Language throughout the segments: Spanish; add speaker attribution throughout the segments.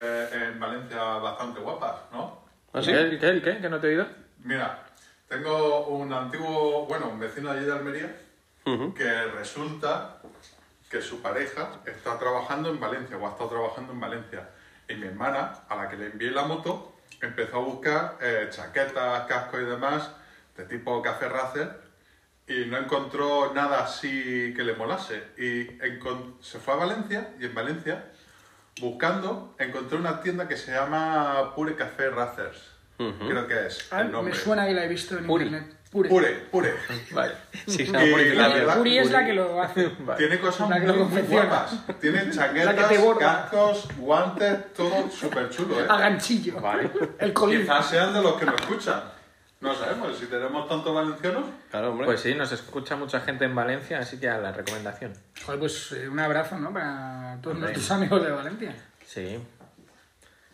Speaker 1: eh, en Valencia bastante guapas, ¿no?
Speaker 2: ¿Ah,
Speaker 3: ¿Así? ¿Qué, qué, qué? ¿Que no te he oído?
Speaker 1: Mira, tengo un antiguo, bueno, un vecino allí de Almería
Speaker 3: Ujú.
Speaker 1: que resulta que su pareja está trabajando en Valencia o ha estado trabajando en Valencia. Y mi hermana, a la que le envié la moto, empezó a buscar eh, chaquetas, cascos y demás de tipo café racer y no encontró nada así que le molase. Y encon- se fue a Valencia y en Valencia, buscando, encontré una tienda que se llama Pure Café Racers. Creo que es
Speaker 4: Ah,
Speaker 1: el nombre.
Speaker 4: me suena que la he visto en
Speaker 3: Puri.
Speaker 4: internet. Pure.
Speaker 1: Pure, Pure.
Speaker 3: Vale. Pues Sí,
Speaker 1: Y la verdad-
Speaker 4: Puri es la que lo hace.
Speaker 3: Vale.
Speaker 1: Tiene cosas
Speaker 4: La
Speaker 1: muy,
Speaker 4: que lo
Speaker 1: muy
Speaker 4: confecciona.
Speaker 1: guapas. Tiene
Speaker 4: La
Speaker 1: chaquetas,
Speaker 4: que te borda.
Speaker 1: cascos, guantes, todo súper chulo, ¿eh?
Speaker 4: A ganchillo.
Speaker 3: Vale.
Speaker 4: El colín.
Speaker 1: Quizás sean de los que nos escuchan. No sabemos, si tenemos tantos valencianos,
Speaker 3: Claro, hombre. Pues sí, nos escucha mucha gente en Valencia, así que a la recomendación.
Speaker 4: Joder, pues eh, un abrazo, ¿no? Para todos
Speaker 3: Hombre.
Speaker 4: nuestros amigos de Valencia.
Speaker 3: Sí.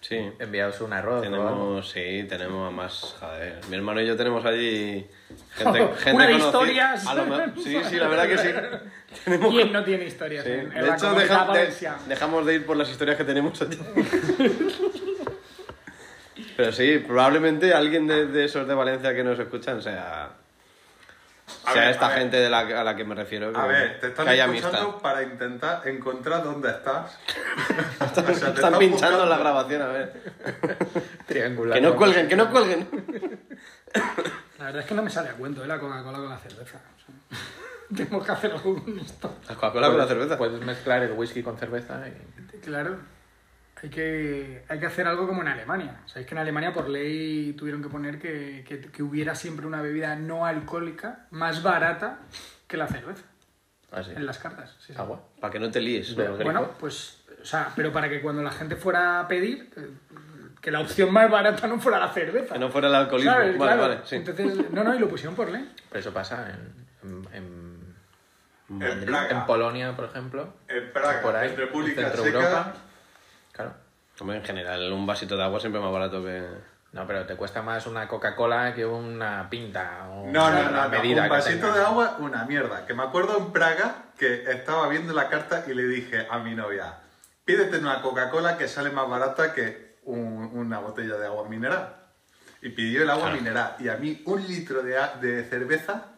Speaker 2: Sí.
Speaker 3: Enviaos un arroz. o algo.
Speaker 2: Mm. Tenemos, sí, tenemos a más. Joder, mi hermano y yo tenemos allí. Gente, gente
Speaker 4: Una de
Speaker 2: conocida.
Speaker 4: historias.
Speaker 2: A lo mejor- sí, sí, la verdad que sí. Tenemos.
Speaker 4: ¿Quién no tiene historias?
Speaker 2: Sí.
Speaker 4: en- en
Speaker 2: De
Speaker 4: la
Speaker 2: hecho,
Speaker 4: comunidad
Speaker 2: deja- de-
Speaker 4: valenciana?
Speaker 2: dejamos de ir por las historias que tenemos allí. Pero sí, probablemente alguien de, de esos de Valencia que nos escuchan sea.
Speaker 1: A
Speaker 2: sea
Speaker 1: ver,
Speaker 2: esta
Speaker 1: a ver.
Speaker 2: gente de la, a la que me refiero.
Speaker 3: Pues
Speaker 2: Que,
Speaker 1: a ver, te están
Speaker 2: que haya
Speaker 1: escuchando
Speaker 2: amistad.
Speaker 1: para intentar encontrar dónde estás. O sea, te
Speaker 2: Están pinchando
Speaker 1: buscando.
Speaker 2: en la grabación, a ver.
Speaker 3: Triangular.
Speaker 2: Que no
Speaker 3: vamos.
Speaker 2: cuelguen, que no cuelguen.
Speaker 4: La verdad es que no me sale a cuento, ¿eh? La Coca-Cola con la cerveza. O sea, tengo que hacer algo con esto.
Speaker 2: La Coca-Cola con la cerveza.
Speaker 3: Puedes mezclar el whisky con cerveza y...
Speaker 4: Claro. Hay que, hay que hacer algo como en Alemania. Sabéis que en Alemania por ley tuvieron que poner que, que- que hubiera siempre una bebida no alcohólica más barata que la cerveza
Speaker 2: Ah,
Speaker 3: Así.
Speaker 4: en las cartas. Sí, sí.
Speaker 3: Agua.
Speaker 2: Para que no te líes.
Speaker 3: Pero-
Speaker 2: ¿no?
Speaker 4: Bueno, pues, o sea, pero para que cuando la gente fuera a pedir, eh, que la opción más barata no fuera la cerveza.
Speaker 2: Que no fuera el alcoholismo.
Speaker 4: ¿Sabes?
Speaker 2: Vale,
Speaker 4: Claro.
Speaker 2: vale, sí.
Speaker 4: Entonces, no, no, y lo pusieron por ley.
Speaker 3: Pero eso pasa en... en- en-
Speaker 1: En Praga.
Speaker 3: en Polonia, por ejemplo.
Speaker 1: En Praga,
Speaker 3: por ahí,
Speaker 1: en República
Speaker 3: en Centro
Speaker 1: Checa.
Speaker 3: Europa. Claro.
Speaker 2: Hombre, en general, un vasito de agua siempre más barato que.
Speaker 3: No, pero te cuesta más una Coca-Cola que una pinta o
Speaker 1: No,
Speaker 3: una
Speaker 1: no, no, no.
Speaker 3: medida
Speaker 1: Un
Speaker 3: que
Speaker 1: vasito
Speaker 3: tengas.
Speaker 1: de agua, una mierda. Que me acuerdo en Praga que estaba viendo la carta y le dije a mi novia, pídete una Coca-Cola que sale más barata que un- una botella de agua mineral. Y pidió el agua mineral. Y a mí un litro de, a- de cerveza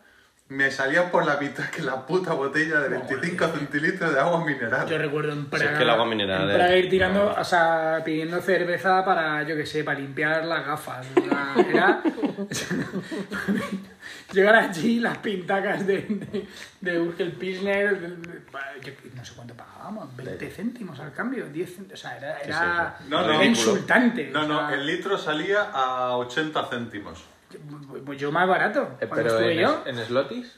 Speaker 1: me salía por la mitad que la puta botella de 25 centilitros de agua mineral.
Speaker 4: Yo recuerdo en Praga.
Speaker 2: es que el agua mineral
Speaker 4: en
Speaker 2: es-
Speaker 4: Praga ir tirando, o sea, pidiendo cerveza para, yo qué sé, para limpiar las gafas. O sea, era. Llegar allí, las pintacas de, de, de Urkel Pilsner, de- de- yo no sé cuánto pagábamos, 20 céntimos al cambio, 10 céntimos, o sea, era, era,
Speaker 1: sí. No,
Speaker 4: era
Speaker 1: no,
Speaker 4: insultante.
Speaker 1: No,
Speaker 4: o
Speaker 1: no,
Speaker 4: sea,
Speaker 1: el litro salía a 80 céntimos.
Speaker 4: pues yo más barato,
Speaker 3: Eh,
Speaker 4: cuando
Speaker 3: pero
Speaker 4: estuve
Speaker 3: en,
Speaker 4: yo.
Speaker 3: en Slotis.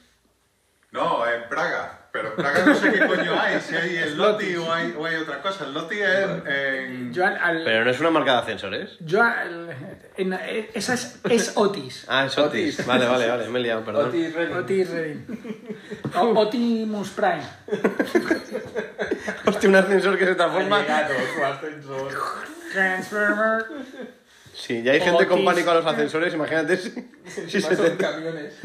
Speaker 1: No, en Praga. Pero en Praga no sé qué coño hay, si hay el Loti o hay, o hay otra cosa. El Loti es en...
Speaker 4: Yo al- al-
Speaker 2: Pero no es una marca de ascensores.
Speaker 4: yo al- en- eh, esa es, es Otis.
Speaker 2: Ah, es Otis. Vale, vale, vale, me he liado, perdón.
Speaker 4: Otis Redding. O- Otimus Prime.
Speaker 2: Hostia, un ascensor que se transforma.
Speaker 4: Transformer.
Speaker 2: Sí, ya hay gente con
Speaker 4: Otis.
Speaker 2: pánico a los ascensores, imagínate si, si se te
Speaker 3: camiones.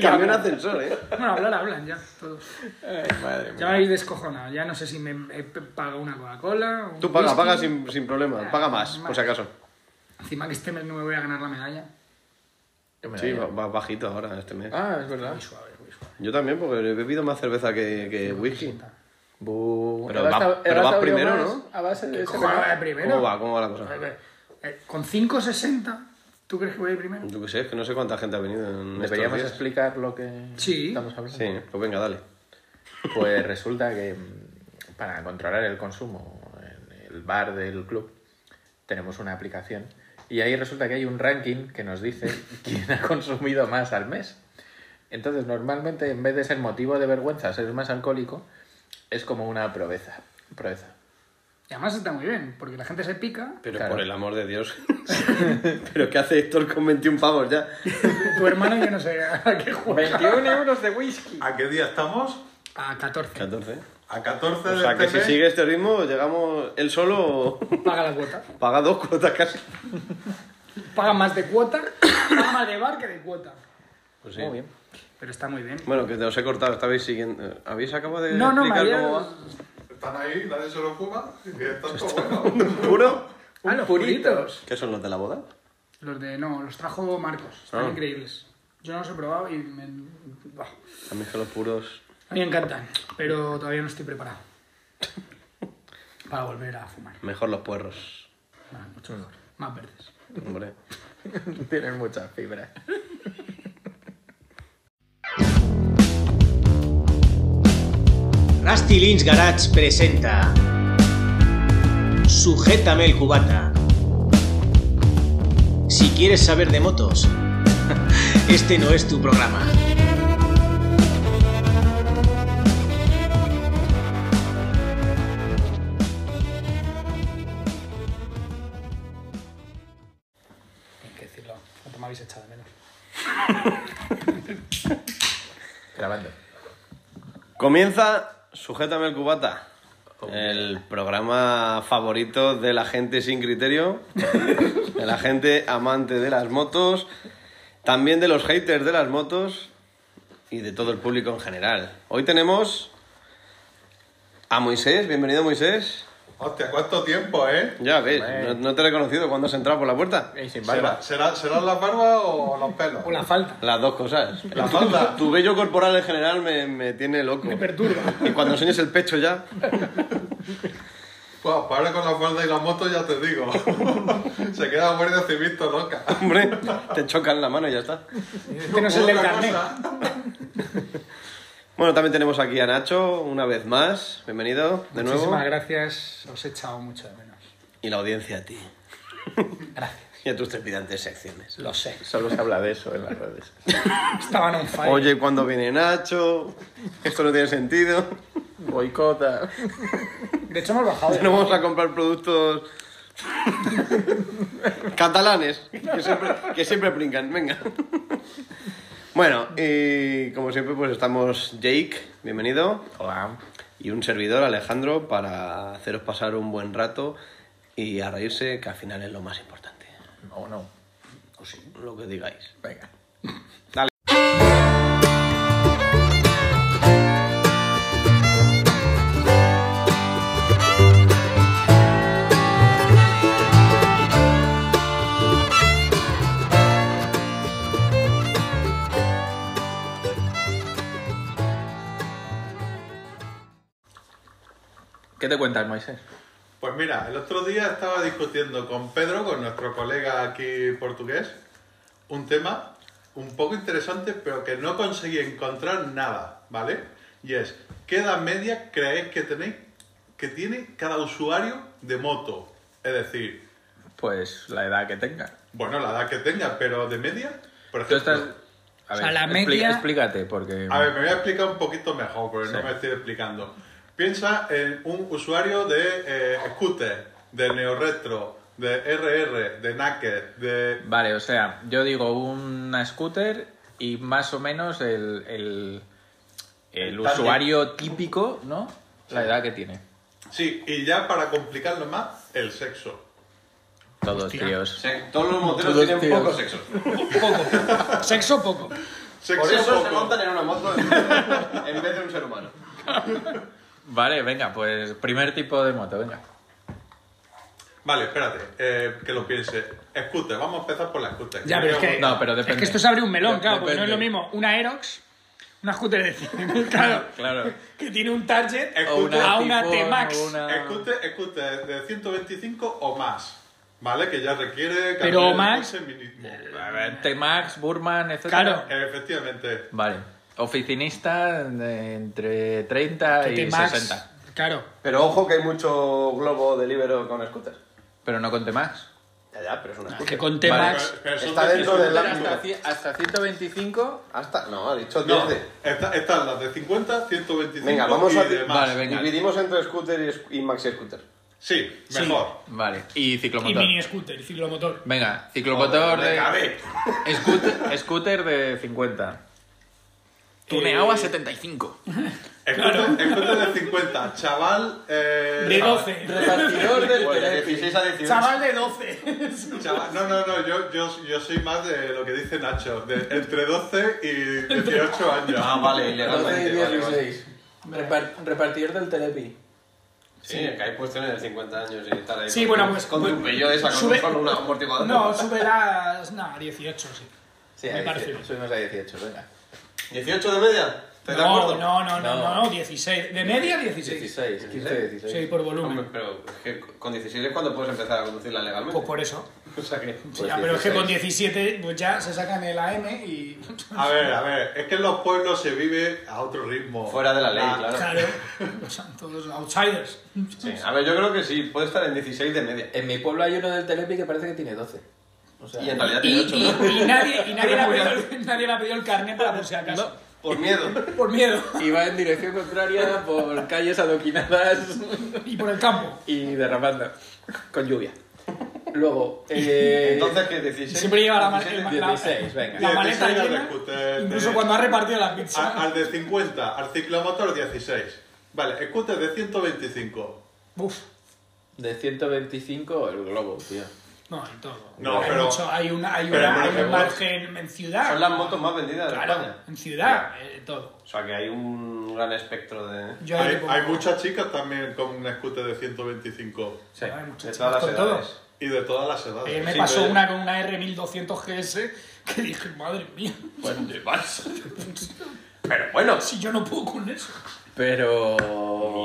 Speaker 2: cambia un ascensor, ¿eh?
Speaker 4: Bueno, hablar hablan ya, todos. Ya me habéis descojonado. Ya no sé si me eh, p- pago una Coca-Cola. un
Speaker 2: Tú paga,
Speaker 4: whisky.
Speaker 2: paga sin, sin
Speaker 4: Ah,
Speaker 2: problema, paga más, por si acaso.
Speaker 4: Encima que este mes no me voy a ganar la medalla.
Speaker 2: Sí, va, va bajito ahora este mes.
Speaker 3: Ah, es verdad.
Speaker 4: Muy suave, muy suave.
Speaker 2: Yo también, porque he bebido más cerveza que, que whisky.
Speaker 3: Bu-
Speaker 2: Pero
Speaker 3: He
Speaker 2: va-
Speaker 3: gastado- he
Speaker 2: pero va
Speaker 3: gastado yo
Speaker 2: primero,
Speaker 3: más
Speaker 2: ¿no?
Speaker 3: A base de ese
Speaker 4: Joder,
Speaker 3: verano.
Speaker 4: primero.
Speaker 2: ¿Cómo va? ¿Cómo va la cosa?
Speaker 4: Eh, eh, Con 5.60, ¿tú crees que voy primero?
Speaker 2: Yo qué sé, es que no sé cuánta gente ha venido en estos
Speaker 3: Deberíamos
Speaker 2: días.
Speaker 3: explicar lo que
Speaker 4: Sí.
Speaker 3: estamos hablando.
Speaker 2: Sí, pues venga, dale.
Speaker 3: Pues resulta que mm, para controlar el consumo en el bar del club tenemos una aplicación y ahí resulta que hay un ranking que nos dice quién ha consumido más al mes. Entonces, normalmente en vez de ser motivo de vergüenza ser más alcohólico, es como una proeza. proeza.
Speaker 4: Y además está muy bien, porque la gente se pica,
Speaker 2: Pero
Speaker 3: Claro.
Speaker 2: por el amor de Dios. ¿Pero qué hace Héctor con 21 pavos ya?
Speaker 4: tu hermano yo no sé a qué juega.
Speaker 3: 21 euros de whisky.
Speaker 1: ¿A qué día estamos?
Speaker 4: A 14,
Speaker 2: 14.
Speaker 1: A 14
Speaker 2: O
Speaker 1: de
Speaker 2: sea que si
Speaker 1: TV.
Speaker 2: sigue este ritmo, llegamos él solo
Speaker 4: paga la cuota.
Speaker 2: paga dos cuotas casi.
Speaker 4: Paga más de cuota, paga más de bar que de cuota.
Speaker 2: Pues sí.
Speaker 3: Muy bien.
Speaker 4: Pero está muy bien.
Speaker 2: Bueno, que te os he cortado, estabais siguiendo. ¿Habéis acabado de
Speaker 4: No, no, me
Speaker 2: explicar
Speaker 4: había-
Speaker 2: cómo va?
Speaker 1: Están ahí, nadie se lo fuma y están todos buenos.
Speaker 2: ¿Puro?
Speaker 5: Ah, los puritos.
Speaker 2: ¿Qué son los de la boda?
Speaker 5: Los de. No, los trajo Marcos. Están
Speaker 2: Ah.
Speaker 5: increíbles. Yo no los he probado y me. buah,
Speaker 2: A mí es que los puros.
Speaker 5: A mí me encantan, pero todavía no estoy preparado. Para volver a fumar.
Speaker 2: Mejor los puerros.
Speaker 5: Ah, mucho mejor. Más verdes.
Speaker 2: Hombre.
Speaker 3: Tienen muchas fibras.
Speaker 6: Rusty Lynch Garage presenta Sujétame el cubata. Si quieres saber de motos, este no es tu programa.
Speaker 5: Hay que decirlo. No me habéis echado de menos.
Speaker 3: Grabando.
Speaker 2: Comienza Sujétame el cubata. El programa favorito de la gente sin criterio, de la gente amante de las motos, también de los haters de las motos y de todo el público en general. Hoy tenemos a Moisés, bienvenido Moisés.
Speaker 1: Hostia, ¿cuánto tiempo, eh?
Speaker 2: Ya ves,
Speaker 3: Hombre. Eh.
Speaker 2: no, no te he reconocido cuando has entrado por la puerta.
Speaker 3: Y sin barba.
Speaker 1: ¿Será, será, ¿Serán las barbas o los pelos?
Speaker 5: O la falta.
Speaker 2: Las dos cosas.
Speaker 1: La falda.
Speaker 2: Tu vello corporal en general me, me tiene loco.
Speaker 5: Me perturba.
Speaker 2: Y cuando enseñes el pecho ya,
Speaker 1: Bueno, pues ahora con la falda y la moto ya te digo. Se queda muerto civisto loca.
Speaker 2: hombre, te chocan la mano y ya está.
Speaker 5: Este no es el del
Speaker 1: Otra
Speaker 5: carnet.
Speaker 1: cosa.
Speaker 2: Bueno, también tenemos aquí a Nacho, una vez más. Bienvenido de nuevo.
Speaker 5: Muchísimas gracias. Os he echado mucho de menos.
Speaker 2: Y la audiencia a ti.
Speaker 5: Gracias.
Speaker 2: Y a tus trepidantes secciones.
Speaker 5: Lo sé.
Speaker 3: Solo se habla de eso en las redes.
Speaker 5: Estaban on fire.
Speaker 2: Oye, ¿cuándo viene Nacho? Esto no tiene sentido.
Speaker 3: Boicota.
Speaker 5: De hecho, hemos bajado. de-
Speaker 2: No vamos a comprar productos catalanes, que siempre, que siempre brincan. Venga. Bueno, y como siempre, pues estamos Jake, bienvenido.
Speaker 3: Hola.
Speaker 2: y un servidor, Alejandro, para haceros pasar un buen rato y a reírse, que al final es lo más importante.
Speaker 3: No, no.
Speaker 2: O Pues sí, lo que digáis.
Speaker 3: Venga. ¿Qué te cuentas, Moisés?
Speaker 1: Pues mira, el otro día estaba discutiendo con Pedro, con nuestro colega aquí portugués, un tema un poco interesante, pero que no conseguí encontrar nada, ¿vale? Y es, ¿qué edad media creéis que tenéis que tiene cada usuario de moto? Es decir,
Speaker 3: Pues la edad que tenga.
Speaker 1: bueno, la edad que tenga, pero de media, por
Speaker 3: Tú
Speaker 1: ejemplo.
Speaker 3: estás... A
Speaker 5: O
Speaker 3: ver,
Speaker 5: sea, la
Speaker 3: expli-
Speaker 5: media-
Speaker 3: explícate, porque...
Speaker 1: A ver, me voy a explicar un poquito mejor, porque no
Speaker 3: Sí.
Speaker 1: me estoy explicando. Piensa en un usuario de eh, scooter, de neoretro, de RR, de naked, de...
Speaker 3: Vale, o sea, yo digo una scooter y más o menos el, el, el
Speaker 1: El target.
Speaker 3: usuario típico, ¿no? La edad que tiene.
Speaker 1: Sí, y ya para complicarlo más, el sexo.
Speaker 3: Todos tíos.
Speaker 2: todos los moteros
Speaker 3: Todos tienen tíos. poco
Speaker 2: sexo.
Speaker 5: Poco. Sexo poco.
Speaker 1: Sexo poco.
Speaker 2: en una moto en vez de un ser humano.
Speaker 3: Vale, venga, pues primer tipo de moto, venga.
Speaker 1: Vale, espérate, eh, que lo piense. Scooter, vamos a empezar por la scooter.
Speaker 5: Ya, pero es que.
Speaker 3: No, pero
Speaker 5: Es
Speaker 3: depende.
Speaker 5: que esto se abre un melón,
Speaker 3: De-
Speaker 5: claro, porque no es
Speaker 3: depende.
Speaker 5: lo mismo una Aerox, una scooter de 100, claro,
Speaker 3: Claro.
Speaker 5: que tiene un target
Speaker 1: O una
Speaker 5: a una
Speaker 3: Tifón,
Speaker 5: T-Max.
Speaker 3: o una-
Speaker 1: Scooter, scooter de 125 o más, ¿vale? Que ya requiere...
Speaker 5: Pero
Speaker 1: cambiar el
Speaker 5: más-
Speaker 1: coche mínimo.
Speaker 3: A ver, T-Max, Burman, etc.
Speaker 5: Claro.
Speaker 1: Efectivamente.
Speaker 3: Vale. Oficinista de entre 30 y
Speaker 5: T-Max,
Speaker 3: 60.
Speaker 5: Claro.
Speaker 2: Pero ojo que hay mucho globo de libero con scooters.
Speaker 3: Pero no con T-Max.
Speaker 2: Ya, ya, pero es una
Speaker 5: Que con T-Max.
Speaker 1: Pero- pero son
Speaker 2: Está
Speaker 1: de
Speaker 2: dentro del
Speaker 1: scooter
Speaker 2: ámbito.
Speaker 1: hasta
Speaker 3: Hasta 125.
Speaker 2: Hasta, Ah, no, ha dicho
Speaker 1: No,
Speaker 2: 10 de-
Speaker 1: está- están las de 50, 125
Speaker 2: Venga, vamos
Speaker 1: y
Speaker 2: a-
Speaker 1: demás.
Speaker 3: Vale, venga.
Speaker 2: Dividimos entre scooter y sc- y, maxi scooter.
Speaker 1: Sí, mejor.
Speaker 3: Vale. Y
Speaker 5: Y
Speaker 3: ciclomotor.
Speaker 5: mini scooter, ciclomotor.
Speaker 3: Venga, ciclomotor de...
Speaker 1: Venga, a ver.
Speaker 3: Scooter, scooter de 50. Tuneado a 75.
Speaker 1: Escucha- escucha de 50, chaval... Eh,
Speaker 5: De
Speaker 1: chaval-
Speaker 5: 12.
Speaker 2: de 16 Pues, eh, a 18.
Speaker 5: Chaval de 12.
Speaker 1: chaval- no, no, no, yo, yo, yo soy más de lo que dice Nacho, de entre 12 y 18 años.
Speaker 2: Ah, vale, ilegalmente. vale, vale.
Speaker 3: Repartidor del Telepi.
Speaker 2: Sí, que hay cuestiones de 50 años y tal. ahí
Speaker 4: Sí,
Speaker 2: con-
Speaker 4: bueno, pues.
Speaker 2: Con
Speaker 4: pues-
Speaker 2: tu pello esa, con
Speaker 4: sube-
Speaker 2: solo una amortiguadora.
Speaker 4: No, sube las. No, 18, sí.
Speaker 3: Sí,
Speaker 4: Me
Speaker 3: a
Speaker 4: parece
Speaker 3: 18,
Speaker 4: bien.
Speaker 3: subimos a 18, venga.
Speaker 2: 18 de media. ¿Estás de
Speaker 4: No,
Speaker 2: acuerdo?
Speaker 4: no, no, no,
Speaker 3: No.
Speaker 4: no, 16. De media, 16.
Speaker 3: 16, 15, 16.
Speaker 4: Sí, por
Speaker 2: Hombre,
Speaker 4: volumen.
Speaker 2: pero es que con 16 es cuando puedes empezar a conducirla legalmente.
Speaker 4: Pues por eso.
Speaker 2: O sea que...
Speaker 4: Sí, ya, pero es que con 17 pues ya se sacan el AM y.
Speaker 1: A ver, a ver, es que en los pueblos se vive a otro ritmo.
Speaker 2: Fuera de la ley,
Speaker 1: Ah,
Speaker 2: claro.
Speaker 4: Claro, son todos outsiders.
Speaker 2: Sí, A ver, yo creo que sí, puede estar en 16 de media.
Speaker 3: En mi pueblo hay uno del Telepi que parece que tiene 12. O sea,
Speaker 2: Y en realidad
Speaker 4: Y,
Speaker 2: tiene 8, ¿no?
Speaker 4: y- y nadie, y nadie, le ha pedido, nadie le ha pedido el carnet para por si acaso.
Speaker 2: Por miedo.
Speaker 4: Por miedo.
Speaker 3: y va en dirección contraria por calles adoquinadas
Speaker 4: Y por el campo.
Speaker 3: y derramando. Con lluvia. Luego, eh,
Speaker 2: Entonces, que 16?
Speaker 4: Siempre lleva la, ma- el-
Speaker 2: 16,
Speaker 4: la-
Speaker 3: 16, venga.
Speaker 4: la maleta
Speaker 1: 16
Speaker 4: llena.
Speaker 1: recuter-
Speaker 4: Incluso
Speaker 1: de-
Speaker 4: cuando ha repartido la
Speaker 1: a-
Speaker 4: pizza.
Speaker 1: Al de 50, al ciclomotor 16. Vale, scooter de 125.
Speaker 4: Uf.
Speaker 3: de 125 el globo, tío.
Speaker 4: No, hay todo.
Speaker 1: No,
Speaker 4: hay
Speaker 1: pero-
Speaker 4: mucho- hay una, hay
Speaker 1: pero
Speaker 4: una-
Speaker 1: bueno,
Speaker 4: hay
Speaker 1: que
Speaker 4: un
Speaker 1: vos-
Speaker 4: margen en ciudad.
Speaker 2: Son las motos más vendidas de
Speaker 4: Claro,
Speaker 2: España.
Speaker 4: en ciudad, eh, todo.
Speaker 2: O sea que hay un gran espectro de...
Speaker 4: Yo ahí
Speaker 1: Hay,
Speaker 4: le pongo-
Speaker 1: hay muchas chicas también con un scooter de 125.
Speaker 2: Sí,
Speaker 4: Hay muchas
Speaker 2: de
Speaker 4: chicas
Speaker 2: todas las
Speaker 4: con todo.
Speaker 2: edades.
Speaker 1: Y de todas las
Speaker 4: Ayer
Speaker 1: edades.
Speaker 4: Eh, me
Speaker 2: Sí,
Speaker 4: pasó
Speaker 2: pero-
Speaker 4: una con una R1200 GS que dije, madre mía,
Speaker 2: ¿Dónde vas? Pero bueno,
Speaker 4: si yo no puedo con eso.
Speaker 3: Pero.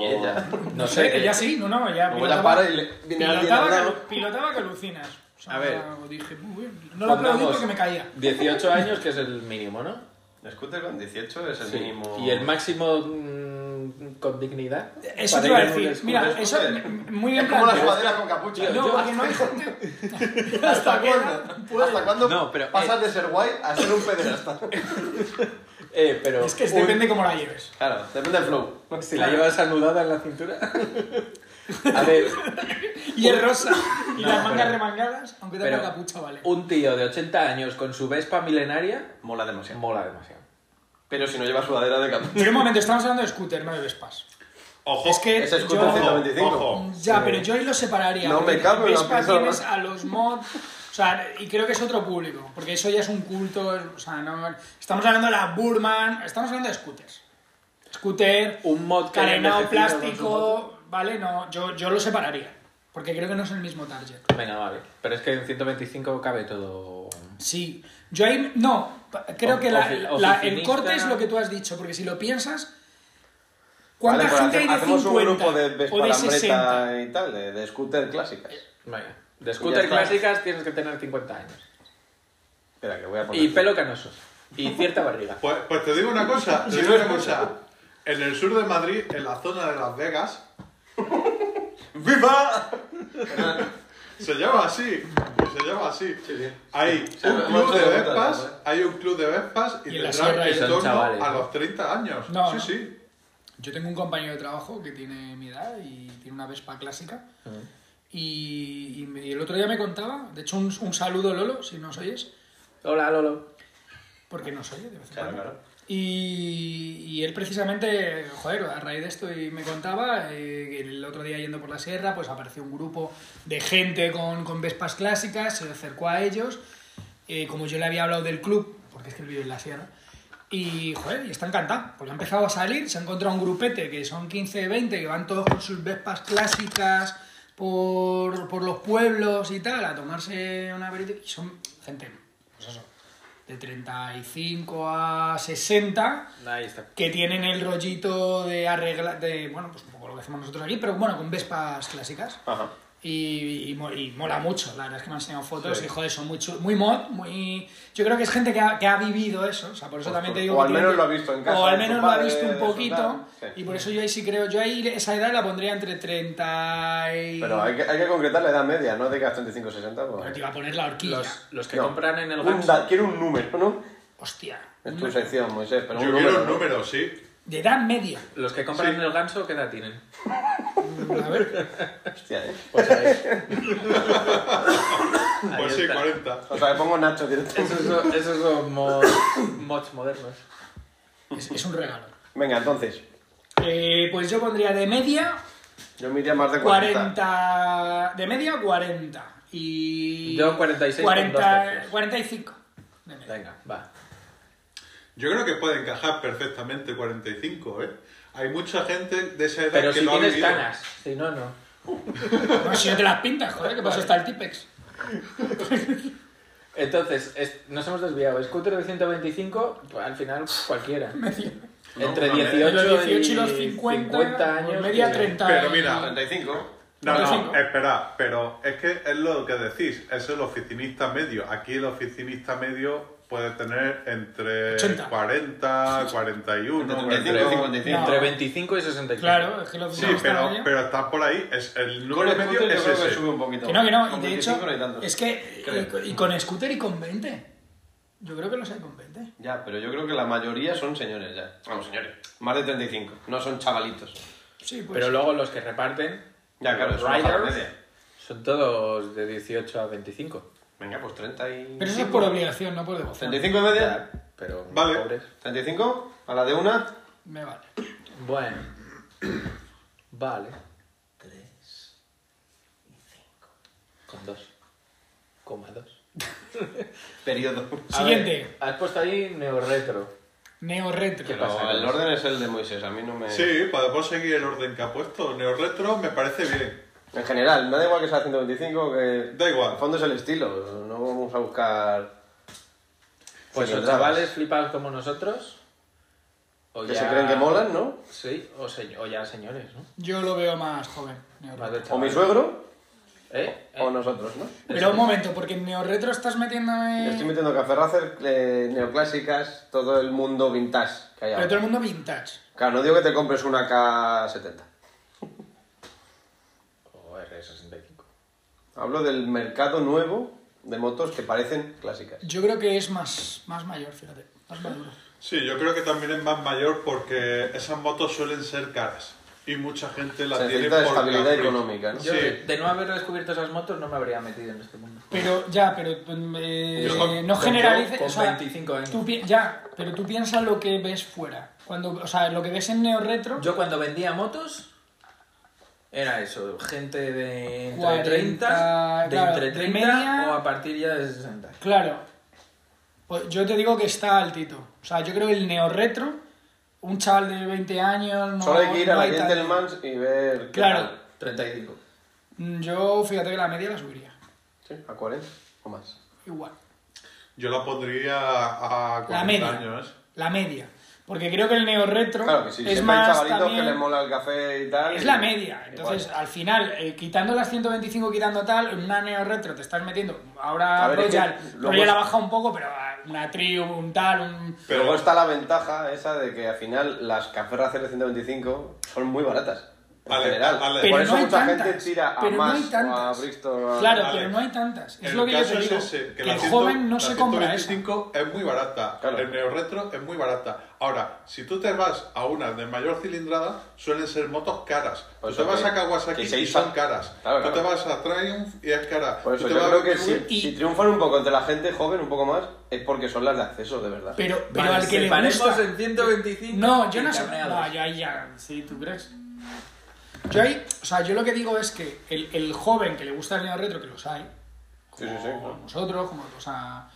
Speaker 2: Y ella.
Speaker 3: No
Speaker 4: Sí,
Speaker 3: sé.
Speaker 4: que ya sí, no, no, ya.
Speaker 2: Luego ya
Speaker 4: pilotaba-
Speaker 2: para y le viene alguien al
Speaker 4: Pilotaba, que,
Speaker 2: lado.
Speaker 4: pilotaba que alucinas. O sea,
Speaker 3: A ver.
Speaker 4: Dije, muy bien. No lo aplaudí
Speaker 3: Pongamos
Speaker 4: porque me caía.
Speaker 3: 18 años, que es el mínimo, ¿no?
Speaker 2: El scooter con 18 es el
Speaker 3: Sí.
Speaker 2: mínimo...
Speaker 3: Y el máximo mm, con dignidad.
Speaker 4: Eso
Speaker 3: para
Speaker 4: te iba a
Speaker 3: ir en un
Speaker 4: decir.
Speaker 3: scooter.
Speaker 4: Mira,
Speaker 2: es
Speaker 4: eso
Speaker 2: joder.
Speaker 4: m- m- muy bien
Speaker 2: Es como las
Speaker 4: planteado.
Speaker 2: sudaderas con capucha.
Speaker 4: No, porque no hay gente. ¿Hasta qué edad puede?
Speaker 2: ¿Hasta cuándo
Speaker 3: No, pero,
Speaker 2: pasas de ser guay a ser un pederasta?
Speaker 3: Eh, pero
Speaker 4: Es que es-
Speaker 3: un-
Speaker 4: depende cómo la lleves.
Speaker 2: claro, depende del flow.
Speaker 3: si la llevas anudada en la cintura. a ver,
Speaker 4: Y es rosa. Y
Speaker 3: No,
Speaker 4: las mangas
Speaker 3: pero-
Speaker 4: remangadas, aunque tenga
Speaker 3: pero-
Speaker 4: capucha, vale.
Speaker 3: un tío de 80 años con su Vespa milenaria
Speaker 2: Mola demasiado.
Speaker 3: mola demasiado.
Speaker 2: Pero si no llevas sudadera de capucha.
Speaker 4: Pero un momento, estamos hablando de scooter, no de Vespas.
Speaker 1: Ojo,
Speaker 4: Es que
Speaker 2: Ese
Speaker 4: Eh, yo-
Speaker 2: scooter 125.
Speaker 1: ojo.
Speaker 4: Ya, pero yo ahí lo separaría.
Speaker 2: No
Speaker 4: porque
Speaker 2: me cabe
Speaker 4: en
Speaker 2: la
Speaker 4: Vespa
Speaker 2: persona.
Speaker 4: tienes a los mod. O sea, y creo que es otro público, porque eso ya es un culto. es- O sea, no. Estamos hablando de la Burman, estamos hablando de scooters. Scooter,
Speaker 3: Un mod que haya
Speaker 4: carenado
Speaker 3: envejecido con su
Speaker 4: plástico, ¿vale? No, yo, yo lo separaría, porque creo que no es el mismo target.
Speaker 3: Venga, vale. Pero es que en 125 cabe todo.
Speaker 4: Sí, yo ahí. No, pa- creo
Speaker 3: Ofi-
Speaker 4: que la-
Speaker 3: ofi-
Speaker 4: la- el
Speaker 3: oficinista.
Speaker 4: corte es lo que tú has dicho, porque si lo piensas. ¿Cuánta
Speaker 2: Vale, pues
Speaker 4: gente
Speaker 2: hace-
Speaker 4: hay de
Speaker 2: hacemos
Speaker 4: 50
Speaker 2: un grupo de
Speaker 4: o de
Speaker 2: Vespa
Speaker 4: 60?
Speaker 2: Lambretta y tal, de, de scooter clásicas.
Speaker 3: Venga. De
Speaker 2: Ya
Speaker 3: scooter
Speaker 2: está.
Speaker 3: clásicas tienes que tener 50 años.
Speaker 2: Espera, que voy a poner...
Speaker 3: Y pelo canoso. Y cierta barriga.
Speaker 1: Pues, pues te digo una cosa, te
Speaker 4: Sí,
Speaker 1: digo
Speaker 4: no,
Speaker 1: una
Speaker 4: no.
Speaker 1: cosa. En el sur de Madrid, en la zona de Las Vegas,
Speaker 2: ¡Viva!
Speaker 1: se llama así. Se llama así. Hay
Speaker 2: sea,
Speaker 1: un
Speaker 2: lo
Speaker 1: club
Speaker 2: hemos
Speaker 1: de
Speaker 2: hecho de
Speaker 1: vespas,
Speaker 2: putas, ¿eh?
Speaker 1: hay un club de vespas y
Speaker 4: Y en la
Speaker 1: tendrán
Speaker 4: sierra y
Speaker 1: en
Speaker 3: son
Speaker 1: torno
Speaker 3: chavales,
Speaker 1: a
Speaker 3: ¿no?
Speaker 1: los 30 años.
Speaker 4: No,
Speaker 1: sí,
Speaker 4: no.
Speaker 1: sí.
Speaker 4: Yo tengo un compañero de trabajo que tiene mi edad y tiene una Vespa clásica. Y, y me- y el otro día me contaba, de hecho, un, un saludo, Lolo, si nos oyes,
Speaker 3: Hola, Lolo.
Speaker 4: porque nos oye de vez en
Speaker 2: Claro,
Speaker 4: cuando.
Speaker 2: claro.
Speaker 4: Y, y él precisamente, joder, a raíz de esto y me contaba eh, que el otro día yendo por la sierra, pues apareció un grupo de gente con, con Vespas clásicas, se acercó a ellos, eh, como yo le había hablado del club, porque es que él vive en la sierra, y joder, y está encantado, porque ha empezado a salir, se ha encontrado un grupete que son 15, 20, que van todos con sus Vespas clásicas por, por los pueblos y tal, a tomarse una verita, y son gente, pues eso, de 35 a 60
Speaker 3: Ahí está.
Speaker 4: que tienen el rollito de arreglar, de, bueno, pues un poco lo que hacemos nosotros aquí, pero bueno, con Vespas clásicas.
Speaker 2: Ajá.
Speaker 4: Y, y mo- y mola mucho, la verdad es que me han enseñado fotos y joder, son muy chul- muy mod, muy... Yo creo que es gente que ha, que ha vivido eso, o sea, por eso
Speaker 2: Pues
Speaker 4: también te
Speaker 2: por-
Speaker 4: digo...
Speaker 2: o
Speaker 4: que
Speaker 2: al
Speaker 4: tiene
Speaker 2: menos
Speaker 4: que-
Speaker 2: lo ha visto en casa
Speaker 4: O al
Speaker 2: de su
Speaker 4: menos lo ha
Speaker 2: padre,
Speaker 4: visto
Speaker 2: de
Speaker 4: un
Speaker 2: su
Speaker 4: poquito,
Speaker 2: tal, sí.
Speaker 4: y por eso yo ahí sí creo, yo ahí esa edad la pondría entre 30 y...
Speaker 2: Pero hay que, hay que concretar la edad media, no digas 35-60.
Speaker 4: Bueno,
Speaker 2: Pues...
Speaker 4: te iba a poner la horquilla.
Speaker 3: Los, los que
Speaker 2: No.
Speaker 3: compran en el
Speaker 2: Un da-
Speaker 3: Gamsa-
Speaker 2: quiero un número, ¿no?
Speaker 4: Hostia.
Speaker 2: Es tu sección, Moisés, pero
Speaker 1: Yo
Speaker 2: un
Speaker 1: quiero
Speaker 2: número.
Speaker 1: un
Speaker 2: ¿no?
Speaker 1: número, sí.
Speaker 4: De edad media.
Speaker 3: Los que compran en el ganso, ¿qué edad tienen?
Speaker 4: A ver,
Speaker 2: Hostia, eh.
Speaker 3: Pues ahí. Ahí
Speaker 1: Pues sí,
Speaker 3: está.
Speaker 1: 40.
Speaker 2: O sea, le pongo Nacho directamente.
Speaker 3: Esos son, esos son mods, mods modernos.
Speaker 4: es, es un regalo.
Speaker 2: Venga, entonces.
Speaker 4: Eh, pues yo pondría de media
Speaker 2: Yo me iría más de 40.
Speaker 4: 40. De media, 40. Y.
Speaker 3: Yo 46 con
Speaker 4: 40,
Speaker 3: dos tercios.
Speaker 4: 45. de media.
Speaker 3: Venga, va.
Speaker 1: Yo creo que puede encajar perfectamente 45, ¿eh? Hay mucha gente de esa edad
Speaker 3: Pero
Speaker 1: que
Speaker 3: si
Speaker 1: lo ha
Speaker 3: tienes
Speaker 1: vivido.
Speaker 3: canas, si no, no.
Speaker 4: No, si no te las pintas, joder, que pasa hasta el típex.
Speaker 3: Entonces, es- nos hemos desviado. Scooter de 125, pues, al final cualquiera. Entre
Speaker 1: no,
Speaker 3: 18,
Speaker 4: Los 18 y los
Speaker 3: 50,
Speaker 4: 50,
Speaker 3: años.
Speaker 4: media
Speaker 3: que-
Speaker 4: 30.
Speaker 1: Pero mira,
Speaker 2: 35.
Speaker 1: No,
Speaker 4: Pero
Speaker 1: no, eh,
Speaker 4: cinco.
Speaker 1: espera, pero es que es lo que decís, es el oficinista medio. Aquí el oficinista medio puede tener entre
Speaker 4: 80.
Speaker 1: 40, 41,
Speaker 2: 75,
Speaker 1: 42.
Speaker 2: 55.
Speaker 4: No.
Speaker 3: Entre 25 y 65.
Speaker 4: Claro, es que los
Speaker 1: Sí,
Speaker 4: dos están
Speaker 1: pero,
Speaker 4: ahí.
Speaker 1: pero está por ahí, es el
Speaker 2: Con
Speaker 1: número
Speaker 2: el
Speaker 1: medio
Speaker 2: scooter yo
Speaker 1: es
Speaker 2: creo que
Speaker 1: ese.
Speaker 2: sube un poquito.
Speaker 4: Que no, que no,
Speaker 2: Con
Speaker 4: y de
Speaker 2: 25
Speaker 4: hecho,
Speaker 2: no hay tanto.
Speaker 4: es que eh,
Speaker 2: Creo.
Speaker 4: y, y con scooter y con 20. Yo creo que los hay con 20.
Speaker 2: Ya, pero yo creo que la mayoría son señores ya. Vamos, señores. Más de 35. No son chavalitos.
Speaker 4: Sí, pues.
Speaker 3: Pero luego los que reparten,
Speaker 2: Ya, claro,
Speaker 3: los
Speaker 2: es una
Speaker 3: riders,
Speaker 2: farmacia.
Speaker 3: son todos de 18 a 25.
Speaker 2: Venga, pues 30 y...
Speaker 4: Pero eso es por obligación, no por devoción.
Speaker 2: 35 y media.
Speaker 3: Ya, Pero
Speaker 1: Vale.
Speaker 3: pobres.
Speaker 2: 35. A la de una.
Speaker 4: Me vale.
Speaker 3: Bueno. Vale. 3 y 5. Con 2. Coma 2.
Speaker 2: Periodo.
Speaker 4: Siguiente.
Speaker 3: Has puesto ahí neorretro.
Speaker 4: Neo
Speaker 3: ¿Qué
Speaker 4: retro.
Speaker 3: pasa?
Speaker 2: Pero el orden es el de Moisés. A mí no me...
Speaker 1: Sí, podemos seguir el orden que ha puesto. Neorretro me parece bien.
Speaker 2: En general, me da igual que sea 125, que...
Speaker 1: Da igual.
Speaker 2: Al fondo es el estilo, no vamos a buscar...
Speaker 3: Pues los
Speaker 2: señoradas.
Speaker 3: chavales flipados como nosotros. O
Speaker 2: Que se creen que molan, ¿no?
Speaker 3: Sí, o, se- o ya señores, ¿no?
Speaker 4: Yo lo veo más joven. Neo
Speaker 3: Más
Speaker 4: retro.
Speaker 3: de
Speaker 2: O mi
Speaker 3: chavales.
Speaker 2: suegro,
Speaker 3: ¿Eh?
Speaker 2: o nosotros, ¿no?
Speaker 4: Pero un momento, porque en Neo retro estás metiendo.
Speaker 2: Le estoy
Speaker 4: en-
Speaker 2: metiendo café racer, eh, neoclásicas, todo el mundo vintage que hay
Speaker 4: Pero
Speaker 2: ahora.
Speaker 4: todo el mundo vintage.
Speaker 2: Claro, no digo que te compres una K70.
Speaker 3: O R65.
Speaker 2: Hablo del mercado nuevo de motos que parecen clásicas.
Speaker 4: Yo creo que es más, más mayor, fíjate. Más maduro.
Speaker 1: Sí, yo creo que también es más mayor porque esas motos suelen ser caras y mucha gente las
Speaker 2: Se
Speaker 1: tiene
Speaker 2: necesita
Speaker 1: por
Speaker 2: estabilidad
Speaker 1: capricho.
Speaker 2: económica, ¿no?
Speaker 1: Sí.
Speaker 3: Yo, de, de no haber descubierto esas motos, no me habría metido en este mundo.
Speaker 4: Pero ya, pero eh,
Speaker 1: Yo con-
Speaker 4: no
Speaker 3: con-
Speaker 4: generalices.
Speaker 3: con
Speaker 4: o sea,
Speaker 3: 25 años.
Speaker 4: tú pi- ya, pero tú piensas lo que ves fuera. Cuando, o sea, lo que ves en Neo Retro.
Speaker 3: Yo cuando vendía motos, era eso, gente de entre
Speaker 4: 40,
Speaker 3: 30, de
Speaker 4: claro,
Speaker 3: entre
Speaker 4: de
Speaker 3: 30
Speaker 4: media.
Speaker 3: o a partir ya de 60.
Speaker 4: Claro. Pues yo te digo que está altito. O sea, yo creo que el Neo Retro, un chaval de 20 años. No,
Speaker 2: Solo hay que ir a
Speaker 4: no
Speaker 2: la
Speaker 4: hay tanto.
Speaker 2: Gentleman's y ver... qué
Speaker 4: Claro.
Speaker 2: tal.
Speaker 3: 35.
Speaker 4: Mm, Yo, fíjate que la media la subiría.
Speaker 2: Sí, a 40 o más.
Speaker 4: Igual.
Speaker 1: Yo la pondría a a
Speaker 4: La
Speaker 1: 40
Speaker 4: media.
Speaker 1: años.
Speaker 4: La media. Porque creo que el Neo Retro
Speaker 2: Claro que sí,
Speaker 4: es
Speaker 2: siempre hay
Speaker 4: más.
Speaker 2: chavalitos
Speaker 4: también-
Speaker 2: que les mola el café y tal.
Speaker 4: Es
Speaker 2: y-
Speaker 4: la media. Entonces,
Speaker 2: Igual.
Speaker 4: al final, eh, quitando las 125, quitando tal, en una Neo Retro te estás metiendo.
Speaker 2: A
Speaker 4: Ahora
Speaker 2: ver, es que
Speaker 4: Royal,
Speaker 2: luego
Speaker 4: Royal
Speaker 2: es-
Speaker 4: ha bajado un poco, pero ah, una Triumph, un tal, un.
Speaker 2: Pero luego está la ventaja esa de que al final las Café Racer de 125 son muy baratas. En
Speaker 1: Vale,
Speaker 2: general.
Speaker 1: vale.
Speaker 2: Por
Speaker 4: Pero
Speaker 2: eso
Speaker 4: no hay
Speaker 2: mucha
Speaker 4: tantas.
Speaker 2: gente tira a
Speaker 4: pero no hay
Speaker 2: más o a
Speaker 4: tantas.
Speaker 2: Bristol. o a-
Speaker 4: Claro,
Speaker 1: Vale.
Speaker 4: pero no hay tantas. Es
Speaker 1: El
Speaker 4: lo que yo
Speaker 1: caso
Speaker 4: te
Speaker 1: es
Speaker 4: digo.
Speaker 1: ese,
Speaker 4: que
Speaker 1: la
Speaker 4: el
Speaker 1: 100
Speaker 4: joven no
Speaker 1: la
Speaker 4: se compra eso.
Speaker 1: 125 es muy barata.
Speaker 2: Claro.
Speaker 1: El Neo Retro es muy barata. Ahora, si tú te vas a una de mayor cilindrada, suelen ser motos caras.
Speaker 2: Por
Speaker 1: tú
Speaker 2: eso
Speaker 1: te vas
Speaker 2: que-
Speaker 1: a Kawasaki
Speaker 2: que se
Speaker 1: y
Speaker 2: hizo-
Speaker 1: son caras.
Speaker 2: Claro,
Speaker 1: tú
Speaker 2: claro.
Speaker 1: te vas a Triumph y es cara.
Speaker 2: Por eso
Speaker 1: Tú te
Speaker 2: yo
Speaker 1: vas
Speaker 2: creo
Speaker 1: a
Speaker 2: que
Speaker 1: Triumph
Speaker 2: si,
Speaker 4: y-
Speaker 2: si triunfan un poco entre la gente joven, un poco más, es porque son las de acceso, de verdad.
Speaker 4: Pero, pero
Speaker 3: Vale,
Speaker 4: al que le
Speaker 3: separemos
Speaker 4: gusta.
Speaker 3: en 125.
Speaker 4: No, yo
Speaker 3: y
Speaker 4: no sé.
Speaker 3: cabreados.
Speaker 4: No, yo ahí ya. Sí, tú crees. Yo ahí. O sea, yo lo que digo es que el, el joven que le gusta el Neo Retro, que los hay,
Speaker 2: Sí, sí, sí,
Speaker 4: como
Speaker 2: claro. Mm.
Speaker 4: nosotros, como o sea,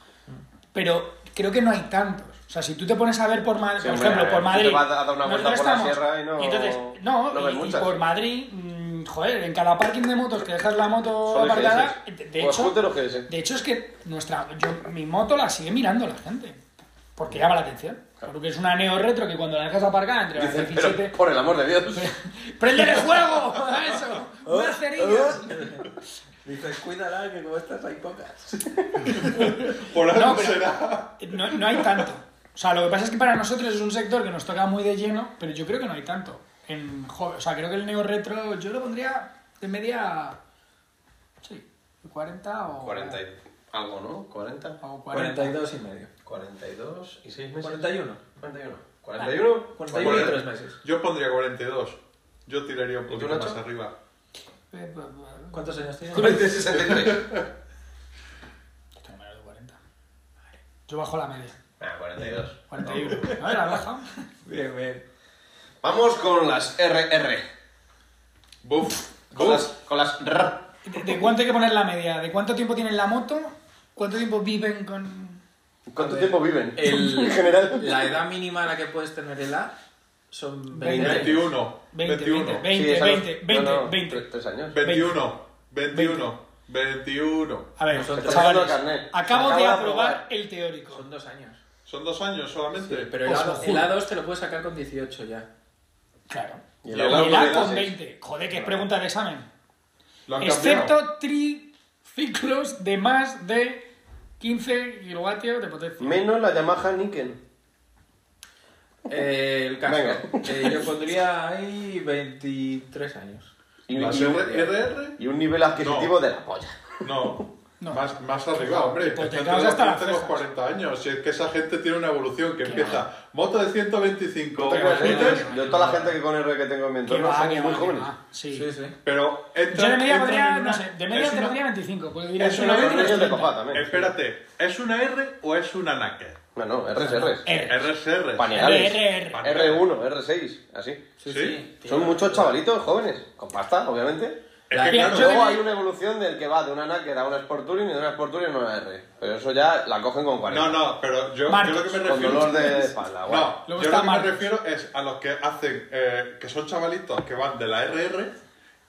Speaker 4: pero creo que no hay tantos. O sea, si tú te pones a ver por Madrid,
Speaker 2: Sí,
Speaker 4: por
Speaker 2: hombre,
Speaker 4: ejemplo,
Speaker 2: a ver,
Speaker 4: por
Speaker 2: tú te
Speaker 4: Madrid,
Speaker 2: vas a dar una vuelta
Speaker 4: nosotros
Speaker 2: por la sierra y no-
Speaker 4: entonces, no,
Speaker 2: no
Speaker 4: y-
Speaker 2: ves
Speaker 4: y
Speaker 2: muchas.
Speaker 4: por Madrid, mm, joder, en cada parking de motos que dejas la moto
Speaker 2: Son
Speaker 4: aparcada,
Speaker 2: GS.
Speaker 4: de, de
Speaker 2: Pues
Speaker 4: hecho,
Speaker 2: ponte los GS.
Speaker 4: de hecho es que nuestra, yo, mi moto la sigue mirando la gente, porque llama la atención, porque es una neo retro que cuando la dejas aparcada entre las
Speaker 2: Dicen,
Speaker 4: 17,
Speaker 2: pero por el amor de Dios.
Speaker 4: prende el fuego, a eso,
Speaker 2: Oh,
Speaker 4: unas cerillas.
Speaker 3: Dices, cuídala, que como estas hay pocas.
Speaker 1: Por algo
Speaker 4: No, pero-
Speaker 1: será.
Speaker 4: No, no hay tanto. O sea, lo que pasa es que para nosotros es un sector que nos toca muy de lleno, pero yo creo que no hay tanto. En jo- o sea, creo que el neo retro yo lo pondría de media. Sí, 40 o.
Speaker 2: 40 y algo, ¿no? 40.
Speaker 4: O 40.
Speaker 3: 42 y medio.
Speaker 2: 42 y 6 meses.
Speaker 3: 41.
Speaker 2: 41. 41.
Speaker 3: 41 y 3 meses.
Speaker 1: Yo pondría 42. Yo tiraría un
Speaker 2: tú,
Speaker 1: poquito más
Speaker 2: Nacho?
Speaker 1: arriba.
Speaker 4: Eh, pues, bueno,
Speaker 3: ¿Cuántos años tienes?
Speaker 2: 63.
Speaker 4: yo tengo menos de 40. Vale. Yo bajo la media.
Speaker 2: Ah, 42.
Speaker 4: 41. A ver, la baja.
Speaker 3: Bien, bien.
Speaker 2: Vamos con las RR.
Speaker 1: Buf.
Speaker 2: Con las, con las RR.
Speaker 4: ¿De, de cuánto hay que poner la media? ¿De cuánto tiempo tienen la moto? ¿Cuánto tiempo viven con.?
Speaker 2: ¿Cuánto tiempo viven?
Speaker 3: El-
Speaker 2: en general.
Speaker 3: La edad mínima a la que puedes tener el A
Speaker 4: Son
Speaker 1: 20, 21.
Speaker 4: 20,
Speaker 1: 21.
Speaker 4: 20,
Speaker 1: Sí,
Speaker 4: 20,
Speaker 2: es a los-
Speaker 4: 20,
Speaker 2: no,
Speaker 4: 20,
Speaker 2: no,
Speaker 4: 20.
Speaker 2: tres- Tres años.
Speaker 1: 21. 21. 21.
Speaker 4: A ver,
Speaker 2: Son tres
Speaker 4: chavales,
Speaker 2: años de carnet.
Speaker 4: acabo
Speaker 2: Acabo
Speaker 4: de
Speaker 2: de
Speaker 4: aprobar
Speaker 2: aprobar.
Speaker 4: el teórico.
Speaker 7: Son dos años.
Speaker 1: Son dos años solamente.
Speaker 7: Pero el,
Speaker 4: Os lo
Speaker 7: A,
Speaker 4: juro.
Speaker 7: el A2 te lo puedes sacar con 18 ya.
Speaker 4: Claro.
Speaker 2: Y
Speaker 4: Y
Speaker 2: el
Speaker 4: el
Speaker 2: A con
Speaker 4: A con
Speaker 2: 16.
Speaker 4: 20. Joder, que es pregunta de examen.
Speaker 1: Lo han cambiado.
Speaker 4: Excepto triciclos de más de 15 kilovatios de potencia.
Speaker 2: Menos la Yamaha Niken.
Speaker 7: Eh, el casco. Eh, yo pondría ahí 23 años.
Speaker 2: Y,
Speaker 1: ¿Las
Speaker 2: y un-
Speaker 1: RR?
Speaker 2: y un nivel adquisitivo
Speaker 1: No.
Speaker 2: de la polla.
Speaker 1: No.
Speaker 4: No.
Speaker 1: Más, más arriba, hombre.
Speaker 4: Pues te
Speaker 1: Está entre
Speaker 4: cagas hasta
Speaker 1: los
Speaker 4: las
Speaker 1: 15 y los
Speaker 4: cejas.
Speaker 1: 40 años. Si es que esa gente tiene una evolución que empieza. Moto de pues, 125.
Speaker 2: ¿Te crees,
Speaker 1: Twitter,
Speaker 2: eh? Yo toda la gente que con R que tengo en
Speaker 4: Que
Speaker 2: mi entorno
Speaker 4: va,
Speaker 2: son
Speaker 4: que
Speaker 2: muy
Speaker 4: va, que
Speaker 2: jóvenes.
Speaker 4: va. Sí.
Speaker 7: Sí, sí.
Speaker 1: Pero entra-
Speaker 4: Yo de media
Speaker 1: entra
Speaker 4: podría,
Speaker 1: en una-
Speaker 4: no sé, de media
Speaker 1: es una-
Speaker 4: tendría 25. Pues diré,
Speaker 1: Es una
Speaker 4: solamente
Speaker 1: reunión
Speaker 4: los
Speaker 2: Niños de
Speaker 4: 30.
Speaker 2: papá también.
Speaker 1: Espérate, ¿es una R o es una NACE?
Speaker 2: No, no, RSR.
Speaker 4: R.
Speaker 1: RSR.
Speaker 2: Paneales.
Speaker 4: RR.
Speaker 2: R1, R6, así.
Speaker 1: ¿Sí?
Speaker 7: tío.
Speaker 2: Son muchos chavalitos jóvenes, con pasta, obviamente.
Speaker 1: Es que
Speaker 4: Mira,
Speaker 1: claro,
Speaker 4: yo-
Speaker 2: Luego
Speaker 4: de-
Speaker 2: hay una evolución del que va de una NAC a una Sport Touring y de una Sport Touring a una R. Pero eso ya la cogen con 40.
Speaker 1: No, no, pero yo, yo
Speaker 4: Marcos,
Speaker 1: lo que me
Speaker 2: Con
Speaker 1: refiero.
Speaker 2: dolor de espalda, guay.
Speaker 1: No,
Speaker 4: Luego
Speaker 1: yo
Speaker 4: está
Speaker 1: lo que me
Speaker 4: Marcos.
Speaker 1: refiero es a los que hacen, eh, que son chavalitos que van de la RR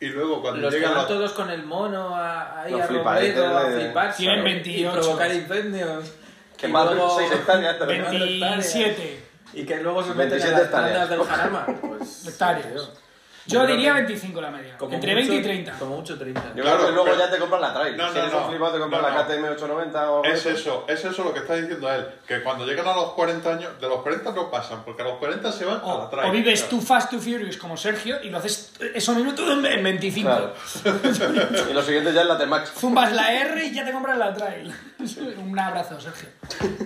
Speaker 1: y luego cuando
Speaker 7: Los que
Speaker 1: llegan
Speaker 7: van
Speaker 1: los.
Speaker 7: todos con el mono a, ahí
Speaker 2: Los
Speaker 7: a
Speaker 2: fliparetes
Speaker 7: Robledo a
Speaker 2: de-
Speaker 7: fliparse
Speaker 4: Tienen
Speaker 7: y-
Speaker 4: 28.
Speaker 7: y provocar incendios.
Speaker 2: Que
Speaker 7: Y
Speaker 2: más de
Speaker 7: luego-
Speaker 2: 6 hectáreas te lo
Speaker 7: Veinte-
Speaker 4: 27
Speaker 7: Y que luego se meten a
Speaker 2: 27
Speaker 7: las
Speaker 2: hectáreas.
Speaker 7: tandas del jarama. Pues,
Speaker 4: hectáreas.
Speaker 7: tío,
Speaker 4: Yo
Speaker 7: Yo creo
Speaker 4: diría
Speaker 7: que-
Speaker 4: 25 la media.
Speaker 7: como
Speaker 4: Entre
Speaker 7: mucho-
Speaker 4: 20 y 30.
Speaker 7: Como mucho 30.
Speaker 2: Yo
Speaker 1: Claro,
Speaker 2: creo que luego
Speaker 1: pero-
Speaker 2: ya te compras la Trail.
Speaker 1: No,
Speaker 2: si
Speaker 1: no,
Speaker 2: eres
Speaker 1: no.
Speaker 2: un flipado te compras
Speaker 1: No,
Speaker 2: la
Speaker 1: no.
Speaker 2: KTM 890 o algo
Speaker 1: Es
Speaker 2: de eso.
Speaker 1: eso, es eso lo que está diciendo él, que cuando llegan a los 40 años, de los 40 no pasan, porque a los 40 se van a
Speaker 4: O,
Speaker 1: la trail.
Speaker 4: o vives
Speaker 1: Claro.
Speaker 4: tú Fast to Furious como Sergio y lo haces esos minutos en en 25.
Speaker 2: Claro. y lo siguiente ya es la T-Max.
Speaker 4: Zumbas la R y ya te compras la trail. Un abrazo, Sergio.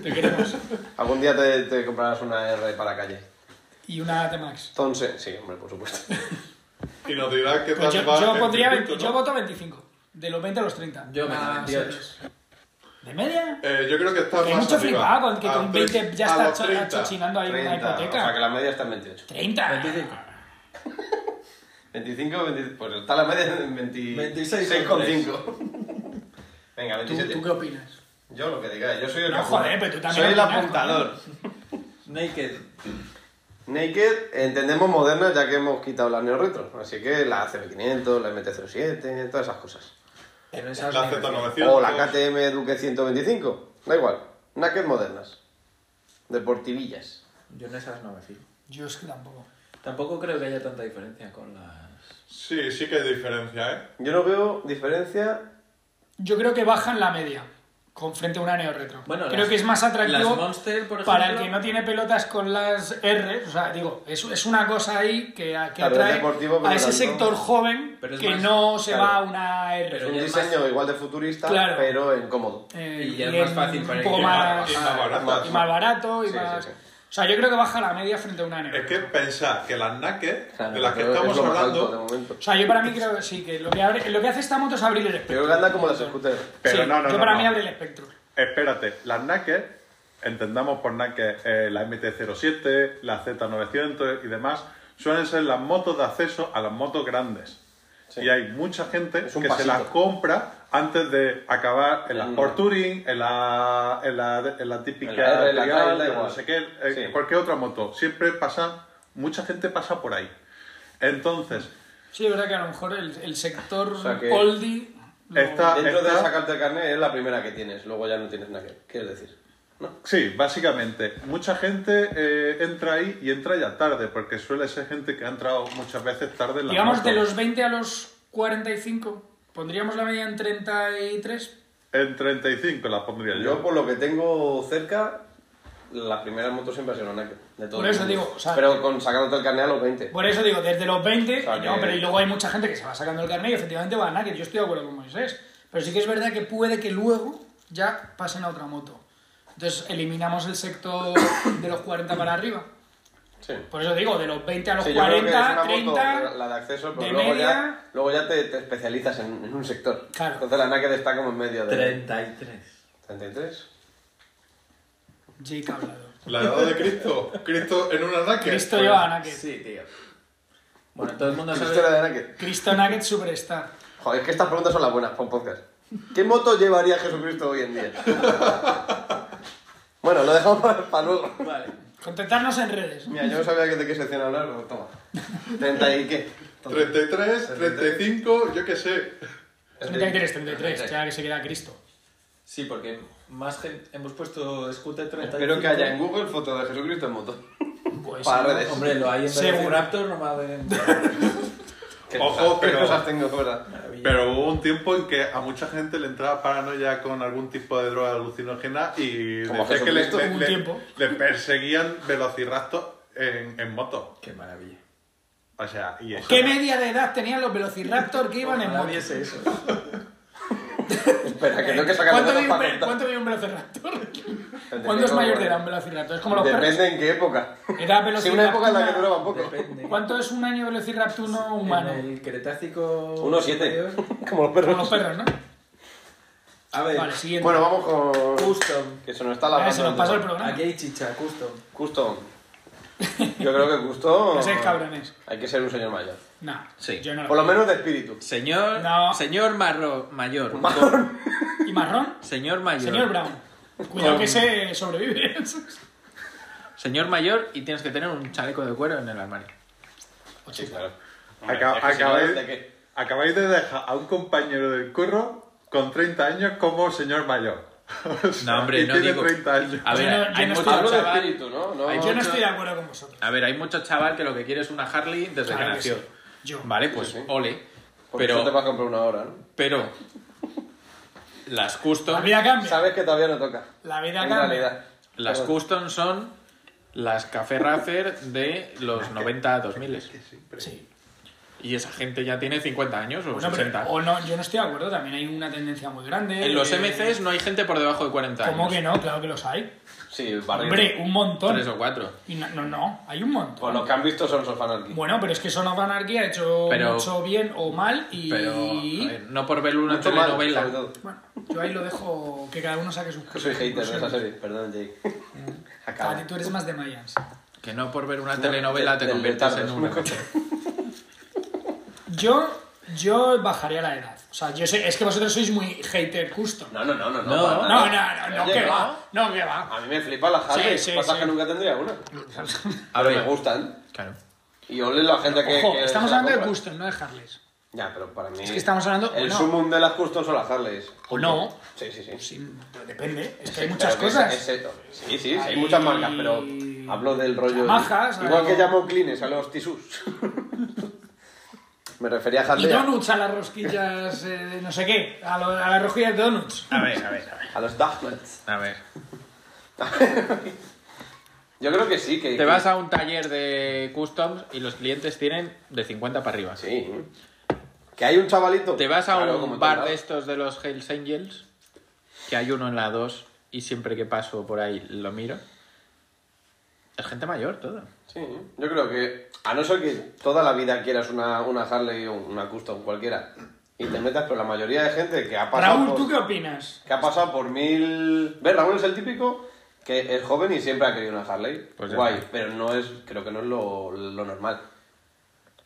Speaker 4: Te queremos.
Speaker 2: Algún día te, te comprarás una R para calle.
Speaker 4: Y una T-Max.
Speaker 2: Entonces, sí, hombre, por supuesto.
Speaker 1: Y nos dirá que
Speaker 4: Pues yo,
Speaker 1: tal va
Speaker 4: yo
Speaker 1: el
Speaker 4: pondría
Speaker 1: circuito,
Speaker 4: 20
Speaker 1: ¿no?
Speaker 4: yo voto 25. De los 20 a los 30.
Speaker 7: Yo me ah,
Speaker 4: Ah,
Speaker 7: 28.
Speaker 4: sí. ¿De media?
Speaker 1: Eh, yo creo que está
Speaker 4: Que hay
Speaker 1: más
Speaker 4: mucho
Speaker 1: arriba.
Speaker 4: flipado con que
Speaker 1: A
Speaker 4: con
Speaker 1: tres-
Speaker 4: 20 ya
Speaker 1: a
Speaker 4: está
Speaker 1: los 30.
Speaker 4: cho- chochinando ahí una
Speaker 2: 30. O
Speaker 4: hipoteca.
Speaker 2: sea que la media está en 28.
Speaker 4: 30.
Speaker 7: 25.
Speaker 2: 25, 20, pues está la media en 20
Speaker 7: 26,
Speaker 2: 6,5. Venga, 27.
Speaker 7: ¿Tú qué opinas?
Speaker 2: Yo lo que diga, yo soy el
Speaker 4: No,
Speaker 2: que apunta.
Speaker 4: joder, pero tú también
Speaker 2: Soy el
Speaker 4: opinas,
Speaker 2: apuntador.
Speaker 7: Naked.
Speaker 2: Naked entendemos moderna ya que hemos quitado la Neo Retro, así que la CB500, la MT-07, todas esas cosas.
Speaker 7: Pero esas
Speaker 1: La
Speaker 7: negras.
Speaker 1: Z900.
Speaker 2: O la KTM Duque 125, da igual, Naked modernas, deportivillas.
Speaker 7: Yo en esas no me fío.
Speaker 4: Yo es que tampoco.
Speaker 7: Tampoco creo que haya tanta diferencia con las...
Speaker 1: Sí, sí que hay diferencia, ¿eh?
Speaker 2: Yo no veo diferencia,
Speaker 4: Yo creo que bajan la media con frente a una Neo Retro.
Speaker 7: Bueno,
Speaker 4: creo
Speaker 7: las-
Speaker 4: que es más atractivo
Speaker 7: las Monster, por
Speaker 4: para el
Speaker 7: ejemplo.
Speaker 4: que no tiene pelotas con las R. O sea, digo, es, es una cosa ahí que, a- que
Speaker 2: Claro, es
Speaker 4: atrae
Speaker 2: deportivo, pero
Speaker 4: a ese
Speaker 2: tanto-
Speaker 4: sector joven
Speaker 7: Pero es
Speaker 4: que
Speaker 7: más-
Speaker 4: no se
Speaker 2: claro.
Speaker 4: va a una R.
Speaker 7: Pero
Speaker 2: un
Speaker 7: ya es
Speaker 2: diseño igual de futurista,
Speaker 4: Claro.
Speaker 2: pero en cómodo.
Speaker 4: Eh,
Speaker 7: Y ya es más fácil para
Speaker 4: un
Speaker 7: el
Speaker 4: poco
Speaker 7: que
Speaker 4: más,
Speaker 1: Y más baratas.
Speaker 4: y más barato y
Speaker 2: Sí, sí,
Speaker 4: más...
Speaker 2: sí.
Speaker 4: O sea, yo creo que baja la media frente a una Neo
Speaker 1: Es que
Speaker 4: Retro.
Speaker 1: pensar que las NACE,
Speaker 2: Claro,
Speaker 1: de las que
Speaker 2: pero es
Speaker 1: estamos
Speaker 2: lo más alto de
Speaker 1: hablando,
Speaker 2: momento.
Speaker 4: O sea, yo para mí creo que sí, que lo que, abre- lo que hace esta moto es abrir el
Speaker 2: Yo
Speaker 4: espectro.
Speaker 2: creo que anda como las scooters.
Speaker 1: Pero
Speaker 4: Sí,
Speaker 1: no, no,
Speaker 4: yo
Speaker 1: no,
Speaker 4: para
Speaker 1: no.
Speaker 4: mí abre el espectro.
Speaker 1: Espérate, las NACES, entendamos por NACES eh, la MT-07, la Z900 y demás, suelen ser las motos de acceso a las motos grandes. Y hay mucha gente
Speaker 2: Es un
Speaker 1: que
Speaker 2: pasito. Mm.
Speaker 1: se las compra antes de acabar en la Sport Touring, en la, en la, en la típica
Speaker 2: En la R, en la
Speaker 1: trial,
Speaker 2: trail, da
Speaker 1: en no
Speaker 2: igual.
Speaker 1: sé qué, eh,
Speaker 2: Sí.
Speaker 1: cualquier otra moto. Siempre pasa, mucha gente pasa por ahí. Entonces,
Speaker 4: Sí, es verdad que a lo mejor el, el sector
Speaker 2: sea que-
Speaker 4: oldie... lo-
Speaker 1: esta,
Speaker 2: Dentro de
Speaker 1: esta-
Speaker 2: sacarte el carnet es la primera que tienes, luego ya no tienes Naked, quiero decir. ¿no?
Speaker 1: Sí, básicamente. Mucha gente eh, entra ahí y entra ya tarde, porque suele ser gente que ha entrado muchas veces tarde en la
Speaker 4: Digamos
Speaker 1: moto.
Speaker 4: de los 20 a los 45, pondríamos la media en 33.
Speaker 1: En 35 la pondría
Speaker 2: Yo
Speaker 1: yo.
Speaker 2: por lo que tengo cerca, las primeras motos siempre han sido naked. De todo
Speaker 4: Por
Speaker 2: el
Speaker 4: eso
Speaker 2: mundo.
Speaker 4: digo, o sea-
Speaker 2: pero con sacándote el carnet a los 20.
Speaker 4: Por eso digo, desde los 20,
Speaker 2: O sea
Speaker 4: y no,
Speaker 2: que-
Speaker 4: pero y luego hay mucha gente que se va sacando el carnet y efectivamente va a Naked. Yo estoy de acuerdo con Moisés, pero sí que es verdad que puede que luego ya pasen a otra moto. Entonces eliminamos el sector de los 40 para arriba.
Speaker 2: Sí.
Speaker 4: Por eso digo, de los 20 a los
Speaker 2: Sí, yo creo que es
Speaker 4: 40,
Speaker 2: una
Speaker 4: 30.
Speaker 2: moto, la de acceso, pero
Speaker 4: de
Speaker 2: luego,
Speaker 4: media.
Speaker 2: ya, luego ya te, te especializas en, en un sector.
Speaker 4: Claro.
Speaker 2: Entonces la naked está como en medio de...
Speaker 7: 33.
Speaker 2: 33.
Speaker 4: Jake ha hablado.
Speaker 1: La edad de Cristo. Cristo en una NACE.
Speaker 4: Cristo lleva a Naked.
Speaker 7: Sí, tío. Bueno, todo el mundo
Speaker 2: Cristo
Speaker 7: sabe...
Speaker 2: era de naked.
Speaker 4: Cristo Naked Superstar.
Speaker 2: Joder, es que estas preguntas son las buenas para un podcast. ¿Qué moto llevaría Jesucristo hoy en día? bueno, lo dejamos para luego.
Speaker 7: Vale.
Speaker 4: Contactarnos en redes.
Speaker 2: Mira, yo no sabía que de qué sección hablar, pero toma. 30 y qué.
Speaker 1: 33, 35, yo qué sé.
Speaker 4: 33, 33, ya que se queda Cristo.
Speaker 3: Sí, porque más gente. Hemos puesto Scooter 30.
Speaker 2: Espero que haya en Google foto de Jesucristo en moto.
Speaker 4: Pues,
Speaker 2: Para redes.
Speaker 3: Hombre, lo hay en
Speaker 4: Seguro.
Speaker 3: Velociraptor, no me
Speaker 2: Qué
Speaker 1: Ojo,
Speaker 2: cosas-
Speaker 1: pero-
Speaker 2: Qué cosas tengo, ¿verdad?
Speaker 1: Pero hubo un tiempo en que a mucha gente le entraba paranoia con algún tipo de droga alucinógena y
Speaker 2: Como
Speaker 1: decía que le,
Speaker 2: Jesucristo.
Speaker 1: le-
Speaker 4: Un
Speaker 1: le-
Speaker 4: tiempo.
Speaker 1: le perseguían velociraptos en, en moto.
Speaker 3: Qué maravilla.
Speaker 1: O sea, y eso.
Speaker 4: ¿Qué media de edad tenían los velociraptor que iban en
Speaker 3: Ojalá
Speaker 4: moto?
Speaker 3: viese eso.
Speaker 2: Espera, que tengo que sacar
Speaker 4: ¿Cuánto vive,
Speaker 2: datos
Speaker 4: un
Speaker 2: para
Speaker 4: ve-
Speaker 2: contar.
Speaker 4: ¿Cuánto vive un velociraptor?
Speaker 2: Tendría
Speaker 4: ¿Cuánto es
Speaker 2: como-
Speaker 4: mayor de edad un velociraptor? Es como los perros.
Speaker 2: Depende en qué época.
Speaker 4: Era
Speaker 2: Si
Speaker 4: velociraptor.
Speaker 2: una época en la que duraba poco.
Speaker 3: Depende.
Speaker 4: ¿Cuánto es un año velociraptor no
Speaker 3: En
Speaker 4: humano?
Speaker 3: el Cretácico.
Speaker 2: Uno siete.
Speaker 3: superior.
Speaker 2: Como los
Speaker 4: Con los
Speaker 2: perros.
Speaker 4: perros, ¿no?
Speaker 3: A ver,
Speaker 4: Vale, siguiente.
Speaker 2: Bueno, vamos con.
Speaker 3: Custom.
Speaker 2: Que se nos está
Speaker 4: Ah,
Speaker 2: la
Speaker 4: se nos pasó el programa.
Speaker 3: Aquí hay chicha, Custom.
Speaker 2: Custom. Yo creo que Custom.
Speaker 4: No seáis cabrones.
Speaker 2: Hay que ser un señor mayor.
Speaker 4: No,
Speaker 3: Sí.
Speaker 4: yo no lo
Speaker 2: Por lo
Speaker 4: creo.
Speaker 2: menos de espíritu.
Speaker 3: Señor.
Speaker 4: No.
Speaker 3: Señor Marro Mayor.
Speaker 4: ¿Y marrón?
Speaker 3: Señor Mayor.
Speaker 4: Señor Brown. Cuidado que se sobrevive.
Speaker 3: Señor Mayor y tienes que tener un chaleco de cuero en el armario.
Speaker 2: Sí, claro.
Speaker 1: Aca-
Speaker 2: Es que si no,
Speaker 1: acabáis,
Speaker 4: este
Speaker 2: ¿de qué?
Speaker 1: acabáis de dejar a un compañero del curro con 30 años como señor mayor. O sea,
Speaker 3: No, hombre,
Speaker 1: y
Speaker 3: no
Speaker 1: tiene
Speaker 3: digo-
Speaker 1: 30 años.
Speaker 3: A
Speaker 4: Yo
Speaker 3: ver,
Speaker 4: no- yo
Speaker 3: hay
Speaker 4: no
Speaker 3: mucho
Speaker 4: estoy-
Speaker 2: Hablo de
Speaker 3: chaval-
Speaker 2: espíritu, ¿no? No.
Speaker 3: Hay
Speaker 4: Yo no
Speaker 3: mucho-
Speaker 4: estoy de acuerdo con vosotros.
Speaker 3: A ver, hay mucho chaval que lo que quiere es una Harley desde
Speaker 4: Claro
Speaker 3: que
Speaker 4: que
Speaker 3: nació.
Speaker 4: sí. Yo.
Speaker 3: Vale, pues
Speaker 2: Sí, sí.
Speaker 3: ole.
Speaker 2: Por eso te
Speaker 3: Pero,
Speaker 2: vas a comprar una hora, ¿no?
Speaker 3: pero las
Speaker 4: La
Speaker 3: custom,
Speaker 4: vida cambia.
Speaker 2: Sabes que todavía no toca.
Speaker 4: La vida
Speaker 2: En
Speaker 4: cambia.
Speaker 2: realidad.
Speaker 3: las custom son las Café Racer de los 90 a 2000.
Speaker 4: Sí.
Speaker 3: Y esa gente ya tiene 50 años o
Speaker 4: No, pero-
Speaker 3: 60.
Speaker 4: Pues o no, yo no estoy de acuerdo. También hay una tendencia muy grande.
Speaker 3: En los
Speaker 4: de-
Speaker 3: MCs no hay gente por debajo de 40 años.
Speaker 4: ¿Cómo que no? Claro que los hay.
Speaker 2: Sí, barrio.
Speaker 4: Hombre, un montón.
Speaker 3: Tres o cuatro.
Speaker 4: Y no, no, no, hay un
Speaker 2: Por
Speaker 4: montón.
Speaker 2: lo que han visto son Sofanarchy.
Speaker 4: Bueno, pero es que Son of Anarchy ha hecho
Speaker 3: Pero-
Speaker 4: mucho bien o mal y...
Speaker 3: Pero a ver, no por ver una
Speaker 2: Mucho mal,
Speaker 3: telenovela.
Speaker 2: sobre todo.
Speaker 4: Bueno, yo ahí lo dejo que cada uno saque su...
Speaker 2: Yo soy hater de esa
Speaker 4: conclusiones.
Speaker 2: serie, perdón, Jake.
Speaker 4: Ah,
Speaker 2: Acaba.
Speaker 4: tú eres más de Mayans.
Speaker 3: que no por ver una telenovela te
Speaker 2: del
Speaker 3: conviertes en
Speaker 2: Bertardo.
Speaker 3: un MC.
Speaker 4: Yo, yo bajaría la edad. O sea, yo sé, es que vosotros sois muy hater custom.
Speaker 2: No, no, no, no.
Speaker 3: No,
Speaker 2: para
Speaker 3: no,
Speaker 4: no,
Speaker 2: nada.
Speaker 4: no, no,
Speaker 2: Oye,
Speaker 4: que va. No, que va.
Speaker 2: A mí me flipa la Harley,
Speaker 4: Sí, sí,
Speaker 2: pasa
Speaker 4: sí.
Speaker 2: que nunca tendría una.
Speaker 3: A
Speaker 2: Pero
Speaker 3: ver.
Speaker 2: me gustan.
Speaker 3: Claro.
Speaker 2: Y ole la gente que.
Speaker 4: Ojo,
Speaker 2: que
Speaker 4: estamos
Speaker 2: se la
Speaker 4: hablando de
Speaker 2: compra.
Speaker 4: custom, no de Harleys.
Speaker 2: Ya, pero para mí.
Speaker 4: Es que estamos hablando-
Speaker 2: El
Speaker 4: no.
Speaker 2: sumum de las custom son las Harleys.
Speaker 4: O no.
Speaker 2: Sí, sí, sí.
Speaker 4: Sí, pues depende. Es que hay muchas
Speaker 2: Pero que
Speaker 4: cosas.
Speaker 2: es- es- sí, sí, sí, hay
Speaker 4: Hay-
Speaker 2: muchas marcas, pero hablo del rollo.
Speaker 4: Yamaha, ¿sabes?
Speaker 2: Igual que llamo clines a los tisús. me refería a
Speaker 4: Y
Speaker 2: Harley. A,
Speaker 4: donuts a las rosquillas eh, de no sé qué. A, lo- a las rosquillas de donuts.
Speaker 3: A ver, a ver, a ver.
Speaker 2: a los Dagnuts.
Speaker 3: A ver.
Speaker 2: Yo creo que sí, que.
Speaker 3: Te vas a un taller de customs y los clientes tienen de 50 para arriba.
Speaker 2: Sí. ¿eh? Que hay un chavalito.
Speaker 3: Te vas a
Speaker 2: Claro, como
Speaker 3: un
Speaker 2: en
Speaker 3: bar
Speaker 2: todos
Speaker 3: de
Speaker 2: lados.
Speaker 3: estos de los Hells Angels, que hay uno en la 2 y siempre que paso por ahí lo miro. Es gente mayor, todo.
Speaker 2: Sí, ¿eh? yo creo que a no ser que toda la vida quieras una, una Harley o una custom cualquiera y te metas, pero la mayoría de gente que ha pasado
Speaker 4: Raúl,
Speaker 2: por,
Speaker 4: ¿tú qué opinas?
Speaker 2: que ha pasado por mil, ¿ves? Raúl es el típico que es joven y siempre ha querido una Harley,
Speaker 3: Pues ya
Speaker 2: guay,
Speaker 3: está.
Speaker 2: pero no es, creo que no es lo, lo normal.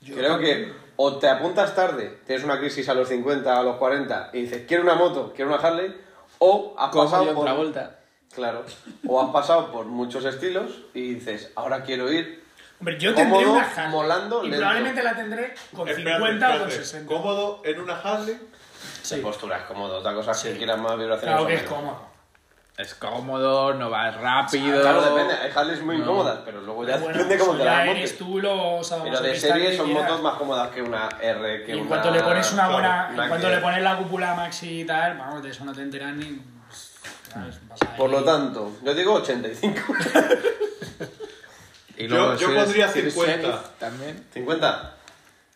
Speaker 2: creo que o te apuntas tarde, tienes una crisis a los 50, a los 40 y dices quiero una moto, quiero una Harley, o has
Speaker 3: Como
Speaker 2: pasado
Speaker 3: John
Speaker 2: por
Speaker 3: Travolta.
Speaker 2: claro, o has pasado por muchos estilos y dices ahora quiero ir
Speaker 4: Hombre, yo tendré
Speaker 2: Cómodo,
Speaker 4: una Harley.
Speaker 2: molando,
Speaker 4: y
Speaker 2: lento.
Speaker 4: probablemente la tendré con
Speaker 1: Espérate,
Speaker 4: 50 o con
Speaker 1: espérate.
Speaker 4: 60.
Speaker 1: Cómodo en una Harley.
Speaker 4: Sí.
Speaker 2: posturas cómodo, otra cosa es que
Speaker 4: Sí.
Speaker 2: quieras más vibraciones.
Speaker 4: Claro
Speaker 2: o
Speaker 4: que es
Speaker 2: menos.
Speaker 4: cómodo.
Speaker 3: Es cómodo, no vas rápido.
Speaker 2: Claro, depende. Hay Harleys muy incómodas, pero luego ya
Speaker 4: Bueno,
Speaker 2: depende cómo
Speaker 4: eso
Speaker 2: te la
Speaker 4: ya
Speaker 2: montes.
Speaker 4: eres tú los
Speaker 2: Pero de
Speaker 4: sadomasoquistas
Speaker 2: serie
Speaker 4: que
Speaker 2: son
Speaker 4: quieras.
Speaker 2: motos más cómodas que una R,
Speaker 4: Y
Speaker 2: que
Speaker 4: en
Speaker 2: una...
Speaker 4: cuanto le pones una
Speaker 2: claro,
Speaker 4: buena,
Speaker 2: una
Speaker 4: en cuanto
Speaker 2: que-
Speaker 4: le pones la cúpula maxi y tal, vamos, de eso no te enteras ni. pues, ¿sabes? Vas ahí.
Speaker 2: Por lo tanto, yo digo 85.
Speaker 3: Y
Speaker 1: Yo-
Speaker 3: luego,
Speaker 1: yo
Speaker 3: si eres-
Speaker 1: pondría
Speaker 3: si eres
Speaker 1: 50.
Speaker 3: sheriff, También.
Speaker 2: 50.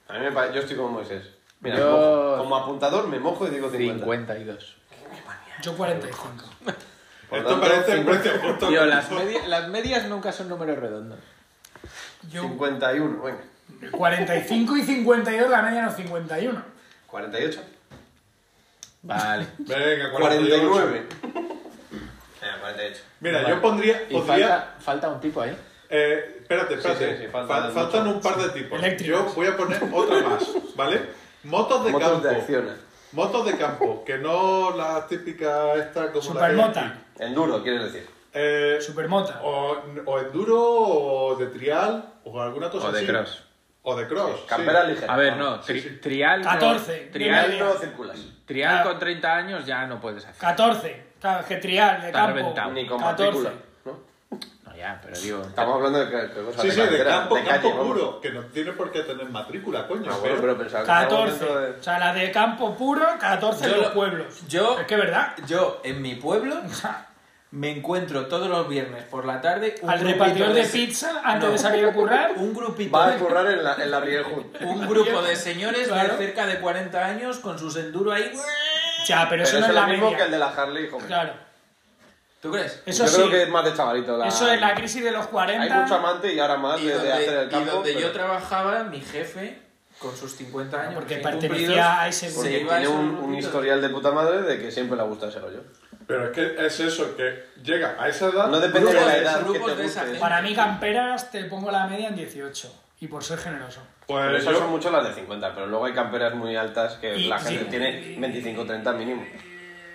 Speaker 2: A mí me parece... Yo estoy como Moisés. Mira,
Speaker 3: Yo-
Speaker 2: me mojo. como apuntador me mojo y digo 50.
Speaker 3: 52.
Speaker 4: Yo 45.
Speaker 2: Por
Speaker 1: Esto
Speaker 2: tanto,
Speaker 1: parece un
Speaker 2: 50.
Speaker 1: precio justo.
Speaker 3: Tío, las, medi- las medias nunca son números redondos.
Speaker 4: Yo
Speaker 2: 51, venga.
Speaker 4: 45 y 52, la media no es 51.
Speaker 2: 48.
Speaker 3: Vale.
Speaker 1: Venga, 48.
Speaker 2: 49. Venga, 48.
Speaker 1: Mira,
Speaker 3: Vale.
Speaker 1: yo pondría.
Speaker 3: Y
Speaker 1: podría-
Speaker 3: falta, falta un tipo ahí.
Speaker 1: eh, espérate, espérate.
Speaker 2: Sí, sí, sí,
Speaker 1: Fal-
Speaker 2: faltan
Speaker 1: faltan un par de tipos.
Speaker 4: Eléctricas.
Speaker 1: Yo voy a poner otra más, ¿vale? Motos de
Speaker 2: Motos
Speaker 1: campo.
Speaker 2: de acción.
Speaker 1: Motos de campo, que no la típica esta como la que-
Speaker 4: Supermota.
Speaker 2: Enduro, quieres decir.
Speaker 1: Eh,
Speaker 4: Supermota.
Speaker 1: o, o enduro, o de trial, o alguna cosa
Speaker 8: O de
Speaker 1: así.
Speaker 8: cross.
Speaker 1: O de cross. sí.
Speaker 9: Campera ligera.
Speaker 10: A ver,
Speaker 2: Ah,
Speaker 10: no, tri- trial. no-
Speaker 4: 14,
Speaker 10: trial,
Speaker 4: no
Speaker 9: No circulas.
Speaker 10: trial con 30 años ya no puedes hacer.
Speaker 4: 14. Claro, que trial de
Speaker 10: Está
Speaker 4: campo.
Speaker 10: reventado.
Speaker 2: Ni con
Speaker 4: 14.
Speaker 2: matrícula. ¿no?
Speaker 10: No, ya, pero digo.
Speaker 2: Estamos hablando de que- que cosas
Speaker 1: Sí, sí, de
Speaker 2: carretera,
Speaker 1: campo,
Speaker 2: calle,
Speaker 1: campo
Speaker 2: vamos.
Speaker 1: puro, que no tiene por qué tener matrícula, coño.
Speaker 2: Ah,
Speaker 1: pero-
Speaker 2: bueno, pero pensaba que estábamos
Speaker 4: 14.
Speaker 2: dentro de-
Speaker 4: O sea, la de campo puro, 14
Speaker 3: Yo
Speaker 4: en los
Speaker 3: lo-
Speaker 4: pueblos.
Speaker 3: yo-
Speaker 4: Es que es verdad.
Speaker 3: Yo, en mi pueblo, me encuentro todos los viernes por la tarde un
Speaker 4: Al
Speaker 3: grupito
Speaker 4: repartidor de
Speaker 3: se-
Speaker 4: pizza antes
Speaker 3: No.
Speaker 4: de salir a currar.
Speaker 3: Un grupito
Speaker 2: Va a
Speaker 3: de-
Speaker 2: currar en la, en la Riel Jun.
Speaker 3: Un grupo de señores
Speaker 4: Claro.
Speaker 3: de cerca de 40 años con sus enduro ahí.
Speaker 4: Ya, pero,
Speaker 2: Pero
Speaker 4: eso no
Speaker 2: es
Speaker 4: es
Speaker 2: lo
Speaker 4: la
Speaker 2: mismo
Speaker 4: media.
Speaker 2: que el de la Harley, hijo mío.
Speaker 4: Claro.
Speaker 3: ¿Tú crees?
Speaker 4: Eso
Speaker 2: yo
Speaker 4: sí.
Speaker 2: creo que es más de chavalito. La...
Speaker 4: Eso es la crisis de los 40.
Speaker 2: Hay mucho amante y ahora más
Speaker 3: Y
Speaker 2: de, de
Speaker 3: donde,
Speaker 2: hacer el
Speaker 3: y
Speaker 2: campo.
Speaker 3: donde
Speaker 2: pero-
Speaker 3: yo trabajaba, mi jefe, con sus 50 años.
Speaker 4: Porque
Speaker 3: recién
Speaker 4: pertenecía
Speaker 3: cumplidos,
Speaker 4: a ese grupo.
Speaker 3: se
Speaker 2: Porque
Speaker 3: iba a
Speaker 2: tiene
Speaker 3: esos
Speaker 2: un, un
Speaker 3: grupitos.
Speaker 2: historial de puta madre de que siempre le gusta ese rollo.
Speaker 1: Pero es que es eso, que llega a esa edad.
Speaker 2: No depende de
Speaker 3: Grupos
Speaker 2: la
Speaker 3: de-
Speaker 2: edad que te
Speaker 3: grupos de esa
Speaker 2: guste.
Speaker 3: gente.
Speaker 4: Para mí, camperas te pongo la media en 18. Y por ser generoso.
Speaker 2: Pero
Speaker 1: Pues
Speaker 2: esas son
Speaker 1: yo,
Speaker 2: mucho las de 50, pero luego hay camperas muy altas que
Speaker 4: Y-
Speaker 2: la gente
Speaker 4: sí.
Speaker 2: tiene 25 30 mínimo.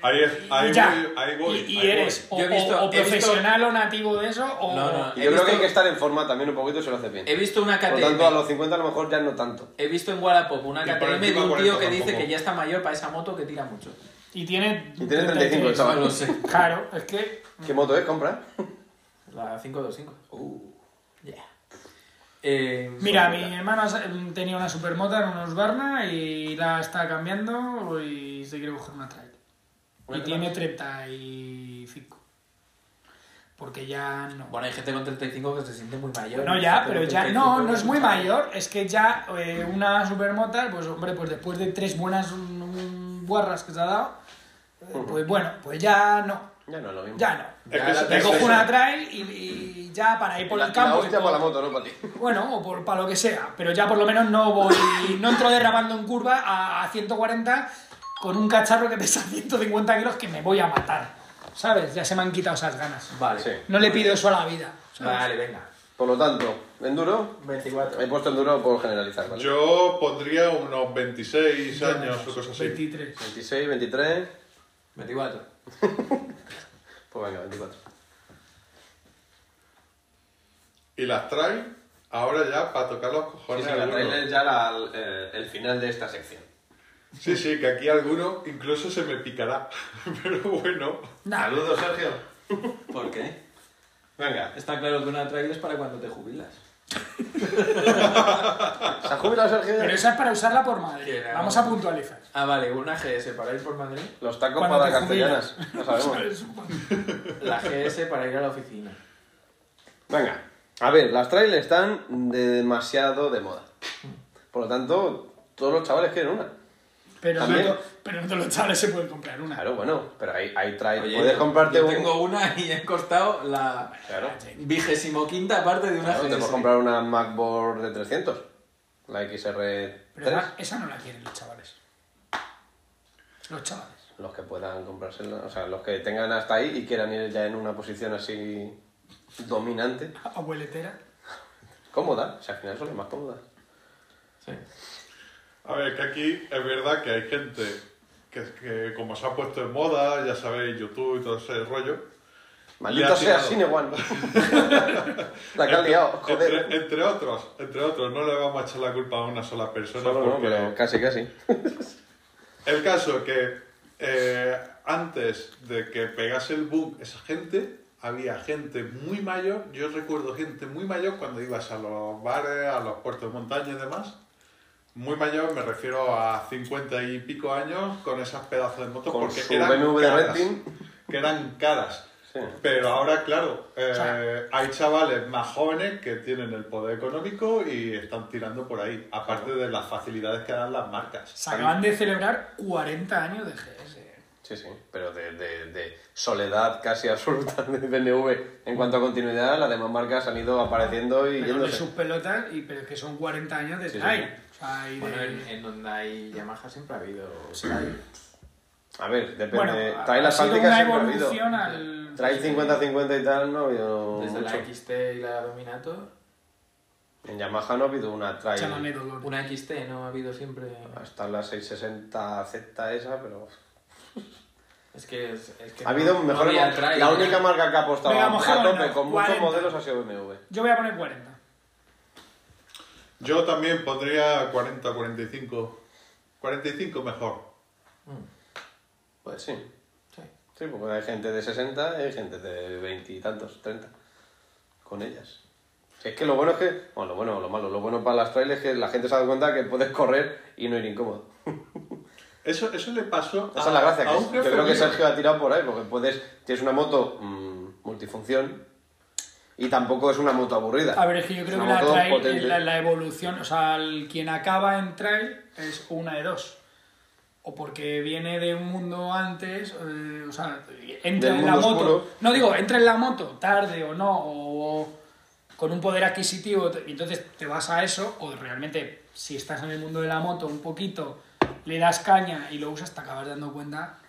Speaker 1: ahí, es- ahí
Speaker 4: ya.
Speaker 1: voy, ahí voy.
Speaker 4: y y
Speaker 1: ahí
Speaker 4: eres
Speaker 1: voy.
Speaker 4: o,
Speaker 3: Yo he visto-
Speaker 4: o- o
Speaker 3: he visto-
Speaker 4: profesional o nativo de eso o.
Speaker 3: No, no.
Speaker 2: Y
Speaker 3: He
Speaker 2: yo creo
Speaker 3: visto-
Speaker 2: que hay que estar en forma también un poquito y se lo hace bien.
Speaker 3: He visto una
Speaker 2: Por
Speaker 3: KTM.
Speaker 2: tanto, a los 50 a lo mejor ya no tanto.
Speaker 3: He visto en Wallapop una
Speaker 1: Y por
Speaker 3: KTM de
Speaker 1: encima
Speaker 3: un
Speaker 1: 40
Speaker 3: tío que dice
Speaker 1: tampoco.
Speaker 3: que ya está mayor para esa moto que tira mucho.
Speaker 4: Y tiene.
Speaker 2: Y tiene 35 el chaval.
Speaker 3: No lo sé.
Speaker 4: Claro, es que.
Speaker 2: ¿Qué moto es? Compra.
Speaker 3: La 525.
Speaker 4: Uh.
Speaker 3: Yeah. Eh,
Speaker 4: Mira, mi hermano sa- tenía una supermota en unos Barna y la está cambiando y se quiere coger una trail. Y tiene 35. Porque ya no.
Speaker 3: Bueno, hay gente con 35 que se siente muy mayor.
Speaker 4: No,
Speaker 3: Hay
Speaker 4: ya,
Speaker 3: gente
Speaker 4: pero
Speaker 3: con
Speaker 4: ya
Speaker 3: 35
Speaker 4: no, no es muy
Speaker 3: que-
Speaker 4: mayor. Es que ya eh, una supermota, pues hombre, pues después de tres buenas mm, mm, guarras que se ha dado, eh, pues bueno, pues ya no,
Speaker 2: Ya no es lo mismo.
Speaker 4: ya no.
Speaker 1: Es que es-
Speaker 4: Me
Speaker 1: es
Speaker 4: cojo
Speaker 1: eso.
Speaker 4: una trail y, y ya para ir por
Speaker 2: la,
Speaker 4: el campo.
Speaker 2: la
Speaker 4: y
Speaker 2: hostia
Speaker 4: por-
Speaker 2: para la moto, no para ti.
Speaker 4: Bueno, o por, para lo que sea, pero ya por lo menos no voy, no entro derramando en curva a, a 140 con un cacharro que pesa 150 kilos que me voy a matar, ¿sabes? Ya se me han quitado esas ganas.
Speaker 3: Vale.
Speaker 2: Sí.
Speaker 4: No le pido eso a la vida. ¿sabes?
Speaker 3: Vale, venga.
Speaker 2: Por lo tanto, enduro,
Speaker 3: 24.
Speaker 2: he puesto enduro por generalizar, ¿vale?
Speaker 1: Yo pondría unos 26 años o cosas así.
Speaker 4: 23.
Speaker 2: 26, 23,
Speaker 3: 24.
Speaker 2: pues venga, 24.
Speaker 1: Y las trail, ahora ya para tocar los cojones. a alguno.
Speaker 2: Pues ya eh, el final de esta sección.
Speaker 1: Sí, sí, que aquí alguno incluso se me picará. Pero bueno.
Speaker 9: Saludos, Sergio.
Speaker 3: ¿Por qué?
Speaker 2: Venga.
Speaker 3: Está claro que una trail es para cuando te jubilas.
Speaker 2: ¿Se ha jubilado Sergio?
Speaker 4: Pero esa es para usarla por Madrid.
Speaker 3: Que no.
Speaker 4: Vamos a puntualizar.
Speaker 3: Ah, vale, una GS para ir por Madrid,
Speaker 2: Los tacos
Speaker 4: Cuando
Speaker 2: para
Speaker 4: te jubilas.
Speaker 2: castellanas, lo sabemos.
Speaker 3: la GS para ir a la oficina.
Speaker 2: Venga, a ver, las trail están de demasiado de moda. Por lo tanto, todos los chavales quieren una.
Speaker 4: Pero,
Speaker 2: También-
Speaker 4: no, pero no todos los chavales se pueden comprar una.
Speaker 2: Claro, bueno, pero hay, hay trail.
Speaker 3: Oye,
Speaker 2: Puedes
Speaker 3: yo-
Speaker 2: comprarte
Speaker 3: yo
Speaker 2: un-
Speaker 3: tengo una y he costado la
Speaker 2: Claro,
Speaker 3: vigésimo quinta parte de una
Speaker 2: claro, te
Speaker 3: GS.
Speaker 2: puedes comprar una MacBook de 300. La XR3.
Speaker 4: Pero esa, esa no la quieren los chavales. Los chavales.
Speaker 2: Los que puedan comprársela, o sea, los que tengan hasta ahí y quieran ir ya en una posición así dominante,
Speaker 4: Abueletera.
Speaker 2: cómoda, o sea, al final son las más cómodas.
Speaker 3: Sí.
Speaker 1: A ver, que aquí es verdad que hay gente que, que como se ha puesto en moda, ya sabéis, YouTube y todo ese rollo.
Speaker 2: Maldita
Speaker 1: Le ha
Speaker 2: sea
Speaker 1: tirado.
Speaker 2: Cinewan. la que ha liado,
Speaker 1: Entre,
Speaker 2: joder.
Speaker 1: entre otros, entre otros, no le vamos a echar la culpa a una sola persona.
Speaker 2: Solo no,
Speaker 1: porque
Speaker 2: pero casi, casi.
Speaker 1: El caso que eh, antes de que pegase el boom esa gente, había gente muy mayor, yo recuerdo gente muy mayor cuando ibas a los bares, a los puertos de montaña y demás. Muy mayor, me refiero a 50 y pico años, con esas pedazos de motos,
Speaker 2: Con
Speaker 1: porque
Speaker 2: su
Speaker 1: eran
Speaker 2: BMW de
Speaker 1: caras,
Speaker 2: renting.
Speaker 1: que eran caras.
Speaker 2: Sí.
Speaker 1: Pero ahora, claro, eh,
Speaker 4: sea-
Speaker 1: hay chavales más jóvenes que tienen el poder económico y están tirando por ahí, aparte de las facilidades que dan las marcas.
Speaker 4: Se acaban de celebrar 40 años de GS.
Speaker 2: Sí, sí, pero de, de- de soledad casi absoluta de BMW. En cuanto a continuidad, las demás marcas han ido apareciendo y
Speaker 4: Pero de
Speaker 2: yéndose.
Speaker 4: sus pelotas, y, pero es que son 40 años de
Speaker 2: Sí, sí,
Speaker 4: trail.
Speaker 2: sí. eh,
Speaker 4: O sea, y de-
Speaker 3: Bueno, en, en Honda y Yamaha siempre ha habido trail.
Speaker 2: A ver, depende.
Speaker 4: Bueno,
Speaker 2: trail
Speaker 4: ha sido
Speaker 2: asfáltica
Speaker 4: una
Speaker 2: siempre ha habido.
Speaker 4: evolución al...
Speaker 2: Trail 50-50 y tal no ha habido
Speaker 3: Desde
Speaker 2: mucho.
Speaker 3: la XT y la Dominator.
Speaker 2: En Yamaha no ha habido una trail.
Speaker 4: Llámame dolor.
Speaker 3: Una XT no ha habido siempre.
Speaker 2: Hasta la 660Z esa, pero...
Speaker 11: Es que, es, es que
Speaker 2: Ha habido
Speaker 11: no- no
Speaker 2: mejores.
Speaker 11: había trail.
Speaker 2: la única marca que ha apostado
Speaker 4: Venga,
Speaker 2: a- a
Speaker 4: mojémonos,
Speaker 2: tope con
Speaker 4: 40.
Speaker 2: muchos modelos ha sido BMW.
Speaker 4: Yo voy a poner 40.
Speaker 1: Yo también pondría 40, 45. 45 mejor.
Speaker 2: Pues sí.
Speaker 11: Sí.
Speaker 2: Sí, porque hay gente de 60 y hay gente de 20 y tantos, 30. Con ellas. Si es que lo bueno es que. Bueno, lo bueno, lo malo, lo bueno para las trail es que la gente se da cuenta que puedes correr y no ir incómodo.
Speaker 1: Eso, eso le pasó
Speaker 2: Esa es la gracia.
Speaker 1: a
Speaker 2: que
Speaker 1: un
Speaker 2: yo
Speaker 1: jefe
Speaker 2: creo que
Speaker 1: mío.
Speaker 2: Sergio ha tirado por ahí, porque puedes, tienes una moto mm, multifunción y tampoco es una moto aburrida.
Speaker 4: A ver, es que yo
Speaker 2: Es
Speaker 4: creo que
Speaker 2: una
Speaker 4: la,
Speaker 2: moto
Speaker 4: trail-
Speaker 2: potente.
Speaker 4: la, la evolución, o sea, el- quien acaba en trail es una de dos. O porque viene de un mundo antes, eh, o sea, entra
Speaker 2: Del
Speaker 4: en la
Speaker 2: mundo
Speaker 4: moto.
Speaker 2: oscuro.
Speaker 4: No digo, entra en la moto, tarde o no, o, o con un poder adquisitivo, te- y entonces te vas a eso, o realmente, si estás en el mundo de la moto un poquito, le das caña y lo usas, te acabas dando cuenta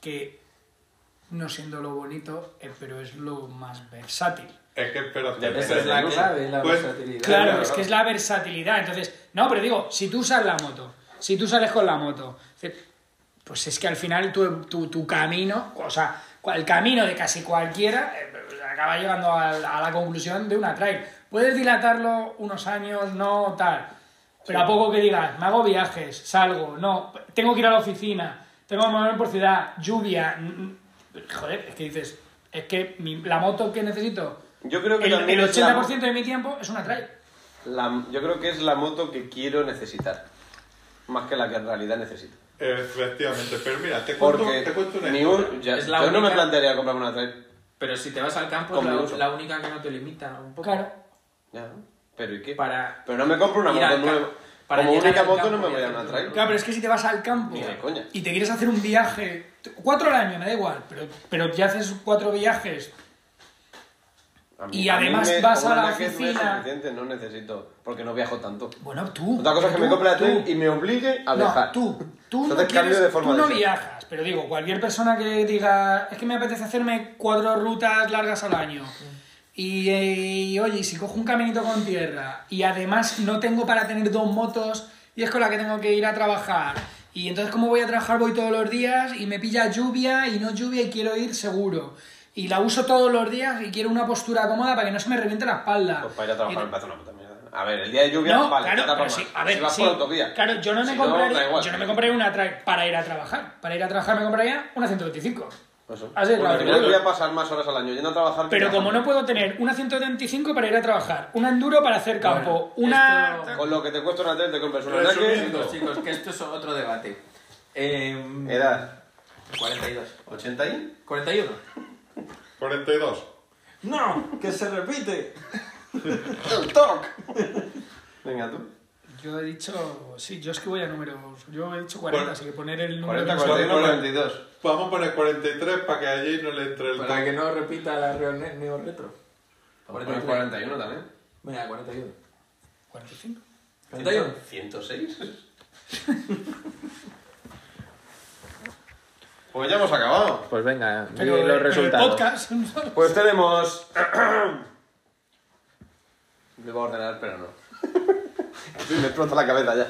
Speaker 4: que no siendo lo bonito, eh, pero es lo más versátil.
Speaker 1: Es que espera, espera,
Speaker 11: Esa es
Speaker 1: espera,
Speaker 11: la
Speaker 1: no sé.
Speaker 11: clave, la
Speaker 1: Pues,
Speaker 11: versatilidad.
Speaker 4: Claro, es que es la versatilidad. Entonces, no, pero digo, si tú usas la moto, si tú sales con la moto, es decir, pues es que al final tu, tu, tu camino, o sea, cual- el camino de casi cualquiera, eh, acaba llegando a, la a la conclusión de una trail. Puedes dilatarlo unos años, no tal. Pero a poco que digas, me hago viajes, salgo, no, tengo que ir a la oficina, tengo que moverme por ciudad, lluvia. mm, mm, Joder, es que dices, es que mi- la moto que necesito,
Speaker 2: Yo creo que
Speaker 4: el,
Speaker 2: también
Speaker 4: el
Speaker 2: es la-
Speaker 4: 80% de mi tiempo es una trail.
Speaker 2: La- yo creo que es la moto que quiero necesitar. Más que la que en realidad necesito.
Speaker 1: Efectivamente, pero mira, te cuento,
Speaker 2: Porque
Speaker 1: te cuento una
Speaker 2: ni
Speaker 1: historia.
Speaker 2: un- ya-
Speaker 11: Es la
Speaker 2: yo no me
Speaker 11: única-
Speaker 2: plantearía comprarme una trail.
Speaker 11: Pero si te vas al campo, es
Speaker 2: Con mi
Speaker 11: la,
Speaker 2: uso.
Speaker 11: la única que no te limita un poco.
Speaker 4: Claro.
Speaker 2: Ya, pero ¿y qué?
Speaker 11: Para
Speaker 2: Pero no me compro una
Speaker 11: ir
Speaker 2: moto
Speaker 11: al ca-
Speaker 2: nueva.
Speaker 11: para
Speaker 2: Como
Speaker 11: llegar
Speaker 2: única
Speaker 11: al
Speaker 2: moto
Speaker 11: campo
Speaker 2: no
Speaker 11: y
Speaker 2: me voy a
Speaker 11: hacer
Speaker 2: una
Speaker 11: tu
Speaker 2: trail.
Speaker 4: Claro, pero es que si te vas al campo
Speaker 2: Ni de coña.
Speaker 4: y te quieres hacer un viaje, t- cuatro al año, me da igual, pero, pero ya haces cuatro viajes.
Speaker 2: A
Speaker 4: Y
Speaker 2: a
Speaker 4: además
Speaker 2: me-
Speaker 4: vas
Speaker 2: con
Speaker 4: a la
Speaker 2: una Naked me es
Speaker 4: oficina.
Speaker 2: suficiente, no necesito, porque no viajo tanto.
Speaker 4: Bueno, tú.
Speaker 2: Otra cosa es que
Speaker 4: tú,
Speaker 2: me compre la
Speaker 4: tú.
Speaker 2: trail y me obligue a viajar.
Speaker 4: No, tú. Tú
Speaker 2: Entonces
Speaker 4: no,
Speaker 2: cambio
Speaker 4: quieres-
Speaker 2: de forma
Speaker 4: tú
Speaker 2: de
Speaker 4: no
Speaker 2: ser.
Speaker 4: viajas, pero digo, cualquier persona que diga, es que me apetece hacerme cuatro rutas largas al año. Y, eh, y, oye, y si cojo un caminito con tierra y además no tengo para tener dos motos y es con la que tengo que ir a trabajar. Y entonces, ¿cómo voy a trabajar? Voy todos los días y me pilla lluvia y no lluvia y quiero ir seguro. Y la uso todos los días y quiero una postura cómoda para que no se me reviente la espalda.
Speaker 2: Pues para ir a trabajar
Speaker 4: Y-
Speaker 2: me parece una puta mierda. A ver, el día de lluvia,
Speaker 4: no,
Speaker 2: vale,
Speaker 4: claro,
Speaker 2: te da
Speaker 4: pero
Speaker 2: para
Speaker 4: sí,
Speaker 2: más.
Speaker 4: a ver,
Speaker 2: si vas
Speaker 4: sí.
Speaker 2: por autovía.
Speaker 4: Claro, yo no me
Speaker 2: Si
Speaker 4: compraría,
Speaker 2: da igual.
Speaker 4: yo no me compraría una trail para ir a trabajar. Para ir a trabajar me compraría una 125.
Speaker 2: Eso.
Speaker 4: Así es,
Speaker 2: Pues Bueno,
Speaker 4: claro,
Speaker 2: yo
Speaker 4: claro.
Speaker 2: voy a pasar más horas al año yendo a trabajar. que
Speaker 4: Pero como
Speaker 2: trabajando.
Speaker 4: no puedo tener una 125 para ir a trabajar, una enduro para hacer campo,
Speaker 11: Bueno,
Speaker 4: una
Speaker 11: esto-
Speaker 2: Con lo que te cuesta una trail te compras una
Speaker 1: Resumiendo.
Speaker 11: Chicos,
Speaker 2: Naked.
Speaker 11: chicos, que esto es otro debate. Em,
Speaker 2: Edad,
Speaker 11: 42.
Speaker 2: ¿80 y?
Speaker 11: 41.
Speaker 1: 42.
Speaker 11: No, que se repite.
Speaker 2: ¡El TOC! Venga tú.
Speaker 4: yo he dicho, sí, yo es que voy a números, yo he dicho 40,
Speaker 1: Bueno,
Speaker 4: así que poner el número
Speaker 2: 40,
Speaker 4: que-
Speaker 2: 41,
Speaker 1: Bueno,
Speaker 2: 42.
Speaker 1: Vamos a poner 43 para que allí no le entre el
Speaker 11: Para
Speaker 1: toque.
Speaker 11: que no repita la reunión neo retro.
Speaker 2: Bueno, 41 también.
Speaker 11: Venga, 41.
Speaker 4: 45.
Speaker 11: 41.
Speaker 2: 106. pues ya hemos acabado.
Speaker 3: Pues venga, di
Speaker 4: Pero,
Speaker 3: los
Speaker 4: el- pero el
Speaker 3: resultados.
Speaker 4: podcast,
Speaker 2: Pues tenemos. Me voy a ordenar, pero no. Me explota la cabeza ya.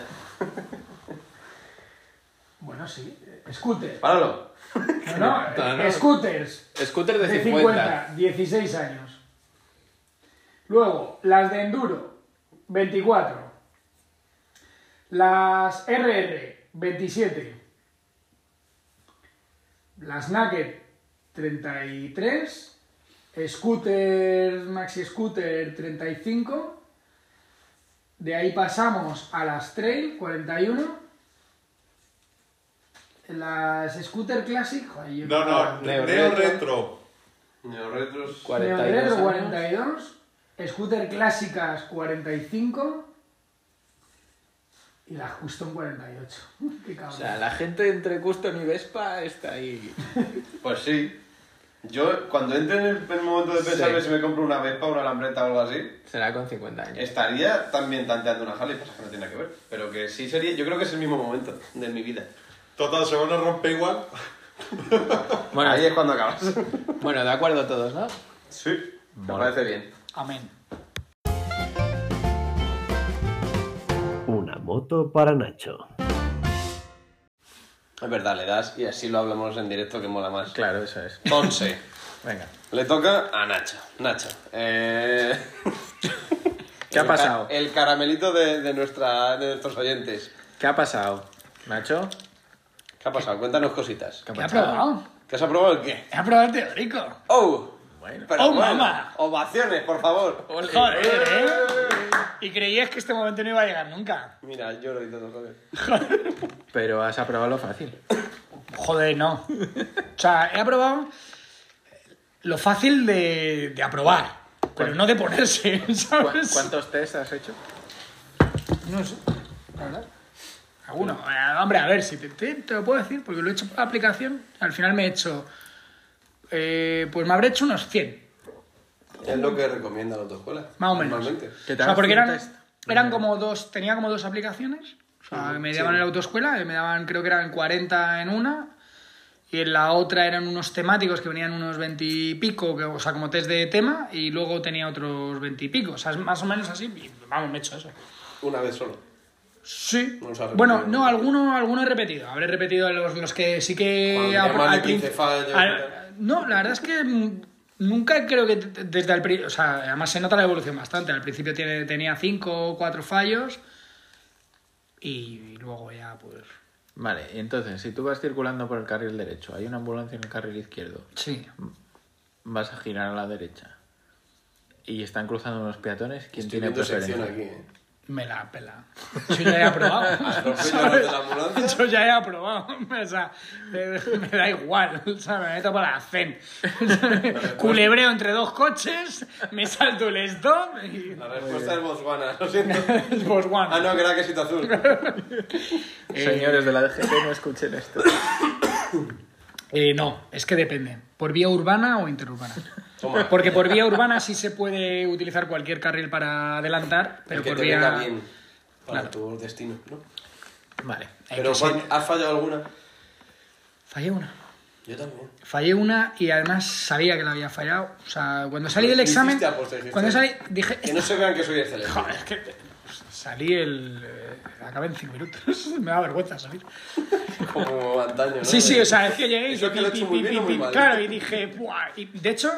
Speaker 4: Bueno, sí, eh, scooters.
Speaker 2: Páralo.
Speaker 4: No, no, scooters.
Speaker 7: Scooter de
Speaker 4: de
Speaker 7: 50.
Speaker 4: 50, 16 años. Luego, las de enduro, 24. Las RR, 27. Las Naked, 33. Scooter, Maxi Scooter, 35. De ahí pasamos a las Trail, 41. Las Scooter Classic, joder, yo
Speaker 1: No, no,
Speaker 4: me-
Speaker 1: Neo,
Speaker 7: Neo
Speaker 1: Retro.
Speaker 2: Neoretros.
Speaker 3: 42
Speaker 4: Neodretro,
Speaker 3: años.
Speaker 4: 42, scooter clásicas 45 y la Custom 48. Qué cabrón.
Speaker 7: O sea, la gente entre Custom y Vespa está ahí.
Speaker 2: Pues sí. Yo, cuando entre en el el momento de pensar
Speaker 7: Sí.
Speaker 2: que si me compro una Vespa, una Lambretta o algo así,
Speaker 7: Será con 50 años.
Speaker 2: estaría también tanteando una Harley, pasa que no tiene nada que ver. Pero que sí sería, yo creo que es el mismo momento de mi vida.
Speaker 1: Total, se van a romper igual.
Speaker 7: Bueno,
Speaker 2: Ahí es cuando acabas.
Speaker 7: bueno, de acuerdo todos, ¿no?
Speaker 2: Sí. Me parece bien.
Speaker 4: Amén.
Speaker 12: Una moto para Nacho.
Speaker 2: Es verdad, le das y así lo hablamos en directo que mola más.
Speaker 3: Claro, eso es.
Speaker 2: Entonces,
Speaker 3: Venga.
Speaker 2: le toca a Nacho. Nacho. eh,
Speaker 3: ¿Qué ha
Speaker 2: el ca-
Speaker 3: pasado?
Speaker 2: El caramelito de, de nuestra, de nuestros oyentes.
Speaker 3: ¿Qué ha pasado? ¿Nacho?
Speaker 2: ¿Qué ha pasado? Cuéntanos cositas.
Speaker 3: ¿Qué ha
Speaker 4: ¿Qué ha
Speaker 3: pasado?
Speaker 4: probado?
Speaker 2: ¿Qué has aprobado el qué?
Speaker 4: ¿Qué ha probado el teórico?
Speaker 2: ¡Oh! Pero
Speaker 4: ¡Oh, mamá!
Speaker 2: Ovaciones, por favor.
Speaker 4: Joder, ¿eh? Y creías que este momento no iba a llegar nunca.
Speaker 2: Mira, lloro y todo, joder.
Speaker 3: Pero has aprobado lo fácil.
Speaker 4: Joder, no. O sea, he aprobado lo fácil de, de aprobar, pero no de ponerse,
Speaker 3: ¿Cu-
Speaker 4: ¿sabes?
Speaker 3: ¿Cuántos test has hecho?
Speaker 4: No sé, la verdad. Alguno. Eh, hombre, a ver, si te, te- te lo puedo decir, porque lo he hecho por la aplicación. Al final me he hecho. eh, pues me habré hecho unos 100,
Speaker 2: Es lo que recomienda la autoescuela.
Speaker 4: más o menos.
Speaker 2: Normalmente.
Speaker 3: ¿Qué te
Speaker 4: O sea,
Speaker 3: hagas
Speaker 4: porque
Speaker 3: 100
Speaker 4: eran,
Speaker 3: test?
Speaker 4: eran como dos, tenía como dos aplicaciones. O sea, que me daban en la autoescuela, que me daban, creo que eran 40 en una. Y en la otra eran unos temáticos que venían unos 20 y pico, que- o sea, como test de tema. Y luego tenía otros 20 y pico. O sea, es más o menos así. y, vamos, me he hecho eso.
Speaker 2: Una vez solo.
Speaker 4: Sí.
Speaker 2: No los has repetido.
Speaker 4: bueno, no, alguno, alguno he repetido. Habré repetido los, los que sí
Speaker 2: Cuando
Speaker 4: que...
Speaker 2: te llaman
Speaker 4: al
Speaker 2: de
Speaker 4: prin-
Speaker 2: 15 fallos y
Speaker 4: al-
Speaker 2: tal.
Speaker 4: no, la verdad es que mm, nunca creo que t- desde el... pri- O sea, además se nota la evolución bastante. Al principio tiene, tenía 5 o 4 fallos y luego ya pues...
Speaker 3: Vale, y entonces, si tú vas circulando por el carril derecho, hay una ambulancia en el carril izquierdo,
Speaker 4: Sí.
Speaker 3: vas a girar a la derecha y están cruzando unos peatones, ¿quién
Speaker 2: Estoy
Speaker 3: tiene
Speaker 2: viendo sección
Speaker 3: preferencia?
Speaker 2: aquí, ¿eh?
Speaker 4: Me la pela. Yo ya he aprobado.
Speaker 2: Atropello a los Ah, de la ambulancia.
Speaker 4: Yo ya he aprobado. O sea, eh, me da igual. O sea, me meto para la CEN.
Speaker 2: pues.
Speaker 4: Culebreo entre dos coches, me salto el stop y.
Speaker 2: La respuesta es Botswana, lo siento.
Speaker 4: Es Boss One.
Speaker 2: Ah, no, que era quesito azul.
Speaker 3: Eh, Señores de la DGT, no escuchen esto.
Speaker 4: Eh, no, es que depende. ¿Por vía urbana o interurbana?
Speaker 2: Toma.
Speaker 4: Porque por vía urbana sí se puede utilizar cualquier carril para adelantar, pero
Speaker 2: El que
Speaker 4: por
Speaker 2: te
Speaker 4: vía.
Speaker 2: venga bien para
Speaker 4: Claro.
Speaker 2: tu destino, ¿no?
Speaker 3: Vale.
Speaker 4: Hay
Speaker 2: Pero
Speaker 4: que
Speaker 2: Juan,
Speaker 4: ser-
Speaker 2: ¿has fallado alguna?
Speaker 4: Fallé una.
Speaker 2: Yo también.
Speaker 4: Fallé una y además sabía que la había fallado. O sea, cuando salí del
Speaker 2: Lo
Speaker 4: examen.
Speaker 2: hiciste aposta, dijiste.
Speaker 4: Cuando salí, dije.
Speaker 2: Que no se vean que soy excelente.
Speaker 4: Joder, es que pues, salí el. eh, acabé en 5 minutos. Me da vergüenza salir.
Speaker 2: Como antaño, ¿no? eh,
Speaker 4: Sí, sí, o sea, es que llegué y.
Speaker 2: Eso que lo he hecho
Speaker 4: pi,
Speaker 2: muy
Speaker 4: pi,
Speaker 2: bien
Speaker 4: pi,
Speaker 2: o muy
Speaker 4: pi,
Speaker 2: mal.
Speaker 4: Claro, y dije. Buah. Y de hecho,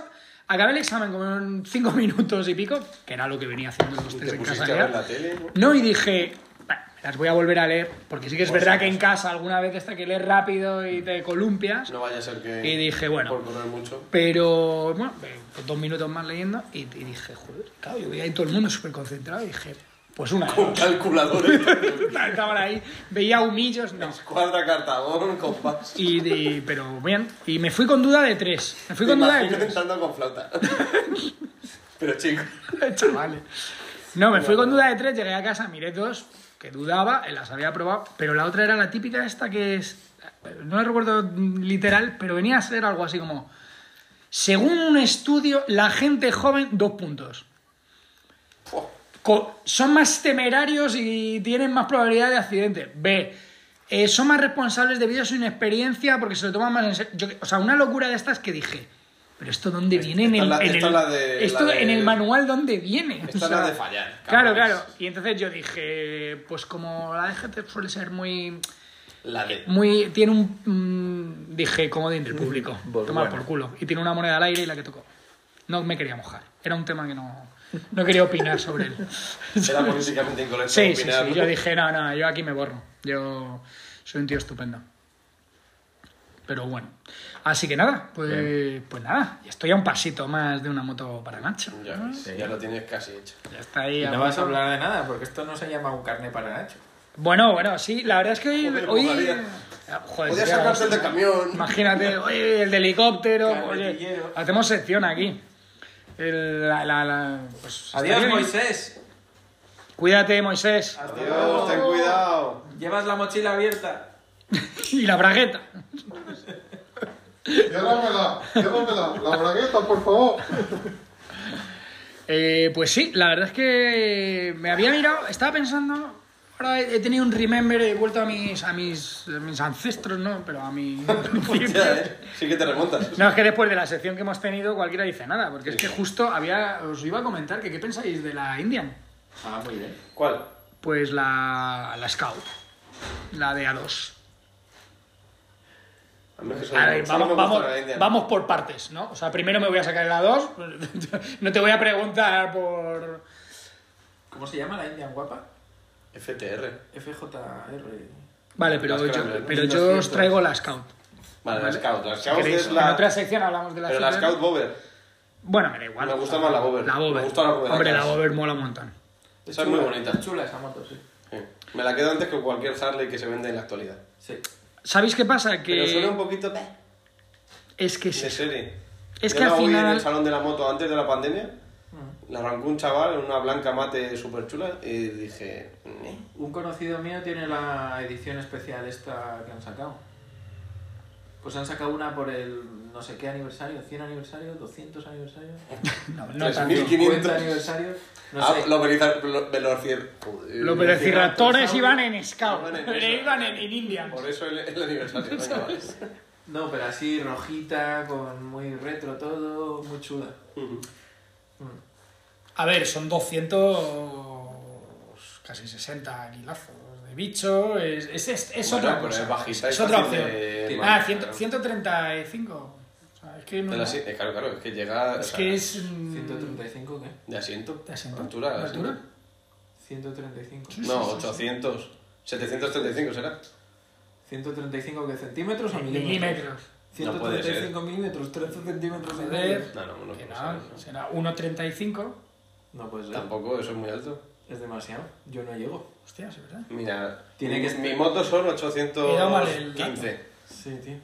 Speaker 4: acabé el examen como en 5 minutos y pico, que era lo que venía haciendo los test
Speaker 2: Te
Speaker 4: en
Speaker 2: pusiste
Speaker 4: casa.
Speaker 2: a
Speaker 4: ya.
Speaker 2: ver la tele, ¿no?
Speaker 4: No, y dije, "Bueno, me las voy a volver a leer, porque sí que es
Speaker 2: Pues
Speaker 4: verdad que en casa alguna vez hasta que lees rápido y te columpias.
Speaker 2: No vaya a ser que...
Speaker 4: Y dije, bueno.
Speaker 2: Por correr mucho.
Speaker 4: Pero, bueno, eh, pues dos minutos más leyendo y, y dije, joder, claro, yo veía ahí todo el mundo súper concentrado y dije, pues una.
Speaker 2: Con calculadores.
Speaker 4: Estaban ahí, veía humillos, no.
Speaker 2: Cuadra cartabón, compás.
Speaker 4: Y, y- pero bien, y me fui con duda de tres. Me fui
Speaker 2: Te
Speaker 4: con duda de
Speaker 2: imagino
Speaker 4: tres.
Speaker 2: entrando con flauta. Pero chico.
Speaker 4: Chavales. No, me fui con duda de tres, llegué a casa, miré dos, que dudaba, eh, las había probado, pero la otra era la típica esta que es, eh, no la recuerdo literal, pero venía a ser algo así como, según un estudio, la gente joven, dos puntos. Co- son más temerarios y tienen más probabilidad de accidente. B. eh, son más responsables debido a su inexperiencia porque se lo toman más en serio. Yo que- O sea, una locura de estas que dije. Pero esto dónde viene en
Speaker 2: esta
Speaker 4: el,
Speaker 2: la-
Speaker 4: en
Speaker 2: esta
Speaker 4: el-
Speaker 2: la de-
Speaker 4: esto
Speaker 2: la de-
Speaker 4: en el manual dónde viene.
Speaker 2: Esta
Speaker 4: O sea,
Speaker 2: la de fallar.
Speaker 4: Claro,
Speaker 2: cabrones.
Speaker 4: claro. Y entonces yo dije, pues como la DGT suele ser muy
Speaker 2: La de.
Speaker 4: muy tiene un mm, dije comodín del público.
Speaker 3: pues
Speaker 4: Tomar
Speaker 3: bueno.
Speaker 4: por culo y tiene una moneda al aire y la que tocó. No me quería mojar. Era un tema que no no quería opinar sobre él.
Speaker 2: Era políticamente incorrecto.
Speaker 4: Sí, sí,
Speaker 2: opinar,
Speaker 4: sí.
Speaker 2: ¿no?
Speaker 4: Yo dije, no, no, yo aquí me borro. Yo soy un tío estupendo. Pero bueno. Así que nada, pues, pues nada. Estoy a un pasito más de una moto para Nacho.
Speaker 2: Ya, ves, ya lo tienes casi hecho.
Speaker 4: Ya está ahí.
Speaker 11: Y
Speaker 4: a
Speaker 11: no vas a
Speaker 4: punto.
Speaker 11: hablar de nada, porque esto no se llama un carne para Nacho.
Speaker 4: Bueno, bueno, sí. La verdad es que hoy...
Speaker 2: Joder,
Speaker 4: hoy...
Speaker 2: mojaría.
Speaker 4: Joder,
Speaker 2: Podías
Speaker 4: sería la
Speaker 2: sacarte el de
Speaker 4: hostia.
Speaker 2: camión.
Speaker 4: Imagínate, oye, el de helicóptero. Oye,
Speaker 11: Carretillero.
Speaker 4: hacemos sección aquí. El- la- la- la- pues,
Speaker 11: Adiós,
Speaker 4: estaría bien.
Speaker 11: Moisés.
Speaker 4: Cuídate, Moisés.
Speaker 2: Adiós, ten cuidado.
Speaker 11: Llevas la mochila abierta.
Speaker 4: Y la bragueta.
Speaker 1: Ciérramela, ciérramela, la bragueta, por favor.
Speaker 4: Eh, pues sí, la verdad es que me había mirado, estaba pensando. Ahora he he tenido un remember, he vuelto a mis, a mis, a mis ancestros, ¿no? Pero a mis principios.
Speaker 2: Ya, ¿eh? Sí que te remontas.
Speaker 4: No, es que después de la sección que hemos tenido, cualquiera dice nada, porque es que justo había, os iba a comentar que qué pensáis de la Indian.
Speaker 11: Ah, muy bien.
Speaker 2: ¿Cuál?
Speaker 4: Pues la, la Scout, la de A2.
Speaker 2: Pues,
Speaker 4: A ver, vamos, vamos, vamos por partes, ¿no? O sea, primero me voy a sacar la 2. No te voy a preguntar por.
Speaker 3: ¿Cómo se llama la Indian guapa?
Speaker 2: FTR.
Speaker 3: FJR.
Speaker 4: Vale, pero,
Speaker 2: Las
Speaker 4: yo,
Speaker 2: Kremlin.
Speaker 4: pero yo os
Speaker 3: 1200.
Speaker 4: traigo la Scout.
Speaker 2: Vale, la Scout. La
Speaker 4: Si
Speaker 2: Scout
Speaker 4: queréis,
Speaker 2: es
Speaker 4: En
Speaker 2: la.
Speaker 4: otra sección hablamos de la
Speaker 2: Pero la
Speaker 4: Super.
Speaker 2: Scout Bober.
Speaker 4: Bueno, me da igual.
Speaker 2: Me gusta
Speaker 4: O sea,
Speaker 2: más la Bober.
Speaker 4: La Bober.
Speaker 2: Me gusta la rueda
Speaker 4: Hombre, la
Speaker 2: atrás.
Speaker 4: Bober mola un montón.
Speaker 2: Esa es muy bonita.
Speaker 3: Es chula esa moto, sí.
Speaker 2: Sí. Me la quedo antes que cualquier Harley que se vende en la actualidad.
Speaker 3: Sí.
Speaker 4: ¿Sabéis qué pasa?
Speaker 2: Pero suena un
Speaker 4: Que
Speaker 2: poquito de
Speaker 4: es que sí.
Speaker 2: serie.
Speaker 4: Es
Speaker 2: Yo
Speaker 4: que
Speaker 2: la
Speaker 4: al
Speaker 2: oí en
Speaker 4: final- Mm.
Speaker 2: el salón de la moto antes de la pandemia. La arrancó un chaval en una blanca mate súper chula y dije. "Ne".
Speaker 3: Un conocido mío tiene la edición especial esta que han sacado. Pues han sacado una por el no sé qué aniversario, 100 aniversario, 200 aniversario,
Speaker 4: No, no tanto.
Speaker 2: 3.500.
Speaker 3: 50 aniversario, no
Speaker 2: Ah,
Speaker 3: sé.
Speaker 2: los velocir- lo- velocir- joder,
Speaker 4: Los velociraptores
Speaker 2: velociraptors.
Speaker 4: iban en Scout.
Speaker 2: Eh, Iban en
Speaker 4: Pero
Speaker 2: eso.
Speaker 4: iban en, en Indian.
Speaker 2: Por eso el, el aniversario. venga, vale.
Speaker 3: No, pero así rojita, con muy retro todo, muy chula.
Speaker 4: A ver, son 200. casi 60 kilazos de bicho. Es, es, es, es
Speaker 2: Bueno,
Speaker 4: otra
Speaker 2: pero
Speaker 4: cosa.
Speaker 2: es bajita y
Speaker 4: es otra
Speaker 2: fácil
Speaker 4: opción.
Speaker 2: de
Speaker 4: ah,
Speaker 2: manejar.
Speaker 4: 100 135. O sea, es que no.
Speaker 2: Pero así- eh, claro, claro, es que llega. o
Speaker 4: es
Speaker 2: sea,
Speaker 4: que es. mm,
Speaker 3: 135, ¿qué?
Speaker 2: De asiento.
Speaker 4: ¿De asiento?
Speaker 2: Altura,
Speaker 4: ¿De
Speaker 2: asiento.
Speaker 4: altura?
Speaker 3: 135.
Speaker 2: No, 800. 735 será.
Speaker 3: 135 qué centímetros o milímetros.
Speaker 4: milímetros.
Speaker 3: 135 milímetros, 13 centímetros de
Speaker 4: Joder.
Speaker 2: No, no, no.
Speaker 4: Que
Speaker 2: no,
Speaker 4: no,
Speaker 2: pues no.
Speaker 4: será 1.35.
Speaker 3: No puede ser.
Speaker 2: Tampoco, eso es muy alto.
Speaker 3: Es demasiado. Yo no llego.
Speaker 4: Hostia, es verdad.
Speaker 2: Mira,
Speaker 3: Tiene
Speaker 2: mi,
Speaker 3: que-
Speaker 2: mi moto son
Speaker 4: Mira mal el dato.
Speaker 2: 815.
Speaker 3: Sí, tío.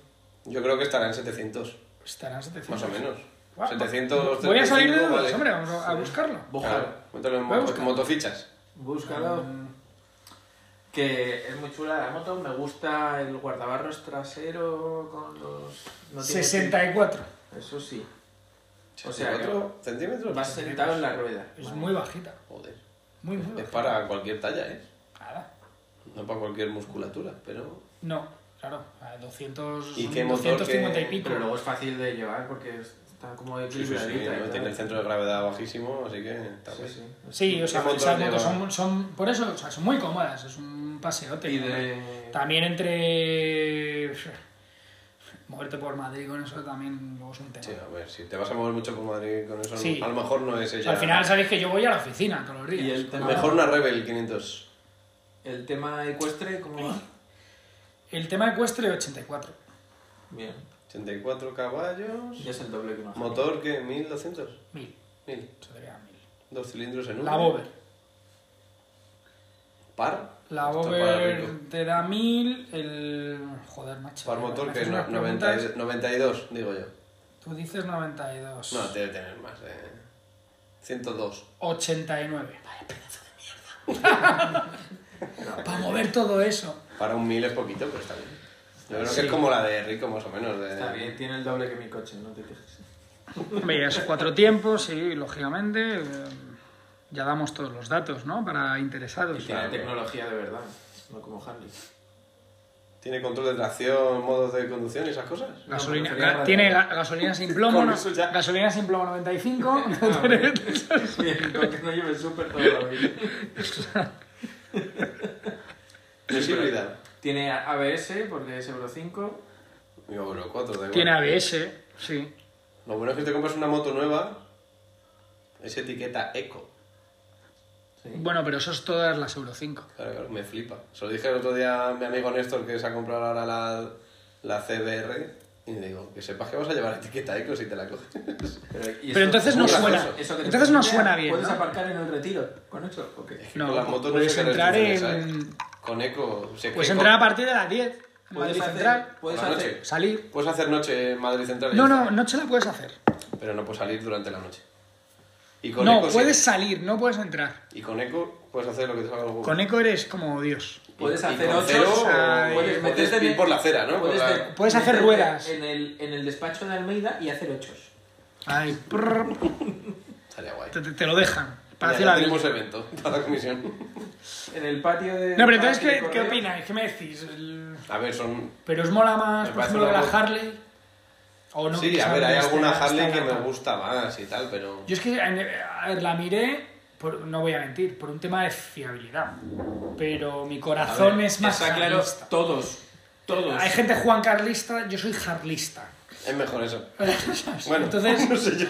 Speaker 2: Yo creo que estará en 700,
Speaker 4: Pues Estarán 700.
Speaker 2: más o menos.
Speaker 4: Guau, pues
Speaker 2: 700.
Speaker 4: Voy a salir de dudas,
Speaker 2: vale.
Speaker 4: hombre, vamos a, a buscarlo.
Speaker 2: Claro,
Speaker 3: Búscalo.
Speaker 2: mételo en
Speaker 4: Voy a
Speaker 2: moto-
Speaker 4: buscar.
Speaker 2: motofichas.
Speaker 3: Búscalo. Em, Que es muy chula la moto. Me gusta el guardabarros trasero con los... No tiene
Speaker 4: 64.
Speaker 3: pin. Eso sí. O sea,
Speaker 2: O sea,
Speaker 3: que-
Speaker 2: 4 centímetros.
Speaker 3: Vas sentado en la rueda.
Speaker 4: Es
Speaker 3: Vale.
Speaker 4: muy bajita.
Speaker 2: Joder.
Speaker 4: Muy, muy
Speaker 2: Es
Speaker 4: bajita.
Speaker 2: para cualquier talla, ¿eh?
Speaker 4: Nada.
Speaker 2: No para cualquier musculatura, pero.
Speaker 4: No, claro. a 200,
Speaker 2: ¿Y qué motor
Speaker 4: 250 y
Speaker 2: que-
Speaker 4: pico.
Speaker 3: Pero luego es fácil de llevar porque está como
Speaker 2: Sí, sí, sí,
Speaker 3: equilibradita. y
Speaker 2: ¿no?
Speaker 3: tal.
Speaker 2: tiene el centro de gravedad bajísimo, así que. está
Speaker 3: Sí,
Speaker 2: bien.
Speaker 3: sí.
Speaker 4: Sí, o sea,
Speaker 2: motor
Speaker 4: esas
Speaker 2: lleva?
Speaker 4: motos son, son- Por eso, o sea, son muy cómodas. Es un paseote.
Speaker 3: Y
Speaker 4: ¿no?
Speaker 3: de-
Speaker 4: También entre. Moverte por Madrid con eso también luego es un tema.
Speaker 2: Sí, a ver, si te vas a mover mucho por Madrid con eso,
Speaker 4: Sí.
Speaker 2: a lo mejor no es
Speaker 4: O
Speaker 2: ella.
Speaker 4: sea, al final sabéis que yo voy a la oficina todos los días.
Speaker 3: Y el tema-
Speaker 2: Mejor una Rebel 500.
Speaker 3: El tema ecuestre, ¿cómo va?
Speaker 4: El tema ecuestre 84.
Speaker 3: Bien.
Speaker 2: 84 caballos.
Speaker 3: Ya es el doble que no.
Speaker 2: Motor que 1200.
Speaker 4: 1000.
Speaker 2: 1000.
Speaker 4: se te queda 1000.
Speaker 2: Dos cilindros en uno.
Speaker 4: La Bober.
Speaker 2: Par.
Speaker 4: La
Speaker 2: Esto para rico.
Speaker 4: Bober te da 1000. El. Joder, macho.
Speaker 2: Par
Speaker 4: me
Speaker 2: motor que
Speaker 4: haces
Speaker 2: es no-
Speaker 4: unas
Speaker 2: 90
Speaker 4: preguntas.
Speaker 2: 92, digo yo.
Speaker 4: Tú dices 92.
Speaker 2: No, debe tener más. Eh. 102.
Speaker 4: 89. Vaya pedazo de mierda. Para mover todo eso.
Speaker 2: Para un 1000 es poquito, pero está bien. Yo creo
Speaker 4: Sí.
Speaker 2: que es como la de Rico, más o menos. De...
Speaker 3: Está bien, tiene el doble que mi coche, no te quejes.
Speaker 4: Veías cuatro tiempos, sí, lógicamente. eh, Ya damos todos los datos, ¿no? Para interesados.
Speaker 3: Tiene
Speaker 2: Claro.
Speaker 3: tecnología de verdad, no como Harley.
Speaker 2: ¿Tiene control de tracción, modos de conducción y esas cosas?
Speaker 4: Gasolina,
Speaker 3: No, me refería
Speaker 4: ga-
Speaker 3: a-
Speaker 4: tiene ga- gasolina sin plomo,
Speaker 2: Con
Speaker 4: no-
Speaker 2: eso ya. Ah,
Speaker 4: gasolina sin plomo 95.
Speaker 3: Bien, con que no lleve súper todo la vida.
Speaker 2: Es híbrida.
Speaker 3: Tiene ABS porque es Euro 5.
Speaker 2: Yo, bueno, cuatro, da igual.
Speaker 4: tiene ABS, sí.
Speaker 2: Lo bueno es que te compras una moto nueva, es etiqueta eco.
Speaker 4: Bueno, pero eso es todas las Euro 5.
Speaker 2: Claro, claro, me flipa. Se lo dije el otro día a mi amigo Néstor que se ha comprado ahora la, la CBR y le digo, que sepas que vas a llevar etiqueta eco si te la coges.
Speaker 3: Pero, y
Speaker 4: Pero entonces no
Speaker 2: muy
Speaker 4: suena.
Speaker 2: gracioso.
Speaker 3: eso que te
Speaker 4: Entonces no
Speaker 3: permite,
Speaker 4: suena bien.
Speaker 3: ¿Puedes
Speaker 4: ¿no?
Speaker 3: aparcar en el retiro con eso? ¿O qué?
Speaker 2: Con las motos no
Speaker 4: puedes
Speaker 2: sé qué
Speaker 4: entrar
Speaker 2: restricciones
Speaker 4: en-
Speaker 2: hay. Con eco. si es
Speaker 4: Pues
Speaker 2: que
Speaker 4: entrar a
Speaker 2: con-
Speaker 4: partir de las 10. en
Speaker 3: ¿Puedes
Speaker 4: Madrid
Speaker 3: hacer-
Speaker 4: Central.
Speaker 3: puedes
Speaker 2: Por la
Speaker 3: hacer-
Speaker 2: noche.
Speaker 4: Salir.
Speaker 2: Puedes hacer noche en Madrid Central. y
Speaker 4: No,
Speaker 2: ya
Speaker 4: no,
Speaker 2: está.
Speaker 4: noche la puedes hacer.
Speaker 2: Pero no puedes salir durante la noche. Y con
Speaker 4: No,
Speaker 2: eco, sí.
Speaker 4: puedes salir, no puedes entrar.
Speaker 2: Y con eco puedes hacer lo que te salga los huevos.
Speaker 4: Con Eco eres como Dios.
Speaker 3: Puedes
Speaker 2: Y- y
Speaker 3: hacer
Speaker 2: con
Speaker 3: ocho,
Speaker 2: cero,
Speaker 3: o sea, puedes
Speaker 2: puedes
Speaker 3: meterte
Speaker 2: ir
Speaker 3: en-
Speaker 2: por la acera, ¿no?
Speaker 3: Puedes,
Speaker 2: Por la-
Speaker 3: de-
Speaker 4: Puedes hacer
Speaker 3: meterte
Speaker 4: ruedas.
Speaker 3: En el, en el despacho de Almeida y hacer ochos.
Speaker 4: Ay, prrr,
Speaker 2: Estaría guay.
Speaker 4: te, te- te lo dejan. Para
Speaker 2: Ya,
Speaker 4: hacer
Speaker 2: ya
Speaker 4: la
Speaker 2: tenemos
Speaker 4: vida.
Speaker 2: evento para la comisión.
Speaker 3: En el patio de.
Speaker 4: No, pero entonces,
Speaker 3: patio de
Speaker 4: ¿qué, ¿qué
Speaker 3: correos.
Speaker 4: opináis? ¿Qué me decís? El-
Speaker 2: A ver, son
Speaker 4: ¿Pero os mola más,
Speaker 2: Me
Speaker 4: por
Speaker 2: parece
Speaker 4: ejemplo, la
Speaker 2: una buena-
Speaker 4: Harley? ¿O no?
Speaker 2: sí,
Speaker 4: queréis
Speaker 2: a ver,
Speaker 4: hablar
Speaker 2: hay
Speaker 4: de este-
Speaker 2: alguna
Speaker 4: esta
Speaker 2: Harley que me
Speaker 4: lata?
Speaker 2: gusta más y tal, pero.
Speaker 4: Yo es que, a ver, la miré, por- no voy a mentir, por un tema de fiabilidad. Pero mi
Speaker 3: A
Speaker 4: corazón
Speaker 3: ver,
Speaker 4: es más
Speaker 3: Está claro,
Speaker 4: harleyista.
Speaker 3: todos.
Speaker 2: Todos.
Speaker 4: Hay gente Juan Carlista, yo soy Jarlista.
Speaker 2: Es mejor eso. Bueno.
Speaker 4: bueno, entonces,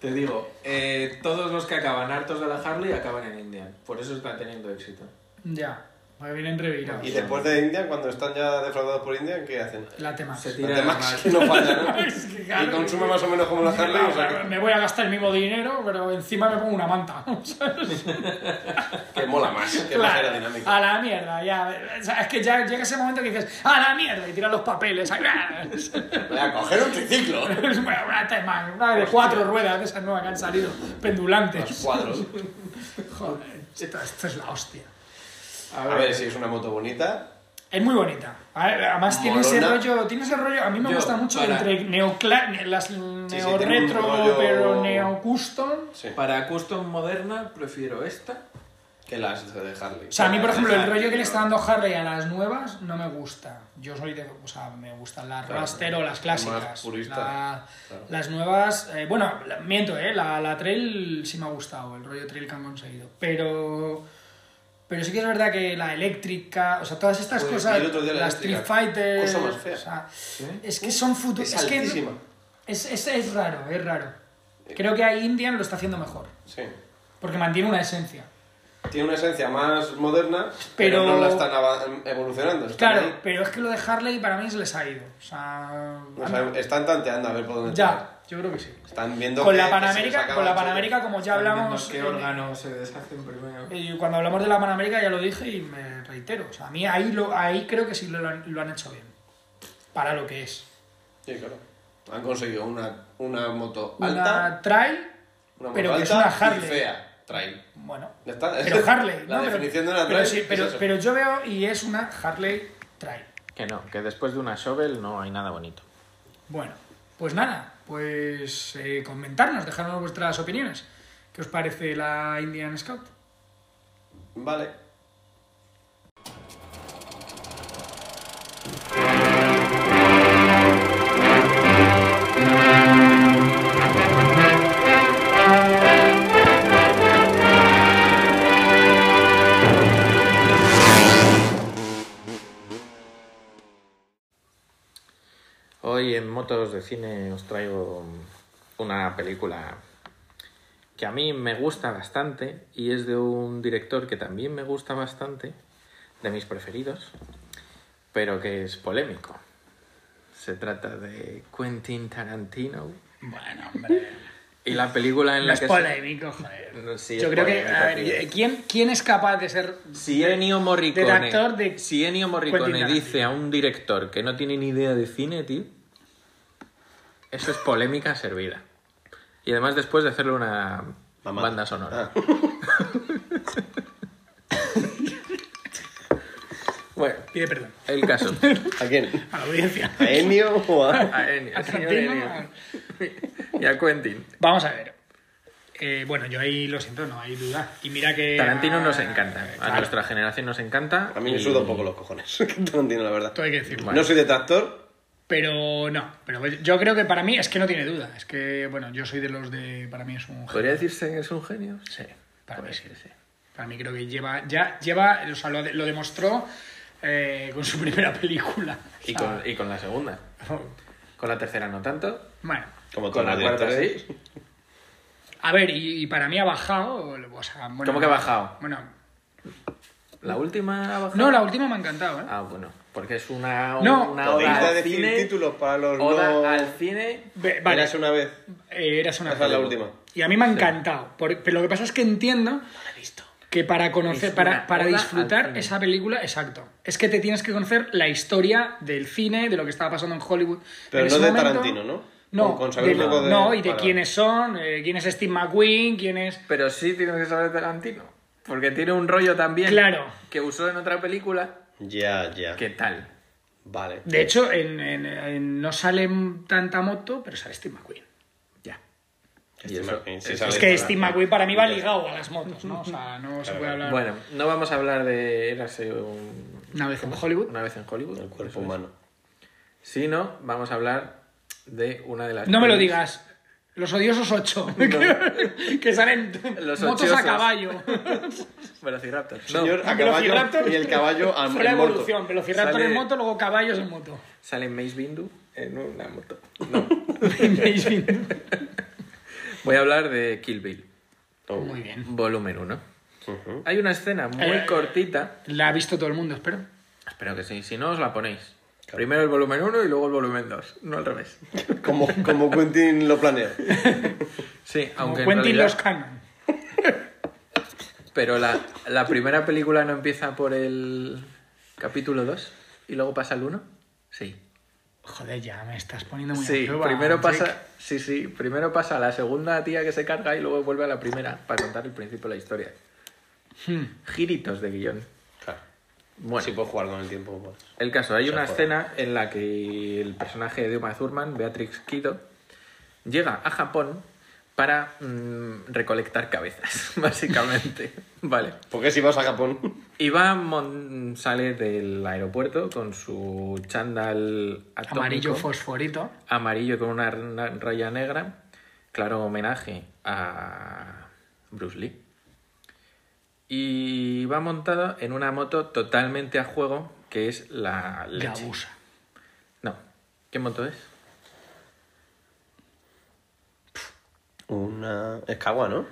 Speaker 11: Te digo, eh, todos los que acaban hartos de la Harley acaban en Indian. Por eso están teniendo éxito.
Speaker 4: ya, me vienen revirados.
Speaker 2: Y después de India, cuando están ya defraudados por India, ¿qué hacen?
Speaker 4: La tema.
Speaker 11: Se
Speaker 2: Los
Speaker 11: tiran
Speaker 2: de Max, que no falla, ¿no?
Speaker 4: Es que, claro,
Speaker 2: Y consume más o menos como la Harley. o sea
Speaker 4: Me voy a gastar el mismo dinero, pero encima me pongo una manta. ¿sabes?
Speaker 2: que, que mola más, que es más
Speaker 4: Claro,
Speaker 2: aerodinámico.
Speaker 4: a la mierda, ya. O sea, es que ya llega ese momento que dices, a la mierda, y tiras los papeles.
Speaker 2: Voy a coger un triciclo.
Speaker 4: Es una, una tema, una de cuatro ruedas de esas nuevas que han salido,
Speaker 2: Los
Speaker 4: pendulantes.
Speaker 2: cuadros.
Speaker 4: Joder, esto, esto es la hostia.
Speaker 2: A ver, si es una moto bonita.
Speaker 4: Es muy bonita. A ver, Además tiene ese
Speaker 2: Molona.
Speaker 4: rollo, tiene ese rollo, a mí me
Speaker 11: Yo,
Speaker 4: gusta mucho
Speaker 11: para-
Speaker 4: entre neocla ne- las
Speaker 2: tiene
Speaker 4: neo
Speaker 2: un
Speaker 4: retro,
Speaker 2: rollo-
Speaker 4: pero neo custom.
Speaker 2: Sí.
Speaker 11: Para custom moderna prefiero esta.
Speaker 2: Que las de Harley.
Speaker 4: O sea, a mí, por ejemplo, el
Speaker 2: Harley,
Speaker 4: rollo que le
Speaker 2: ¿no?
Speaker 4: está dando Harley a las nuevas no me gusta. Yo soy de. O sea, me gustan las
Speaker 2: Claro,
Speaker 4: Raster o las
Speaker 2: más
Speaker 4: clásicas.
Speaker 2: purista,
Speaker 4: La-
Speaker 2: claro.
Speaker 4: Las nuevas. eh, bueno, la- miento, ¿eh? La, la Trail sí me ha gustado, el rollo Trail que han conseguido. Pero. Pero sí que es verdad que la eléctrica, o sea, todas estas
Speaker 2: Joder,
Speaker 4: cosas,
Speaker 2: el Pues, otro día la
Speaker 4: las Street
Speaker 2: eléctrica,
Speaker 4: Fighter,
Speaker 2: cosa más fea.
Speaker 4: o sea, es que son futuros,
Speaker 2: Es
Speaker 4: es, que
Speaker 2: altísima. Eh.
Speaker 4: es, es, es raro, es raro. Creo que ahí Indian lo está haciendo mejor,
Speaker 2: Sí.
Speaker 4: porque mantiene una esencia.
Speaker 2: Tiene una esencia más moderna, pero,
Speaker 4: Pero-
Speaker 2: no la están ava- evolucionando. Están
Speaker 4: Claro,
Speaker 2: ahí.
Speaker 4: pero es que lo de Harley para mí se les ha ido. O sea,
Speaker 2: No saben- están tanteando a ver por dónde tirar.
Speaker 4: ya, yo creo que sí.
Speaker 2: Están viendo
Speaker 4: Con
Speaker 2: que-
Speaker 4: la
Speaker 2: que se les
Speaker 4: Panamérica,
Speaker 2: acaba
Speaker 4: con la
Speaker 2: el chulo.
Speaker 4: Panamérica como ya hablamos,
Speaker 11: ¿Qué
Speaker 4: en-
Speaker 11: órgano se deshacen primero?
Speaker 4: eh, cuando hablamos de la Panamérica ya lo dije y me reitero. O sea, a mí ahí, lo, ahí creo que sí lo, han- lo han hecho bien. Para lo que es.
Speaker 2: Sí, claro. Han conseguido una, una moto alta,
Speaker 4: Una trail,
Speaker 2: una moto
Speaker 4: pero que es
Speaker 2: alta
Speaker 4: una Harley.
Speaker 2: y fea. Trail.
Speaker 4: bueno,
Speaker 2: Ya está.
Speaker 4: pero Harley.
Speaker 2: La
Speaker 4: ¿no? Pero-
Speaker 2: definición de una
Speaker 4: pero
Speaker 2: trail
Speaker 4: sí,
Speaker 2: es
Speaker 4: pero,
Speaker 2: eso.
Speaker 4: pero yo veo y es una Harley trail.
Speaker 3: Que no, que después de una shovel no hay nada bonito.
Speaker 4: Bueno, pues nada, pues eh, comentarnos, dejarnos vuestras opiniones. ¿Qué os parece la Indian Scout?
Speaker 2: Vale.
Speaker 3: Hoy en Motos de Cine os traigo una película que a mí me gusta bastante y es de un director que también me gusta bastante, de mis preferidos, pero que es polémico. Se trata de Quentin Tarantino
Speaker 4: Bueno, hombre.
Speaker 3: y la película en
Speaker 4: No
Speaker 3: la
Speaker 4: es
Speaker 3: que... se-
Speaker 4: polémico, joder.
Speaker 3: No, sí,
Speaker 4: Yo
Speaker 3: es
Speaker 4: creo que.
Speaker 3: polémico,
Speaker 4: A ver, eh,
Speaker 3: tío.
Speaker 4: ¿quién, ¿quién es capaz de ser.
Speaker 3: Si Ennio Morricone,
Speaker 4: del actor de
Speaker 3: si Ennio
Speaker 4: Quentin
Speaker 3: Morricone
Speaker 4: Tarantino.
Speaker 3: dice a un director que no tiene ni idea de cine, tío, eso es polémica servida. Y además después de hacerle una
Speaker 2: Mamá. Ah.
Speaker 3: banda sonora. bueno,
Speaker 4: Pide perdón
Speaker 3: el caso.
Speaker 2: ¿A quién?
Speaker 4: a la audiencia.
Speaker 2: ¿A Ennio o a.?
Speaker 3: A Ennio,
Speaker 4: A
Speaker 3: al señor
Speaker 4: Tarantino,
Speaker 3: Ennio. Y a Quentin.
Speaker 4: Vamos a ver. Eh, bueno, yo ahí lo siento, no hay duda. Y mira que.
Speaker 3: Tarantino nos encanta.
Speaker 4: Eh,
Speaker 3: A
Speaker 4: claro,
Speaker 3: nuestra generación nos encanta.
Speaker 2: A mí me
Speaker 3: y-
Speaker 2: suda un poco los cojones. que Tarantino, la verdad.
Speaker 4: Esto hay que decirlo.
Speaker 2: No soy detractor.
Speaker 4: Pero no, pero pues, yo creo que para mí es que no tiene duda. Es que, bueno, yo soy de los de. Para mí es un.
Speaker 3: ¿Podría decirse que es un genio?
Speaker 4: Sí, para
Speaker 3: Pues
Speaker 4: mí sí.
Speaker 3: sí.
Speaker 4: Para mí creo que lleva, ya lleva, o sea, lo, de- lo demostró eh, con su primera película.
Speaker 3: Y con, y con la segunda. Con la tercera no tanto.
Speaker 4: Bueno,
Speaker 2: Como
Speaker 3: Con la
Speaker 2: todos los
Speaker 3: cuarta
Speaker 2: directores.
Speaker 3: sí.
Speaker 4: a ver, y, y para mí ha bajado, o sea, bueno,
Speaker 3: ¿Cómo que ha bajado?
Speaker 4: Bueno,
Speaker 3: La última ha bajado.
Speaker 4: no, la última me ha encantado, ¿eh?
Speaker 3: Ah, bueno. Porque es una,
Speaker 4: No.
Speaker 3: una
Speaker 2: Podéis
Speaker 3: oda al
Speaker 2: decir
Speaker 3: cine.
Speaker 2: títulos para los
Speaker 3: Oda
Speaker 2: no.
Speaker 3: al cine.
Speaker 4: Ve-
Speaker 2: Vale.
Speaker 4: vale,
Speaker 2: Eras una vez.
Speaker 4: eh, eras una
Speaker 2: Esa es la
Speaker 4: peli.
Speaker 2: última.
Speaker 4: Y a mí me ha encantado, por- pero lo que pasa es que entiendo que para conocer,
Speaker 3: Es
Speaker 4: para,
Speaker 3: una
Speaker 4: para
Speaker 3: oda al
Speaker 4: disfrutar
Speaker 3: cine.
Speaker 4: esa película, exacto, es que te tienes que conocer la historia del cine, de lo que estaba pasando en Hollywood.
Speaker 2: Pero
Speaker 4: en
Speaker 2: no
Speaker 4: ese
Speaker 2: de
Speaker 4: momento.
Speaker 2: Tarantino, ¿no?
Speaker 4: No,
Speaker 2: Con- con saber
Speaker 4: de-
Speaker 2: un poco de-
Speaker 4: no, y de
Speaker 2: para-
Speaker 4: quiénes son, eh, quién es Steve McQueen, quién es...
Speaker 3: Pero sí tienes que saber Tarantino. Porque tiene un rollo también.
Speaker 4: Claro.
Speaker 3: Que usó en otra película.
Speaker 2: Ya, ya.
Speaker 3: ¿Qué tal?
Speaker 2: Vale.
Speaker 4: De hecho, en, en- en- no sale tanta moto, pero sale Steve McQueen.
Speaker 3: Ya.
Speaker 2: Sí,
Speaker 3: Y eso-
Speaker 2: sí,
Speaker 3: eso-
Speaker 2: sabes.
Speaker 4: Es que Steve McQueen para mí va ligado a las motos, ¿no? O sea, no se puede hablar
Speaker 3: Bueno, no vamos a hablar de Érase un-
Speaker 4: una vez en Hollywood.
Speaker 3: una vez en Hollywood.
Speaker 2: El
Speaker 3: eso
Speaker 2: cuerpo
Speaker 3: es.
Speaker 2: humano.
Speaker 3: Sino, vamos a hablar de una de las.
Speaker 4: No me lo
Speaker 3: pelis-
Speaker 4: digas. Los odiosos 8, que, que salen
Speaker 3: Los
Speaker 4: motos
Speaker 3: ochiosos.
Speaker 4: a caballo.
Speaker 3: Velociraptor. No,
Speaker 2: Señor, a caballo
Speaker 4: Velociraptor.
Speaker 2: y el caballo a,
Speaker 4: Fue la
Speaker 2: en moto.
Speaker 4: evolución, velociraptor
Speaker 3: Sale-
Speaker 4: en moto, luego caballos en moto.
Speaker 3: sale Mace Bindu en una moto. No. Voy a hablar de Kill Bill.
Speaker 4: Muy bien.
Speaker 3: Volumen 1. Hay una escena muy
Speaker 4: Eh,
Speaker 3: cortita.
Speaker 4: La ha visto todo el mundo, espero.
Speaker 3: Espero que sí. Si no, os la ponéis. Primero el volumen 1 y luego el volumen 2. No al revés.
Speaker 2: Como, como Quentin lo planeó.
Speaker 3: Sí,
Speaker 4: Como
Speaker 3: aunque. en
Speaker 4: Quentin
Speaker 3: realidad-
Speaker 4: los Cannon.
Speaker 3: Pero la, la primera película no empieza por el capítulo 2 y luego pasa el 1. Sí.
Speaker 4: Joder, ya me estás poniendo muy a
Speaker 3: Sí,
Speaker 4: prueba,
Speaker 3: primero
Speaker 4: Jake.
Speaker 3: pasa, sí, sí, primero pasa a la segunda tía que se carga y luego vuelve a la primera para contar el principio de la historia. Giritos de guión.
Speaker 2: Claro.
Speaker 3: Bueno,
Speaker 2: Si puedo jugar con el tiempo. pues.
Speaker 3: el caso, hay
Speaker 2: Se
Speaker 3: una
Speaker 2: juega.
Speaker 3: escena en la que el personaje de Uma Thurman, Beatrix Kido, llega a Japón para mm, recolectar cabezas, básicamente. vale.
Speaker 2: ¿Por qué si vas a Japón?
Speaker 3: Iván Mon- sale del aeropuerto con su chándal atómico,
Speaker 4: Amarillo fosforito.
Speaker 3: amarillo con una ra- raya negra, claro homenaje a Bruce Lee. Y va montado en una moto totalmente a juego que es la
Speaker 4: De
Speaker 3: leche.
Speaker 4: abusa.
Speaker 3: No, ¿qué moto es?
Speaker 2: Una. Es Kawa, ¿no?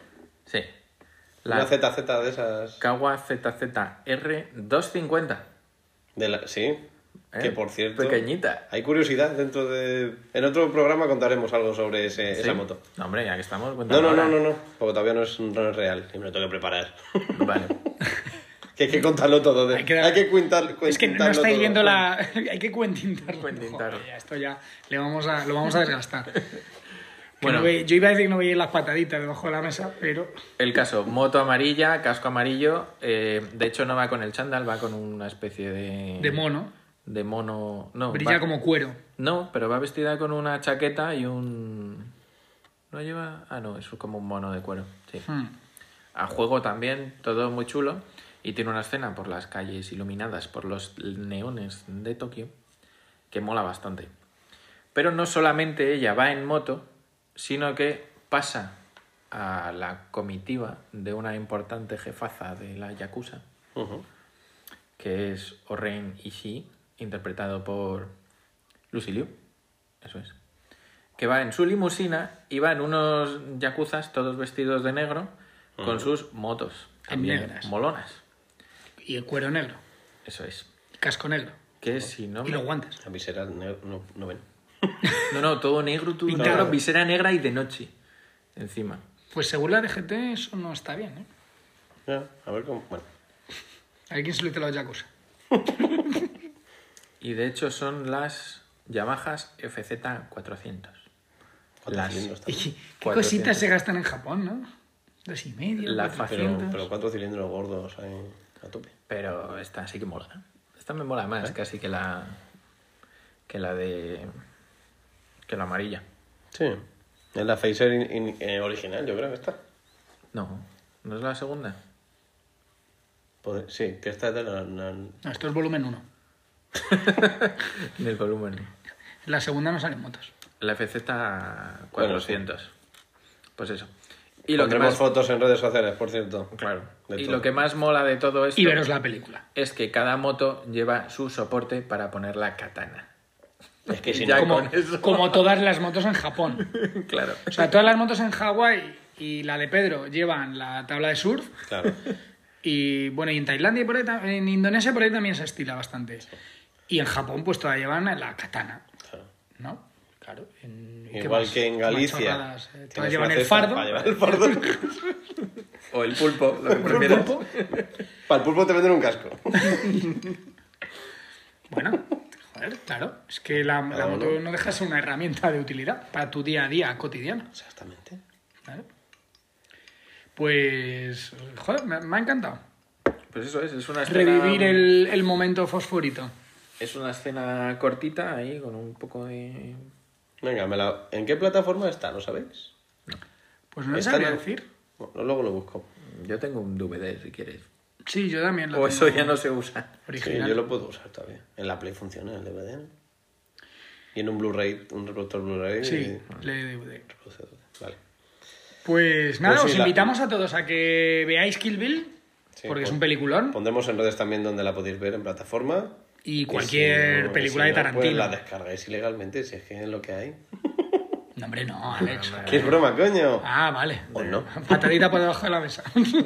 Speaker 3: Sí.
Speaker 2: Una
Speaker 3: La
Speaker 2: ZZ de esas.
Speaker 3: Kawa ZZR 250.
Speaker 2: De la... Sí.
Speaker 3: ¿eh?
Speaker 2: Que por cierto.
Speaker 3: Pequeñita.
Speaker 2: Hay curiosidad dentro de. En otro programa contaremos algo sobre ese,
Speaker 3: Sí.
Speaker 2: esa moto.
Speaker 3: No, hombre, ya que estamos...
Speaker 2: No,
Speaker 3: cuéntalo
Speaker 2: no, no,
Speaker 3: ahora.
Speaker 2: no, no. Porque todavía no es, no es real. Y me lo tengo que preparar.
Speaker 3: Vale.
Speaker 2: que hay que contarlo todo. de-
Speaker 4: Hay
Speaker 2: Hay
Speaker 4: que
Speaker 2: que,
Speaker 4: dar-
Speaker 2: cuentar,
Speaker 4: Es que no
Speaker 2: cuentarlo
Speaker 4: estáis
Speaker 2: todo.
Speaker 4: viendo la. Hay que cuentintarlo.
Speaker 3: Cuentintarlo.
Speaker 4: Joder, ya, esto ya le vamos a, lo vamos a desgastar. bueno,
Speaker 3: Bueno.
Speaker 4: yo iba a decir que no veía las pataditas debajo de la mesa, pero.
Speaker 3: El caso, moto amarilla, casco amarillo. eh, de hecho, no va con el chándal, va con una especie de.
Speaker 4: De mono.
Speaker 3: De mono. No.
Speaker 4: Brilla
Speaker 3: va-
Speaker 4: como cuero.
Speaker 3: No, pero va vestida con una chaqueta y un. ¿No lleva.? Ah, no, es como un mono de cuero. Sí.
Speaker 4: Hmm.
Speaker 3: A juego también, todo muy chulo. Y tiene una escena por las calles iluminadas por los neones de Tokio que mola bastante. Pero no solamente ella va en moto, sino que pasa a la comitiva de una importante jefaza de la Yakuza,
Speaker 2: Ujú.
Speaker 3: que es Oren Ishii, interpretado por Lucy Liu, eso es, que va en su limusina y van unos yakuzas todos vestidos de negro con sus motos también
Speaker 4: negras.
Speaker 3: molonas,
Speaker 4: Y el cuero negro.
Speaker 3: eso es.
Speaker 4: El casco negro.
Speaker 3: Que si no
Speaker 4: Y los
Speaker 3: me-
Speaker 4: guantes.
Speaker 2: La visera no, no, no ven.
Speaker 3: No, no, todo negro, todo
Speaker 4: Pintado.
Speaker 3: negro, visera negra y de noche encima.
Speaker 4: Pues según la DGT, eso no está bien, ¿eh?
Speaker 2: Ya, a ver cómo. Bueno.
Speaker 4: Hay quien se lo dice a los yakuza.
Speaker 3: Y de hecho son las Yamahas FZ400. Las-
Speaker 2: 400
Speaker 4: ¿Qué
Speaker 2: también.
Speaker 4: cositas se gastan en Japón, no? Dos y medio.
Speaker 3: La
Speaker 4: cuatro.
Speaker 3: faci-
Speaker 2: Pero,
Speaker 3: 400.
Speaker 2: pero cuatro cilindros gordos ahí a tope.
Speaker 3: Pero esta sí que mola. Esta me mola
Speaker 2: ¿Eh?
Speaker 3: más casi que la que la de que la amarilla.
Speaker 2: Sí. Es la Phaser in- in- eh, original, yo creo que está.
Speaker 3: No, no es la segunda.
Speaker 2: Pod- Pues, Sí, que esta es de la. la-
Speaker 4: No, esto es volumen 1.
Speaker 3: Del volumen.
Speaker 4: La segunda no salen motos.
Speaker 3: La FZ400.
Speaker 2: Bueno, sí.
Speaker 3: Pues eso. Y lo que
Speaker 2: Pondremos
Speaker 3: más
Speaker 2: fotos en redes sociales, por cierto.
Speaker 3: claro,
Speaker 2: de
Speaker 3: y
Speaker 2: todo.
Speaker 3: lo que más mola de todo esto
Speaker 4: Y veros la película.
Speaker 3: es que cada moto lleva su soporte para poner la katana.
Speaker 2: Es que si
Speaker 3: Ya
Speaker 2: no.
Speaker 3: como-
Speaker 4: Como,
Speaker 3: Con eso.
Speaker 4: como todas las motos en Japón.
Speaker 3: claro.
Speaker 4: O sea, todas las motos en Hawái y la de Pedro llevan la tabla de surf.
Speaker 2: Claro.
Speaker 4: Y bueno, y en Tailandia y por ahí, ta- en Indonesia por ahí también se estila bastante. Y en Japón, pues todavía llevan la katana. ¿No? Claro. en- ¿qué
Speaker 2: Igual
Speaker 4: más?
Speaker 2: que en
Speaker 4: ¿Qué más
Speaker 2: Galicia.
Speaker 4: chorradas? Eh,
Speaker 2: tienes
Speaker 4: todavía
Speaker 2: una
Speaker 4: llevan el
Speaker 2: cesta
Speaker 4: fardo.
Speaker 2: Para llevar el fardo.
Speaker 3: O el pulpo, lo que prefieras.
Speaker 2: para el pulpo te venden un casco.
Speaker 4: Bueno, joder, claro. Es que la, la
Speaker 2: Cada
Speaker 4: moto
Speaker 2: uno.
Speaker 4: no deja de ser una herramienta de utilidad para tu día a día cotidiano.
Speaker 2: Exactamente.
Speaker 4: ¿vale? Pues, joder, me, me ha encantado.
Speaker 3: Pues eso es, es una escena,
Speaker 4: Revivir el, el momento fosforito.
Speaker 3: es una escena cortita ahí con un poco de
Speaker 2: Venga, me la... ¿en qué plataforma está? ¿No sabéis?
Speaker 4: Pues no lo
Speaker 2: Está
Speaker 4: sabría
Speaker 2: en-
Speaker 4: decir.
Speaker 2: Bueno, luego lo busco.
Speaker 3: yo tengo un DVD si quieres.
Speaker 4: Sí, yo también lo
Speaker 3: O eso
Speaker 4: tengo
Speaker 3: ya no se usa.
Speaker 2: Oh, Sí,
Speaker 4: original.
Speaker 2: yo lo puedo usar todavía. En la Play funciona, en el DVD. ¿no? Y en un Blu-ray, un reproductor Blu-ray.
Speaker 4: Sí,
Speaker 2: y-
Speaker 4: le doy-
Speaker 2: reproduce DVD. Vale.
Speaker 4: Pues nada,
Speaker 2: Pues sí,
Speaker 4: os
Speaker 2: la-
Speaker 4: invitamos a todos a que veáis Kill Bill,
Speaker 2: Sí,
Speaker 4: porque es
Speaker 2: pon-
Speaker 4: un peliculón.
Speaker 2: Pondremos en redes también donde la podéis ver en plataforma.
Speaker 4: Y cualquier
Speaker 2: si no-
Speaker 4: película
Speaker 2: si
Speaker 4: de
Speaker 2: no,
Speaker 4: Tarantino.
Speaker 2: Pues la descargáis ilegalmente, si es que es lo que hay.
Speaker 4: No, hombre, no, Alex.
Speaker 2: ¡Qué broma, coño!
Speaker 4: Ah, vale.
Speaker 2: O Pues no.
Speaker 4: Patadita por debajo de la mesa.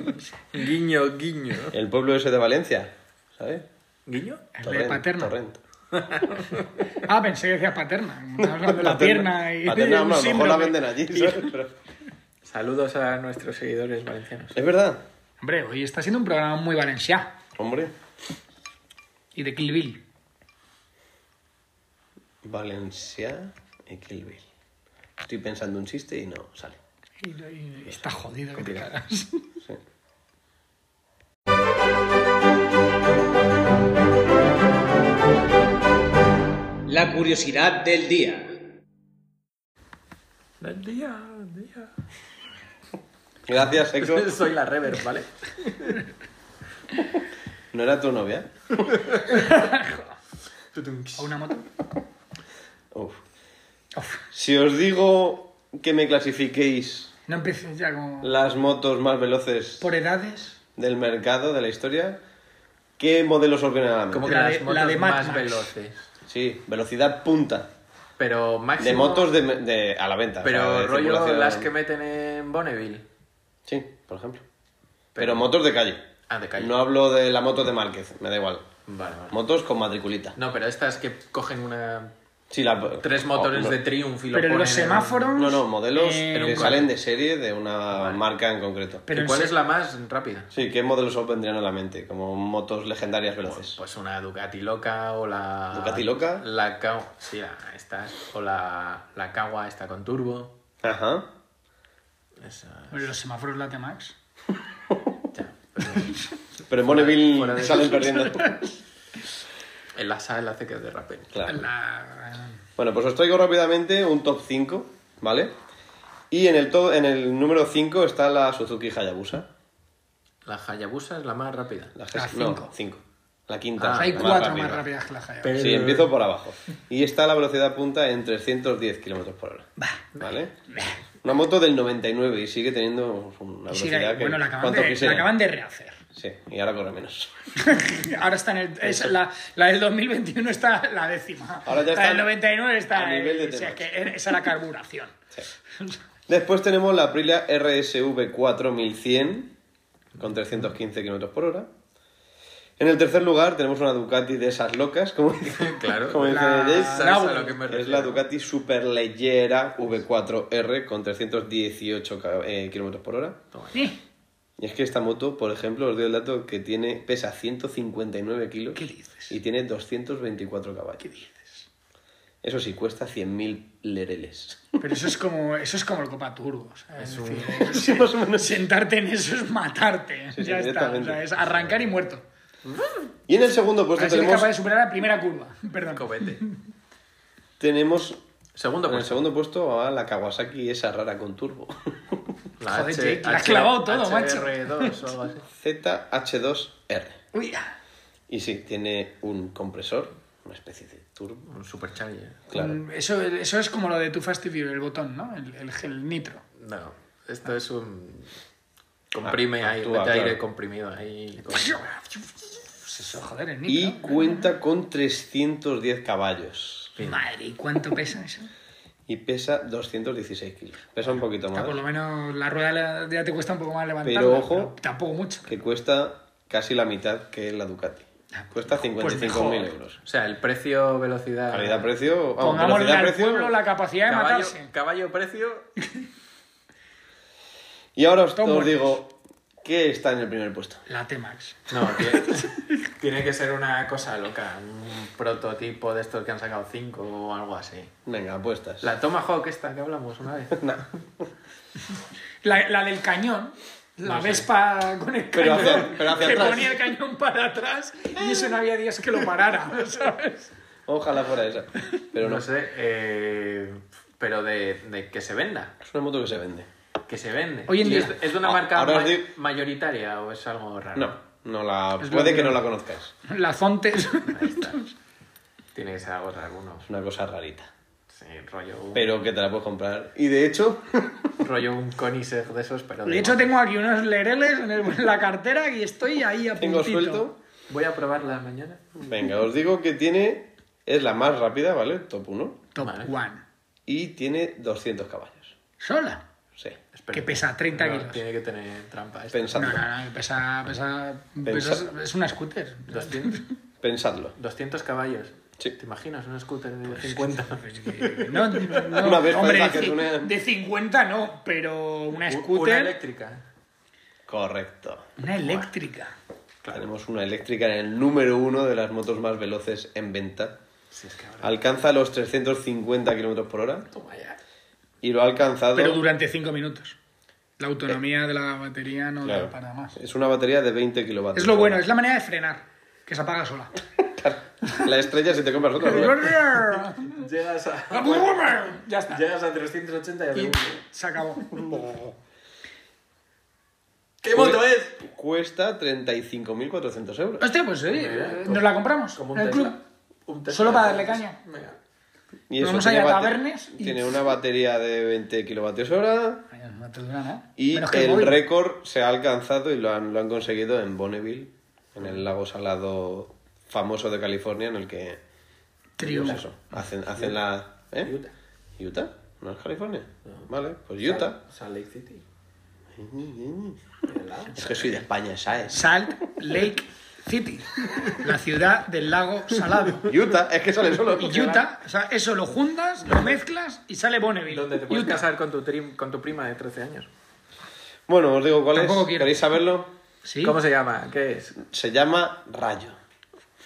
Speaker 3: Guiño, guiño.
Speaker 2: El pueblo ese de Valencia, ¿sabes?
Speaker 3: ¿Guiño?
Speaker 4: Es de
Speaker 2: Torrent,
Speaker 4: paterna.
Speaker 2: Torrent.
Speaker 4: Ah, pensé que decías paterna. Estabas hablando de la pierna y.
Speaker 2: Paterna,
Speaker 4: un
Speaker 2: hombre, a lo mejor la
Speaker 4: síndrome.
Speaker 2: venden allí, ¿sabes? Pero-
Speaker 3: Saludos a nuestros seguidores valencianos.
Speaker 2: Es verdad,
Speaker 4: Hombre, hoy está siendo un programa muy valenciano
Speaker 2: hombre.
Speaker 4: y de Kill Bill.
Speaker 2: Valencia y Kill Bill. Estoy pensando un chiste y no sale.
Speaker 4: Y- y- y Está jodido que te cagas.
Speaker 2: Sí.
Speaker 6: La curiosidad del día.
Speaker 2: Gracias, Eco.
Speaker 3: Soy la reverb, ¿vale?
Speaker 2: ¿No era tu novia?
Speaker 4: A una moto.
Speaker 2: Uf. Si os digo que me clasifiquéis
Speaker 4: No empieces ya con.
Speaker 2: las motos más veloces
Speaker 4: Por edades.
Speaker 2: del mercado, de la historia, ¿qué modelos os vienen a la mente?
Speaker 3: Como que
Speaker 4: La
Speaker 3: las
Speaker 4: de-
Speaker 3: motos
Speaker 4: la de Mad
Speaker 3: más
Speaker 4: Max.
Speaker 3: veloces.
Speaker 2: Sí, velocidad punta.
Speaker 3: Pero máximo...
Speaker 2: De motos de, de- a la venta. o sea,
Speaker 3: Pero
Speaker 2: de
Speaker 3: rollo
Speaker 2: circulación.
Speaker 3: las que meten en Bonneville.
Speaker 2: Sí, por ejemplo. Pero motos de calle.
Speaker 3: Ah, de calle.
Speaker 2: No hablo de la moto de Márquez, me da igual.
Speaker 3: Vale, vale.
Speaker 2: Motos con matriculita.
Speaker 3: No, pero estas que cogen una...
Speaker 2: Sí, la-
Speaker 3: Tres
Speaker 2: oh,
Speaker 3: motores
Speaker 2: no.
Speaker 3: de Triumph y lo
Speaker 4: Pero en
Speaker 3: ponen
Speaker 4: los semáforos.
Speaker 2: No, no, modelos
Speaker 4: Eh,
Speaker 2: que
Speaker 3: un Ah,
Speaker 2: salen de serie de una marca en concreto.
Speaker 3: En...
Speaker 4: Pero
Speaker 3: ¿Y cuál
Speaker 4: en-
Speaker 3: es la más rápida?
Speaker 2: Sí, ¿qué modelos os vendrían a la mente? Como motos legendarias veloces.
Speaker 3: Pues una Ducati loca o la...
Speaker 2: ¿Ducati loca?
Speaker 3: La Kawa... Sí, la, estas. O la, la Kawa esta con turbo.
Speaker 2: Ajá.
Speaker 3: Esa...
Speaker 4: Pero los semáforos late Max.
Speaker 3: ya.
Speaker 2: Pero en Bonneville
Speaker 3: fuera de-
Speaker 2: salen perdiendo.
Speaker 3: El asa el hace que es de rapel.
Speaker 2: Claro.
Speaker 4: La-
Speaker 2: Bueno, pues os traigo rápidamente un top 5, ¿vale? Y en el, to- en el número 5 está la Suzuki Hayabusa.
Speaker 3: La Hayabusa es la más rápida.
Speaker 2: La,
Speaker 4: La
Speaker 2: Gs- no,
Speaker 4: cinco.
Speaker 2: cinco. La quinta.
Speaker 3: Ah,
Speaker 2: la
Speaker 4: pues Hay
Speaker 2: más
Speaker 4: cuatro
Speaker 2: rápida.
Speaker 4: más rápidas que la Jaya.
Speaker 2: Sí, empiezo por abajo. Y está la velocidad punta en 310 kilómetros por hora. ¿Vale? Una moto del 99 y sigue teniendo una velocidad
Speaker 4: Y sigue ahí.
Speaker 2: que...
Speaker 4: Bueno, la acaban,
Speaker 2: ¿cuánto
Speaker 4: de,
Speaker 2: quisiera?
Speaker 4: la acaban de rehacer.
Speaker 2: Sí, y ahora corre menos.
Speaker 4: Ahora está en el. es la, la del 2021 está la décima.
Speaker 2: Ahora ya
Speaker 4: la
Speaker 2: está
Speaker 4: del 99 está.
Speaker 2: a nivel de
Speaker 4: o sea,
Speaker 2: temas.
Speaker 4: que esa es la carburación.
Speaker 2: Después tenemos la Aprilia RSV 4100 con 315 kilómetros por hora. En el tercer lugar tenemos una Ducati de esas locas, como dice,
Speaker 3: Claro,
Speaker 2: como dice
Speaker 4: la-
Speaker 2: Jace.
Speaker 3: Esa es a lo que me
Speaker 2: Es
Speaker 3: refiero.
Speaker 2: la Ducati Superleggera V4R con 318 ca- eh, kilómetros por hora.
Speaker 4: Eh,
Speaker 2: Y es que esta moto, por ejemplo, os doy el dato que tiene pesa 159 kilos
Speaker 4: ¿Qué dices?
Speaker 2: y tiene 224 caballos. Eso sí, cuesta 100.000 lereles.
Speaker 4: Pero eso es como, eso es como el Copa Turbo. o sea, es decir,
Speaker 2: Sí, más o menos.
Speaker 4: Sentarte en eso es matarte.
Speaker 2: Sí, sí,
Speaker 4: ya está. O
Speaker 2: directamente.
Speaker 4: sea, es arrancar y muerto.
Speaker 2: Y en el segundo
Speaker 4: A
Speaker 2: puesto
Speaker 4: ver si eres capaz de
Speaker 2: tenemos,
Speaker 4: superar la primera curva. Perdón.
Speaker 3: Cobete.
Speaker 2: tenemos
Speaker 3: Segundo
Speaker 2: en el
Speaker 4: Pues-
Speaker 3: puesto.
Speaker 2: segundo puesto a la Kawasaki esa rara con turbo.
Speaker 3: La
Speaker 4: Joder,
Speaker 3: H-
Speaker 4: Jake, la has
Speaker 3: H-
Speaker 4: clavado todo,
Speaker 3: HR2 o algo así.
Speaker 2: ZH2R.
Speaker 4: Uy, ah,
Speaker 2: Y sí, tiene un compresor, una especie de turbo.
Speaker 3: Un supercharger.
Speaker 2: Claro.
Speaker 4: mm, eso, eso es como lo de tu Fast and Furious, el botón, ¿no? El, el, el nitro.
Speaker 3: No, esto es un... Comprime
Speaker 2: Ah,
Speaker 3: ahí,
Speaker 2: actúa,
Speaker 3: mete aire
Speaker 2: claro.
Speaker 3: comprimido ahí. con-
Speaker 4: Pues eso, joder, el
Speaker 2: Y
Speaker 4: nitro. Pues
Speaker 2: cuenta con 310 caballos.
Speaker 4: Madre, ¿y cuánto pesa eso?
Speaker 2: Y pesa 216 kilos. Pesa un poquito
Speaker 4: O sea,
Speaker 2: más.
Speaker 4: por lo menos la rueda la- ya te cuesta un poco más levantarla.
Speaker 2: Pero ojo.
Speaker 4: tampoco mucho.
Speaker 2: que cuesta casi la mitad que la Ducati. Cuesta 55.000
Speaker 4: Ah, pues mejor.
Speaker 2: euros.
Speaker 3: O sea, el precio, velocidad...
Speaker 2: Calidad-precio, vamos,
Speaker 4: Pongámosle al
Speaker 2: velocidad-precio.
Speaker 4: pueblo la capacidad de
Speaker 3: Caballo,
Speaker 4: matarse.
Speaker 3: caballo, precio...
Speaker 2: Y ahora os,
Speaker 4: Tom
Speaker 2: os
Speaker 4: Morris.
Speaker 2: digo, ¿qué está en el primer puesto?
Speaker 4: La T-Max.
Speaker 3: No, tiene, tiene que ser una cosa loca. Un prototipo de estos que han sacado cinco o algo así.
Speaker 2: Venga, apuestas.
Speaker 3: La Tomahawk esta que hablamos una vez.
Speaker 4: La, la del cañón. La Vespa con el
Speaker 2: Pero
Speaker 4: cañón.
Speaker 2: hacia- pero hacia
Speaker 4: que
Speaker 2: atrás.
Speaker 4: ponía el cañón para atrás y eso no había días que lo parara, ¿sabes?
Speaker 2: Ojalá fuera esa. Pero no.
Speaker 3: No sé, eh, pero de, de que se venda.
Speaker 2: Es una moto que se vende.
Speaker 3: Que se vende.
Speaker 4: Hoy en
Speaker 3: ¿Y
Speaker 4: día.
Speaker 3: ¿Es, es de una
Speaker 2: Ah,
Speaker 3: marca
Speaker 2: ahora os
Speaker 3: ma-
Speaker 2: digo-
Speaker 3: mayoritaria o es algo raro?
Speaker 2: No, no la...
Speaker 4: Es
Speaker 2: puede
Speaker 4: lo
Speaker 2: que
Speaker 4: que-
Speaker 2: no la conozcáis.
Speaker 4: La Zontes.
Speaker 3: Ahí está. Tiene que ser algo raro. uno.
Speaker 2: Es una cosa rarita.
Speaker 3: Sí, rollo un,
Speaker 2: Pero que te la puedes comprar. Y de hecho,
Speaker 3: rollo un Koenigsegg de esos, pero...
Speaker 4: De hecho, tengo aquí unos lereles en, el- en la cartera y estoy ahí a
Speaker 2: tengo
Speaker 4: puntito.
Speaker 2: suelto.
Speaker 13: Voy a probarla mañana.
Speaker 2: Venga, os digo que tiene. Es la más rápida, ¿vale? Top 1.
Speaker 4: Top One.
Speaker 2: Y tiene 200 caballos.
Speaker 4: Sola.
Speaker 2: Sí.
Speaker 4: que pesa 30
Speaker 3: No,
Speaker 4: kilos.
Speaker 3: Tiene que tener trampa. esto.
Speaker 4: No,
Speaker 2: Pensadlo.
Speaker 4: no, no, pesa, pesa,
Speaker 2: Pensa-
Speaker 4: pesa- es una scooter.
Speaker 3: 200,
Speaker 2: Pensadlo.
Speaker 3: 200 caballos.
Speaker 2: Sí.
Speaker 3: ¿Te imaginas un scooter de
Speaker 4: Pues Es que-
Speaker 3: 50?
Speaker 4: es que- no, no,
Speaker 2: Una Vespa
Speaker 4: hombre,
Speaker 2: de la
Speaker 4: de,
Speaker 2: que tunean.
Speaker 4: de 50 no, pero una
Speaker 13: U-
Speaker 4: scooter,
Speaker 13: Una
Speaker 4: una,
Speaker 13: eléctrica.
Speaker 2: Correcto.
Speaker 4: eléctrica.
Speaker 2: Tenemos una eléctrica en el número uno de las motos más veloces en venta.
Speaker 4: Pues
Speaker 3: Sí, es que ahora-
Speaker 2: Alcanza los 350 kilómetros por hora. Y lo ha alcanzado.
Speaker 4: Pero durante 5 minutos. La autonomía de la batería no
Speaker 2: Claro.
Speaker 4: da para más.
Speaker 2: Es una batería de 20 kilovatios.
Speaker 4: Es lo bueno, es la manera de frenar, que se apaga sola.
Speaker 2: La estrella si te compras otra. ¿verdad?
Speaker 4: ya
Speaker 13: Llegas a,
Speaker 4: está,
Speaker 13: llegas a 380 y a
Speaker 4: Y
Speaker 13: segundo.
Speaker 4: se acabó.
Speaker 2: Oh.
Speaker 13: ¿Qué moto es?
Speaker 2: Cuesta 35.400 euros.
Speaker 4: Hostia, pues sí, eh, nos la compramos
Speaker 13: Como
Speaker 4: en
Speaker 13: un
Speaker 4: el
Speaker 13: Tesla.
Speaker 4: club.
Speaker 13: Un Tesla
Speaker 4: Solo para
Speaker 13: de
Speaker 4: darle
Speaker 13: coches.
Speaker 4: caña.
Speaker 13: Venga.
Speaker 2: Y eso
Speaker 4: vamos
Speaker 2: tiene
Speaker 4: allá a
Speaker 2: bate-
Speaker 4: tabernes y-
Speaker 2: Tiene una batería de 20 kilovatios hora.
Speaker 4: Ay, No te dura nada. ¿eh?
Speaker 2: Y
Speaker 4: Menos que
Speaker 2: el
Speaker 4: móvil.
Speaker 2: récord se ha alcanzado y lo han, lo han conseguido en Bonneville, en el lago salado famoso de California, en el que.
Speaker 4: Trío.
Speaker 2: pues eso, hacen, hacen la. ¿eh?
Speaker 13: Utah.
Speaker 2: ¿Utah? ¿No es California? Vale, pues Utah.
Speaker 13: Salt Lake City.
Speaker 2: Es que soy de España, ¿sabes?
Speaker 4: Salt Lake City, la ciudad del lago salado.
Speaker 2: Utah, es que sale solo.
Speaker 4: Y Utah, o sea, eso lo juntas, lo mezclas y sale Bonneville.
Speaker 13: Donde te puedes
Speaker 4: Utah.
Speaker 13: casar con tu, trim- con tu prima de 13 años.
Speaker 2: Bueno, os digo cuál es.
Speaker 4: Tampoco quiero.
Speaker 2: ¿Queréis saberlo?
Speaker 4: Sí,
Speaker 13: ¿Cómo se llama? ¿Qué es?
Speaker 2: Se llama Rayo.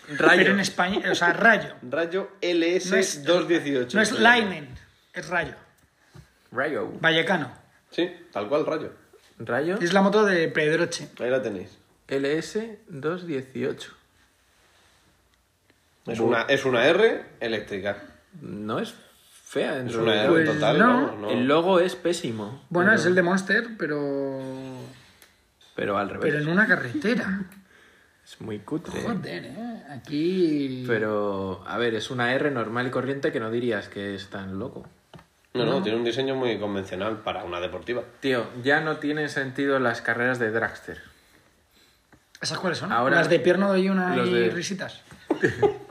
Speaker 4: pero en España, o sea, rayo.
Speaker 2: Rayo
Speaker 4: No es-
Speaker 2: LS218.
Speaker 4: No es Lainen, es rayo.
Speaker 13: Rayo.
Speaker 4: Vallecano.
Speaker 2: Sí, tal cual, Rayo.
Speaker 13: Rayo
Speaker 4: Es la moto de Pedroche.
Speaker 2: Ahí la tenéis.
Speaker 13: LS218.
Speaker 2: Es una, es una R eléctrica.
Speaker 13: No es fea en
Speaker 2: Es
Speaker 13: su
Speaker 2: una R
Speaker 4: Pues
Speaker 2: total,
Speaker 4: no.
Speaker 2: vamos, no.
Speaker 13: El logo es pésimo.
Speaker 4: Bueno,
Speaker 13: pero,
Speaker 4: es el de Monster, pero.
Speaker 13: pero al revés.
Speaker 4: Pero en una carretera.
Speaker 13: Es muy cutre.
Speaker 4: Joder, ¿eh?
Speaker 3: Mm.
Speaker 4: Aquí.
Speaker 3: Pero, a ver, es una R normal y corriente que no dirías que es tan loco.
Speaker 2: No, no, tiene un diseño muy convencional para una deportiva.
Speaker 3: Tío, ya no tienen sentido las carreras de dragster.
Speaker 4: ¿Esas cuáles son?
Speaker 3: Ahora-
Speaker 4: Las de pierna de una
Speaker 3: Los
Speaker 4: y
Speaker 3: de-
Speaker 4: risitas.
Speaker 3: No,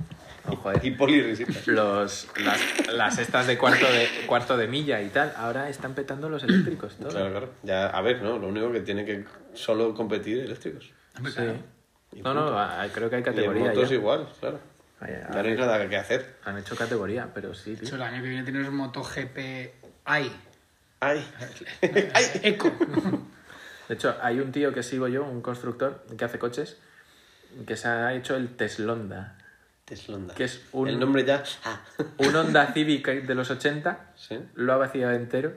Speaker 3: Oh, joder.
Speaker 2: Y polirrisitas.
Speaker 3: Los, las, las estas de cuarto, de cuarto de milla y tal, ahora están petando los eléctricos. Todo.
Speaker 2: Claro, claro. Ya, a ver, ¿no? Lo único que tiene que solo competir eléctricos.
Speaker 3: Sí. No, no, a- creo que hay
Speaker 2: Y en
Speaker 3: categoría.
Speaker 2: motos
Speaker 3: ya.
Speaker 2: igual, claro.
Speaker 3: Ay,
Speaker 2: Ya no hay nada que hacer.
Speaker 3: Han hecho categoría, pero sí, tío.
Speaker 4: Eso, Pues el año que viene tienes MotoGP I.
Speaker 2: ¡Ay!
Speaker 4: Eco.
Speaker 3: De hecho, hay un tío que sigo yo, un constructor que hace coches, que se ha hecho el Teslonda.
Speaker 2: Teslonda.
Speaker 3: Que es un-
Speaker 2: El nombre ya... Ah.
Speaker 3: Un Honda Civic de los 80,
Speaker 2: Sí.
Speaker 3: lo ha vaciado entero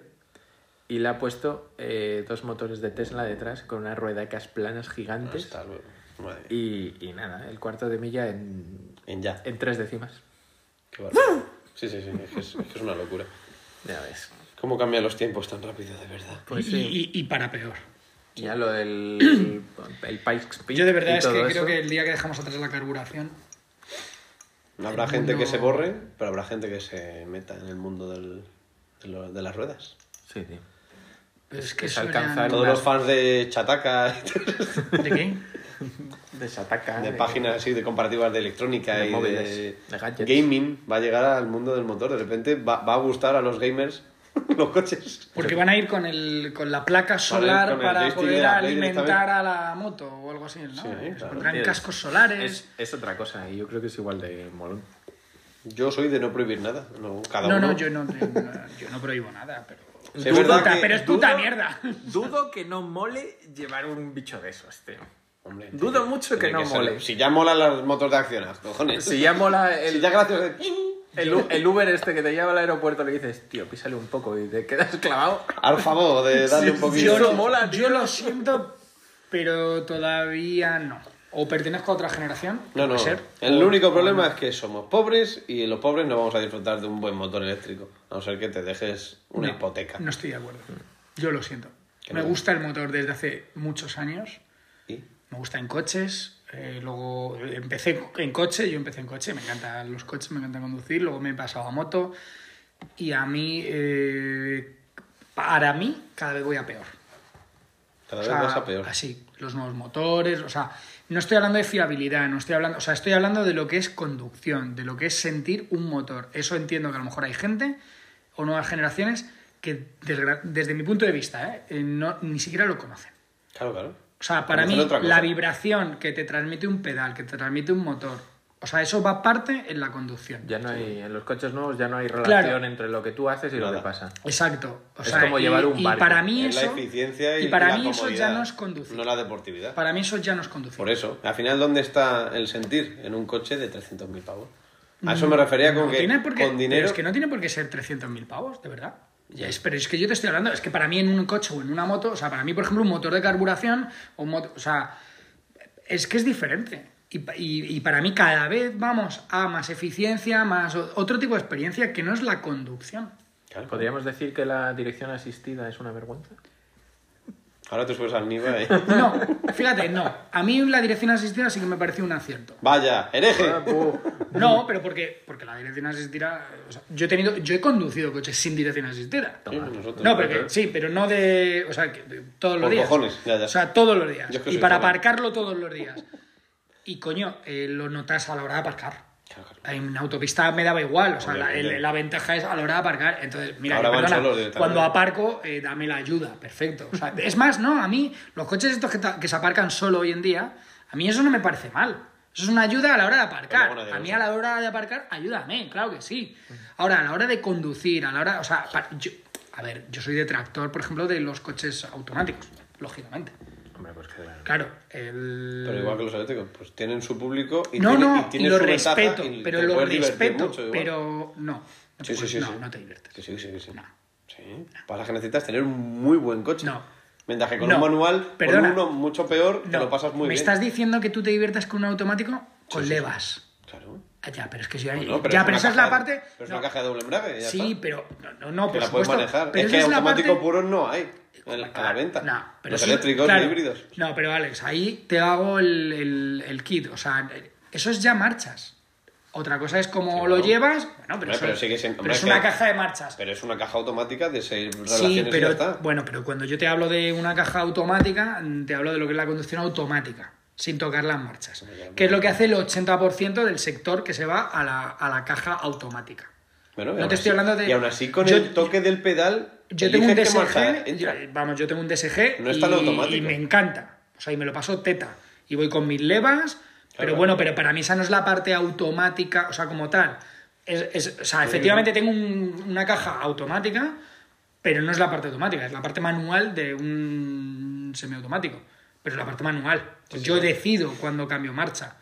Speaker 3: y le ha puesto eh, dos motores de Tesla detrás con unas ruedacas planas gigantes.
Speaker 2: Hasta luego. Madre mía.
Speaker 3: Y, y nada, el cuarto de milla en,
Speaker 2: En ya.
Speaker 3: en tres décimas.
Speaker 2: Qué bárbaro. Sí, sí, sí. Es que es, es que es una locura.
Speaker 3: Ya ves.
Speaker 2: ¿Cómo cambian los tiempos tan rápido, de verdad?
Speaker 3: Pues
Speaker 4: Y-
Speaker 3: sí.
Speaker 4: y, y para peor.
Speaker 3: Ya lo del el, Pikes Peak
Speaker 4: Yo de verdad
Speaker 3: y
Speaker 4: es que
Speaker 3: todo
Speaker 4: creo
Speaker 3: eso.
Speaker 4: que el día que dejamos atrás la carburación,
Speaker 2: Habrá gente que se borre, pero habrá gente que se meta en el mundo del- de, lo- de las ruedas.
Speaker 3: Sí, tío.
Speaker 4: pues es que
Speaker 3: Es
Speaker 4: eso
Speaker 3: alcanzar-
Speaker 4: eran-
Speaker 2: Todos
Speaker 3: Una-
Speaker 2: los fans de Chataca,
Speaker 4: ¿De qué?
Speaker 3: Desataca. eh,
Speaker 2: de páginas así de comparativas de electrónica
Speaker 3: De
Speaker 2: y
Speaker 3: móviles,
Speaker 2: de,
Speaker 3: de gadgets.
Speaker 2: gaming, va a llegar al mundo del motor. De repente va, va a gustar a los gamers los coches.
Speaker 4: Porque van a ir con, el, con la placa solar
Speaker 2: con el
Speaker 4: para
Speaker 2: joystick de
Speaker 4: poder
Speaker 2: la Play
Speaker 4: alimentar
Speaker 2: directamente.
Speaker 4: a la moto o algo así, ¿no?
Speaker 2: Sí,
Speaker 4: Les
Speaker 2: claro.
Speaker 4: pondrán
Speaker 3: Tío, es-
Speaker 4: cascos solares.
Speaker 3: Es, es otra cosa y yo creo que es igual de molón.
Speaker 2: Yo soy de no prohibir nada. No, cada
Speaker 4: No,
Speaker 2: uno.
Speaker 4: no, yo no, yo no, yo no prohíbo nada, pero...
Speaker 2: Sí,
Speaker 4: Es
Speaker 2: es verdad
Speaker 4: puta,
Speaker 2: que-
Speaker 4: pero es puta mierda.
Speaker 3: Dudo que no mole llevar un bicho de esos, tío.
Speaker 2: Hombre,
Speaker 3: Dudo
Speaker 2: tiene-
Speaker 3: mucho que
Speaker 2: tiene
Speaker 3: no
Speaker 2: ser-
Speaker 3: mole.
Speaker 2: Si ya molan los motos de acción, cojones.
Speaker 3: Si ya mola el,
Speaker 2: Si ya gracias.
Speaker 3: el, U- el Uber este que te lleva al aeropuerto, le dices, tío, písale un poco y te quedas clavado.
Speaker 2: Al favor de darle un poquito.
Speaker 3: Eso mola, tío.
Speaker 4: Yo lo siento, pero todavía no. O pertenezco a otra generación,
Speaker 2: No, no.
Speaker 4: puede ser.
Speaker 2: El único problema es que somos pobres y los pobres no vamos a disfrutar de un buen motor eléctrico. A no ser que te dejes una
Speaker 4: No,
Speaker 2: hipoteca. Mm.
Speaker 4: No estoy de acuerdo. Yo lo siento.
Speaker 2: Que
Speaker 4: Me
Speaker 2: no.
Speaker 4: gusta el motor desde hace muchos años.
Speaker 2: ¿Y?
Speaker 4: Me gusta en coches. eh, luego empecé en coche, yo empecé en coche. Me encantan los coches, me encanta conducir. Luego me he pasado a moto. Y a mí, eh, para mí, cada vez voy a peor.
Speaker 2: Cada
Speaker 4: O
Speaker 2: vez
Speaker 4: sea,
Speaker 2: vas a peor.
Speaker 4: Así, los nuevos motores, o sea, no estoy hablando de fiabilidad, no estoy hablando, o sea, estoy hablando de lo que es conducción, de lo que es sentir un motor. Eso entiendo que a lo mejor hay gente o nuevas generaciones que desgra- desde mi punto de vista, ¿eh? Eh, no- ni siquiera lo conocen.
Speaker 2: Claro, claro.
Speaker 4: O sea, para mí,
Speaker 2: Conocen otra cosa.
Speaker 4: la vibración que te transmite un pedal, que te transmite un motor, o sea, eso va parte en la conducción.
Speaker 3: Ya no hay, en los coches nuevos ya no hay
Speaker 4: Claro.
Speaker 3: relación entre lo que tú haces y lo
Speaker 2: Nada.
Speaker 3: que pasa.
Speaker 4: Exacto. O
Speaker 3: Es
Speaker 4: sea,
Speaker 3: como
Speaker 4: y-
Speaker 3: llevar un
Speaker 4: y
Speaker 3: barco.
Speaker 4: para mí
Speaker 2: Es la
Speaker 4: eso,
Speaker 2: eficiencia y,
Speaker 4: y para
Speaker 2: la
Speaker 4: mí eso ya
Speaker 2: comodidad,
Speaker 4: no es conducir.
Speaker 2: No la deportividad.
Speaker 4: Para mí eso ya no es conducir.
Speaker 2: Por eso. Al final, ¿dónde está el sentir en un coche de 300.000 pavos? A eso me refería con
Speaker 4: Mm, No
Speaker 2: que
Speaker 4: tiene por qué-
Speaker 2: con dinero...
Speaker 4: pero es que no tiene por qué ser 300.000 pavos, de verdad. Ya es, pero es que yo te estoy hablando, es que para mí en un coche o en una moto, o sea, para mí, por ejemplo, un motor de carburación, o, un moto- o sea, es que es diferente. Y, pa- y- y para mí cada vez vamos a más eficiencia, más o- otro tipo de experiencia que no es la conducción.
Speaker 2: Claro.
Speaker 3: ¿Podríamos decir que la dirección asistida es una vergüenza?
Speaker 2: Ahora te subes al nivel ahí.
Speaker 4: No, fíjate, no. A mí la dirección asistida sí que me pareció un acierto.
Speaker 2: Vaya, hereje.
Speaker 3: Ah,
Speaker 4: Ah, No, pero porque, porque la dirección asistida. o sea, yo he tenido, yo he conducido coches sin dirección asistida.
Speaker 2: Sí, nosotros.
Speaker 4: No, pero que- sí, pero no de. O sea, que de- todos los
Speaker 2: Por
Speaker 4: días.
Speaker 2: cojones, ya, ya.
Speaker 4: O sea, todos los días.
Speaker 2: Yo es que
Speaker 4: y
Speaker 2: soy
Speaker 4: para
Speaker 2: joven.
Speaker 4: aparcarlo todos los días. Y coño, eh, lo notas a la hora de aparcar.
Speaker 2: Claro, claro.
Speaker 4: En autopista me daba igual, o sea, la, el-
Speaker 2: Obviamente.
Speaker 4: la ventaja es a la hora de aparcar. Entonces, mira,
Speaker 2: Ahora
Speaker 4: que
Speaker 2: van
Speaker 4: perdona,
Speaker 2: solos directamente.
Speaker 4: cuando aparco, eh, dame la ayuda, perfecto. O sea, es más, no, a mí, los coches estos que, ta- que se aparcan solo hoy en día, a mí eso no me parece mal. Eso es una ayuda a la hora de aparcar.
Speaker 2: Pero bueno,
Speaker 4: a mí
Speaker 2: de-
Speaker 4: a la hora de aparcar, ayúdame, claro que sí. Ahora, a la hora de conducir, a la hora, o sea, pa- yo- a ver, yo soy detractor, por ejemplo, de los coches automáticos, lógicamente.
Speaker 3: Hombre, pues claro.
Speaker 4: Claro, el...
Speaker 2: Pero igual que los eléctricos, pues tienen su público y
Speaker 4: no,
Speaker 2: tiene-
Speaker 4: no,
Speaker 2: y
Speaker 4: y,
Speaker 2: tiene
Speaker 4: lo
Speaker 2: su ventaja
Speaker 4: respeto,
Speaker 2: y
Speaker 4: pero
Speaker 2: te
Speaker 4: lo
Speaker 2: puedes divertir
Speaker 4: respeto,
Speaker 2: mucho igual.
Speaker 4: pero no. No, te
Speaker 2: Sí, sí, sí,
Speaker 4: no,
Speaker 2: sí.
Speaker 4: no te diviertes.
Speaker 2: Que sí, que sí, que sí.
Speaker 4: No.
Speaker 2: Sí. Para las que necesitas tener un muy buen coche.
Speaker 4: No.
Speaker 2: Mientras que con
Speaker 4: No.
Speaker 2: un manual,
Speaker 4: Perdona.
Speaker 2: con uno mucho peor, te
Speaker 4: No,
Speaker 2: lo pasas muy
Speaker 4: ¿Me
Speaker 2: bien.
Speaker 4: estás diciendo que tú te diviertes con un automático? Con levas.
Speaker 2: Claro.
Speaker 4: Ah, ya, pero es que si hay...
Speaker 2: Bueno,
Speaker 4: ya, pero
Speaker 2: es una
Speaker 4: esa es la
Speaker 2: caja-
Speaker 4: parte...
Speaker 2: Pero es
Speaker 4: no,
Speaker 2: una caja de doble embrague. ya
Speaker 4: Sí,
Speaker 2: está.
Speaker 4: pero... No, no, no por
Speaker 2: Que la puedes
Speaker 4: supuesto.
Speaker 2: manejar.
Speaker 4: Pero
Speaker 2: es
Speaker 4: esa
Speaker 2: que
Speaker 4: es la
Speaker 2: automático
Speaker 4: parte-
Speaker 2: puro no hay en- a la
Speaker 4: Claro,
Speaker 2: venta.
Speaker 4: no, pero
Speaker 2: Los
Speaker 4: sí,
Speaker 2: eléctricos,
Speaker 4: claro.
Speaker 2: los híbridos.
Speaker 4: No, pero Alex, ahí te hago el, el, el kit. O sea, eso es ya marchas. Otra cosa es cómo
Speaker 2: Sí,
Speaker 4: lo
Speaker 2: bueno.
Speaker 4: llevas. Bueno, pero,
Speaker 2: Hombre,
Speaker 4: eso
Speaker 2: pero
Speaker 4: es-
Speaker 2: sigue siendo-
Speaker 4: pero
Speaker 2: hombre,
Speaker 4: es
Speaker 2: es
Speaker 4: una
Speaker 2: que-
Speaker 4: caja de marchas.
Speaker 2: Pero es una caja automática de seis relaciones
Speaker 4: Sí,
Speaker 2: y ya
Speaker 4: pero
Speaker 2: está.
Speaker 4: bueno, pero cuando yo te hablo de una caja automática, mm, te hablo de lo que es la conducción automática, sin tocar las marchas, que es lo que hace el 80% del sector que se va a la, a la caja automática.
Speaker 2: Bueno, y
Speaker 4: no te
Speaker 2: aún
Speaker 4: estoy
Speaker 2: así-
Speaker 4: hablando de-
Speaker 2: Y aún así, con
Speaker 4: Yo-
Speaker 2: el toque del pedal,
Speaker 4: Yo tengo un
Speaker 2: eliges qué marcha
Speaker 4: DSG,
Speaker 2: entra.
Speaker 4: yo- eh, vamos, yo tengo un DSG
Speaker 2: eh, No
Speaker 4: y,
Speaker 2: es tan automático.
Speaker 4: y me encanta, o sea, y me lo paso teta, y voy con mis levas, pero
Speaker 2: Claro.
Speaker 4: bueno, pero para mí esa no es la parte automática, o sea, como tal. Es- es- o sea, efectivamente tengo un- una caja automática, pero no es la parte automática, es la parte manual de un semiautomático, pero es la parte manual. Yo decido cuando cambio marcha.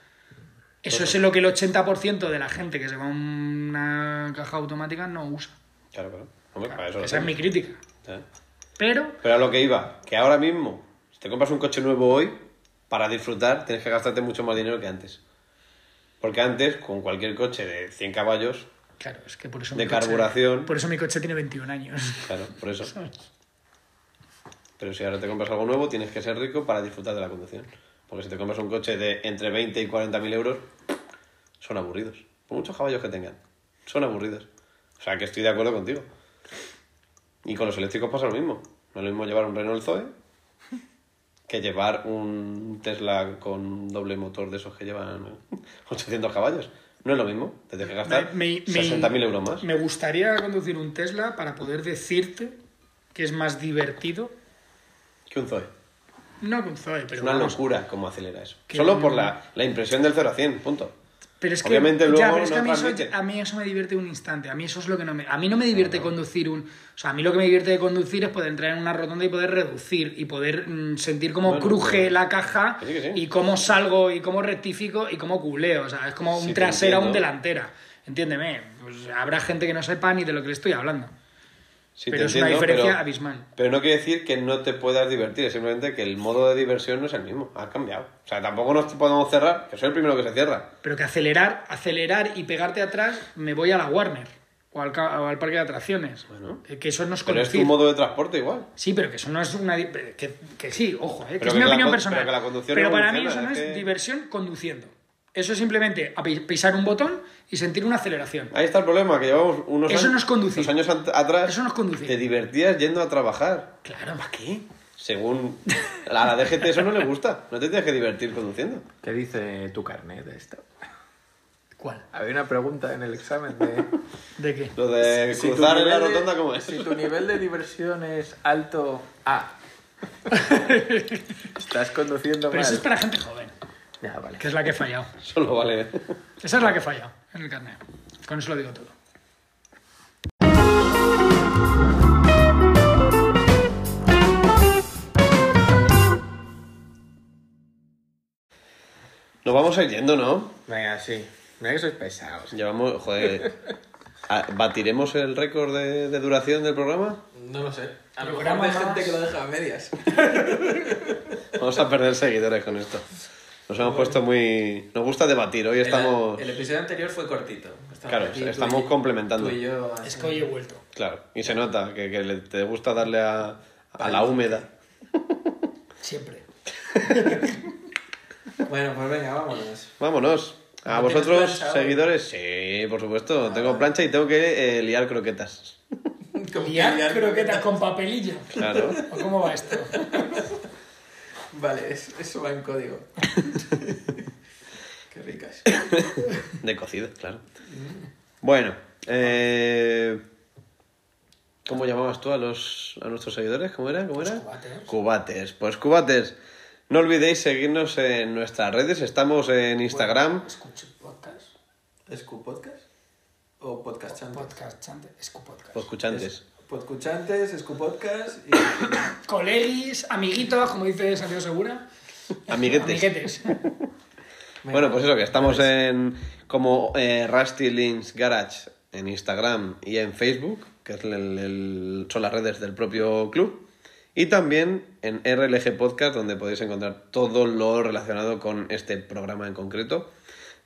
Speaker 4: Eso es lo que el 80% de la gente que se va a una caja automática no usa.
Speaker 2: Claro, claro. Hombre, para eso lo
Speaker 4: Esa es mi
Speaker 2: hacemos.
Speaker 4: crítica.
Speaker 2: ¿Eh?
Speaker 4: Pero
Speaker 2: Pero a lo que iba, que ahora mismo, si te compras un coche nuevo hoy, para disfrutar tienes que gastarte mucho más dinero que antes. Porque antes, con cualquier coche de 100 caballos,
Speaker 4: Claro, es que por eso.
Speaker 2: De
Speaker 4: mi coche-
Speaker 2: carburación.
Speaker 4: por eso mi coche tiene 21 años.
Speaker 2: claro, por eso. Pero si ahora te compras algo nuevo, tienes que ser rico para disfrutar de la conducción. Porque si te compras un coche de entre 20 y 40 mil euros, son aburridos. Por muchos caballos que tengan, son aburridos. O sea que estoy de acuerdo contigo. Y con los eléctricos pasa lo mismo. No es lo mismo llevar un Renault Zoe que llevar un Tesla con doble motor de esos que llevan 800 caballos. No es lo mismo. Te tienes que gastar
Speaker 4: Me- me-
Speaker 2: 60.000 euros más.
Speaker 4: Me gustaría conducir un Tesla para poder decirte que es más divertido.
Speaker 2: Que un Zoe.
Speaker 4: No con Zoe,
Speaker 2: Es
Speaker 4: pero.
Speaker 2: una
Speaker 4: vamos,
Speaker 2: locura cómo acelera eso.
Speaker 4: Que
Speaker 2: Solo
Speaker 4: no-
Speaker 2: por la, la impresión del 0 a 100, punto.
Speaker 4: Pero es que,
Speaker 2: Obviamente luego
Speaker 4: ya, pero es que
Speaker 2: no
Speaker 4: a, mí
Speaker 2: transmite.
Speaker 4: eso, a mí eso me divierte un instante. A mí eso es lo que no me. A mí no me divierte conducir un. O sea, a mí lo que me divierte de conducir es poder entrar en una rotonda y poder reducir y poder mm, sentir cómo
Speaker 2: Bueno,
Speaker 4: cruje
Speaker 2: pero-
Speaker 4: la caja
Speaker 2: Que sí, que sí.
Speaker 4: y cómo salgo y cómo rectifico y cómo culeo. O sea, es como
Speaker 2: Sí,
Speaker 4: un
Speaker 2: te
Speaker 4: trasero a un
Speaker 2: entiendo.
Speaker 4: delantera. Entiéndeme. Pues habrá gente que no sepa ni de lo que le estoy hablando.
Speaker 2: Sí,
Speaker 4: Pero
Speaker 2: te
Speaker 4: es una
Speaker 2: entiendo,
Speaker 4: diferencia
Speaker 2: pero-
Speaker 4: abismal.
Speaker 2: Pero no quiere decir que no te puedas divertir, es simplemente que el modo de diversión no es el mismo, ha cambiado. O sea, tampoco nos podemos cerrar, que soy el primero que se cierra.
Speaker 4: Pero que acelerar, acelerar y pegarte atrás, me voy a la Warner o al, ca- o al parque de atracciones.
Speaker 2: Bueno.
Speaker 4: Eh, que eso no es
Speaker 2: Pero es
Speaker 4: conducir.
Speaker 2: tu modo de transporte igual.
Speaker 4: Sí, pero que eso no es una. di- Que, que sí, ojo, eh, que
Speaker 2: Pero
Speaker 4: es
Speaker 2: que
Speaker 4: mi
Speaker 2: la
Speaker 4: opinión
Speaker 2: con-
Speaker 4: personal.
Speaker 2: pero que la conducción
Speaker 4: Pero para mí eso
Speaker 2: evoluciona,
Speaker 4: no es
Speaker 2: es que-
Speaker 4: diversión conduciendo.
Speaker 5: Eso es simplemente a pi- pisar un botón y sentir una aceleración.
Speaker 2: Ahí está el problema, que llevamos unos
Speaker 5: Eso
Speaker 2: años,
Speaker 5: no es conducir.
Speaker 2: unos años an- atrás.
Speaker 5: Eso no es conducir.
Speaker 2: Te divertías yendo a trabajar.
Speaker 5: Claro, ¿para qué?
Speaker 2: Según a la DGT eso no le gusta. No te tienes que divertir conduciendo.
Speaker 3: ¿Qué dice tu carnet de esto?
Speaker 5: ¿Cuál?
Speaker 3: Había una pregunta en el examen de
Speaker 5: ¿De qué?
Speaker 2: Lo de
Speaker 3: si tu
Speaker 2: cruzar en la
Speaker 3: nivel de-
Speaker 2: rotonda como es.
Speaker 3: Si tu nivel de diversión es alto A. Estás conduciendo
Speaker 5: Pero
Speaker 3: mal.
Speaker 5: eso es para gente joven,
Speaker 3: Ya, vale.
Speaker 5: que es la que he fallado.
Speaker 2: Solo vale.
Speaker 5: Esa es la que he fallado en el carnet. Con eso lo digo todo.
Speaker 2: Nos vamos a ir yendo, ¿no?
Speaker 3: Venga, sí. Mira que sois pesados.
Speaker 2: Llevamos, joder. ¿a- ¿Batiremos el récord de, de duración del programa?
Speaker 11: No lo sé. A lo mejor
Speaker 4: Programa
Speaker 11: hay
Speaker 4: más-
Speaker 11: gente que lo deja a medias.
Speaker 2: Vamos a perder seguidores con esto. Nos hemos puesto muy... Nos gusta debatir. Hoy estamos...
Speaker 11: El, el episodio anterior fue cortito. Estamos
Speaker 2: Claro,
Speaker 11: tú
Speaker 2: estamos
Speaker 11: y-
Speaker 2: complementando.
Speaker 11: Tú y yo. así.
Speaker 4: Es que hoy he vuelto.
Speaker 2: Claro. Y se nota que, que le- te gusta darle a, a la húmeda.
Speaker 4: Siempre.
Speaker 11: Bueno, pues venga, vámonos.
Speaker 2: Vámonos. ¿A
Speaker 11: ¿No tienes
Speaker 2: vosotros,
Speaker 11: plancha hoy?
Speaker 2: seguidores? Sí, por supuesto. Tengo plancha y tengo que eh, liar croquetas.
Speaker 11: Como que
Speaker 4: Liar
Speaker 11: liar
Speaker 4: croquetas
Speaker 11: croquetas.
Speaker 4: con papelillo.
Speaker 2: Claro.
Speaker 4: ¿O cómo va esto?
Speaker 11: Vale, es- eso va en código. Qué ricas.
Speaker 2: De cocido, claro. Bueno, eh, ¿cómo llamabas tú a los a nuestros seguidores? ¿Cómo era? ¿Cómo era?
Speaker 4: cubates.
Speaker 2: Cubates. Pues cubates, no olvidéis seguirnos en nuestras redes. Estamos en Instagram.
Speaker 4: Escucho podcast.
Speaker 11: ¿Escu podcast? ¿O podcast chante?
Speaker 4: Podcast, chante. Escu podcast.
Speaker 2: Escuchantes.
Speaker 11: Podcuchantes, Escu podcast y...
Speaker 4: Colegis, amiguitos, como dice Santiago Segura.
Speaker 2: Amiguetes.
Speaker 4: Amiguetes.
Speaker 2: Bueno, pues eso, que estamos en como eh, Rusty Lynch Garage en Instagram y en Facebook, que es el- el- son las redes del propio club. Y también en RLG Podcast, donde podéis encontrar todo lo relacionado con este programa en concreto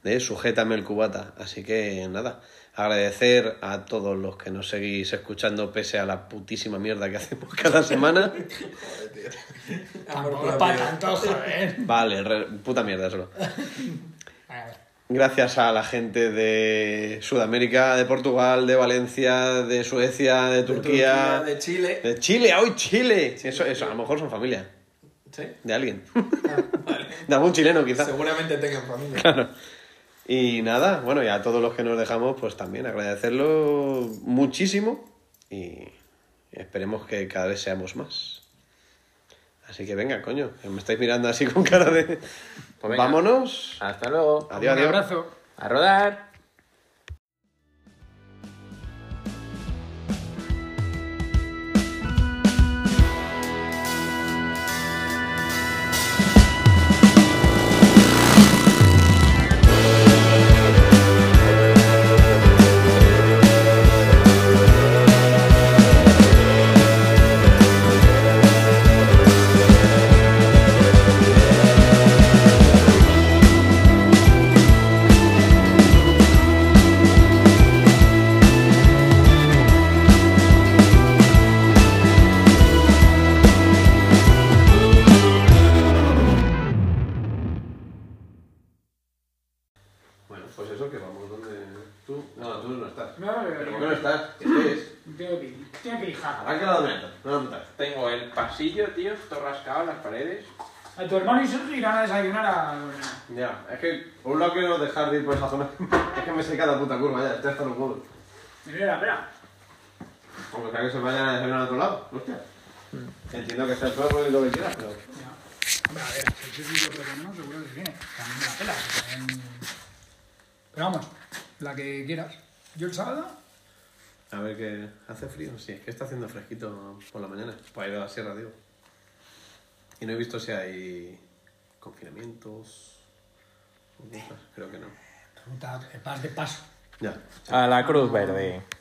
Speaker 2: de Sujétame el Cubata. Así que nada, agradecer a todos los que nos seguís escuchando pese a la putísima mierda que hacemos cada semana.
Speaker 11: Amor
Speaker 4: Tampoco
Speaker 11: propio.
Speaker 4: para tanto, joder.
Speaker 2: Vale, re- puta mierda solo.
Speaker 4: A ver.
Speaker 2: Gracias a la gente de Sudamérica, de Portugal, de Valencia, de Suecia, de
Speaker 11: De
Speaker 2: Turquía,
Speaker 11: de
Speaker 2: de,
Speaker 11: Chile.
Speaker 2: Chile, ¡ay, Chile! eso, eso, a lo mejor son familia,
Speaker 11: Sí,
Speaker 2: de alguien. De algún chileno, quizás.
Speaker 11: seguramente tengan familia.
Speaker 2: Y nada, bueno, y a todos los que nos dejamos, pues también agradecerlo muchísimo y esperemos que cada vez seamos más. Así que venga, coño, que me estáis mirando así con cara de...
Speaker 3: venga.
Speaker 2: Vámonos.
Speaker 3: Hasta luego.
Speaker 2: Adiós,
Speaker 5: Un
Speaker 2: adiós.
Speaker 5: abrazo.
Speaker 3: A rodar.
Speaker 2: Bueno, pues eso, que vamos donde... Tú, no, tú no estás.
Speaker 5: No, no,
Speaker 2: ¿Por
Speaker 5: no,
Speaker 2: qué
Speaker 5: no.
Speaker 2: no estás? ¿Qué es?
Speaker 5: Tengo que, tengo que lijar.
Speaker 2: Arranca la dominata, no la puta.
Speaker 3: Tengo el pasillo, tío, todo rascado, las paredes.
Speaker 5: A tu hermano y Sergio irán a desayunar a...
Speaker 2: Ya, es que por un lado quiero dejar de ir por esa zona. es que me sé cada puta curva ya, estoy hasta los huevos.
Speaker 5: Mira, espera.
Speaker 2: Aunque sea que se vayan a desayunar a otro lado, hostia. Entiendo que sea el suelo y lo que quieras, pero.
Speaker 5: Hombre, a ver, si es un problema, seguro que viene. También me la pela. también- Pero vamos, la que quieras. Yo el sábado...
Speaker 2: A ver que hace frío, sí, es que está haciendo fresquito por la mañana, para ir a la sierra, digo. Y no he visto si hay confinamientos Eh. o cosas, creo que no.
Speaker 4: Puta, que vas de paso.
Speaker 2: Ya.
Speaker 3: A la Cruz Verde.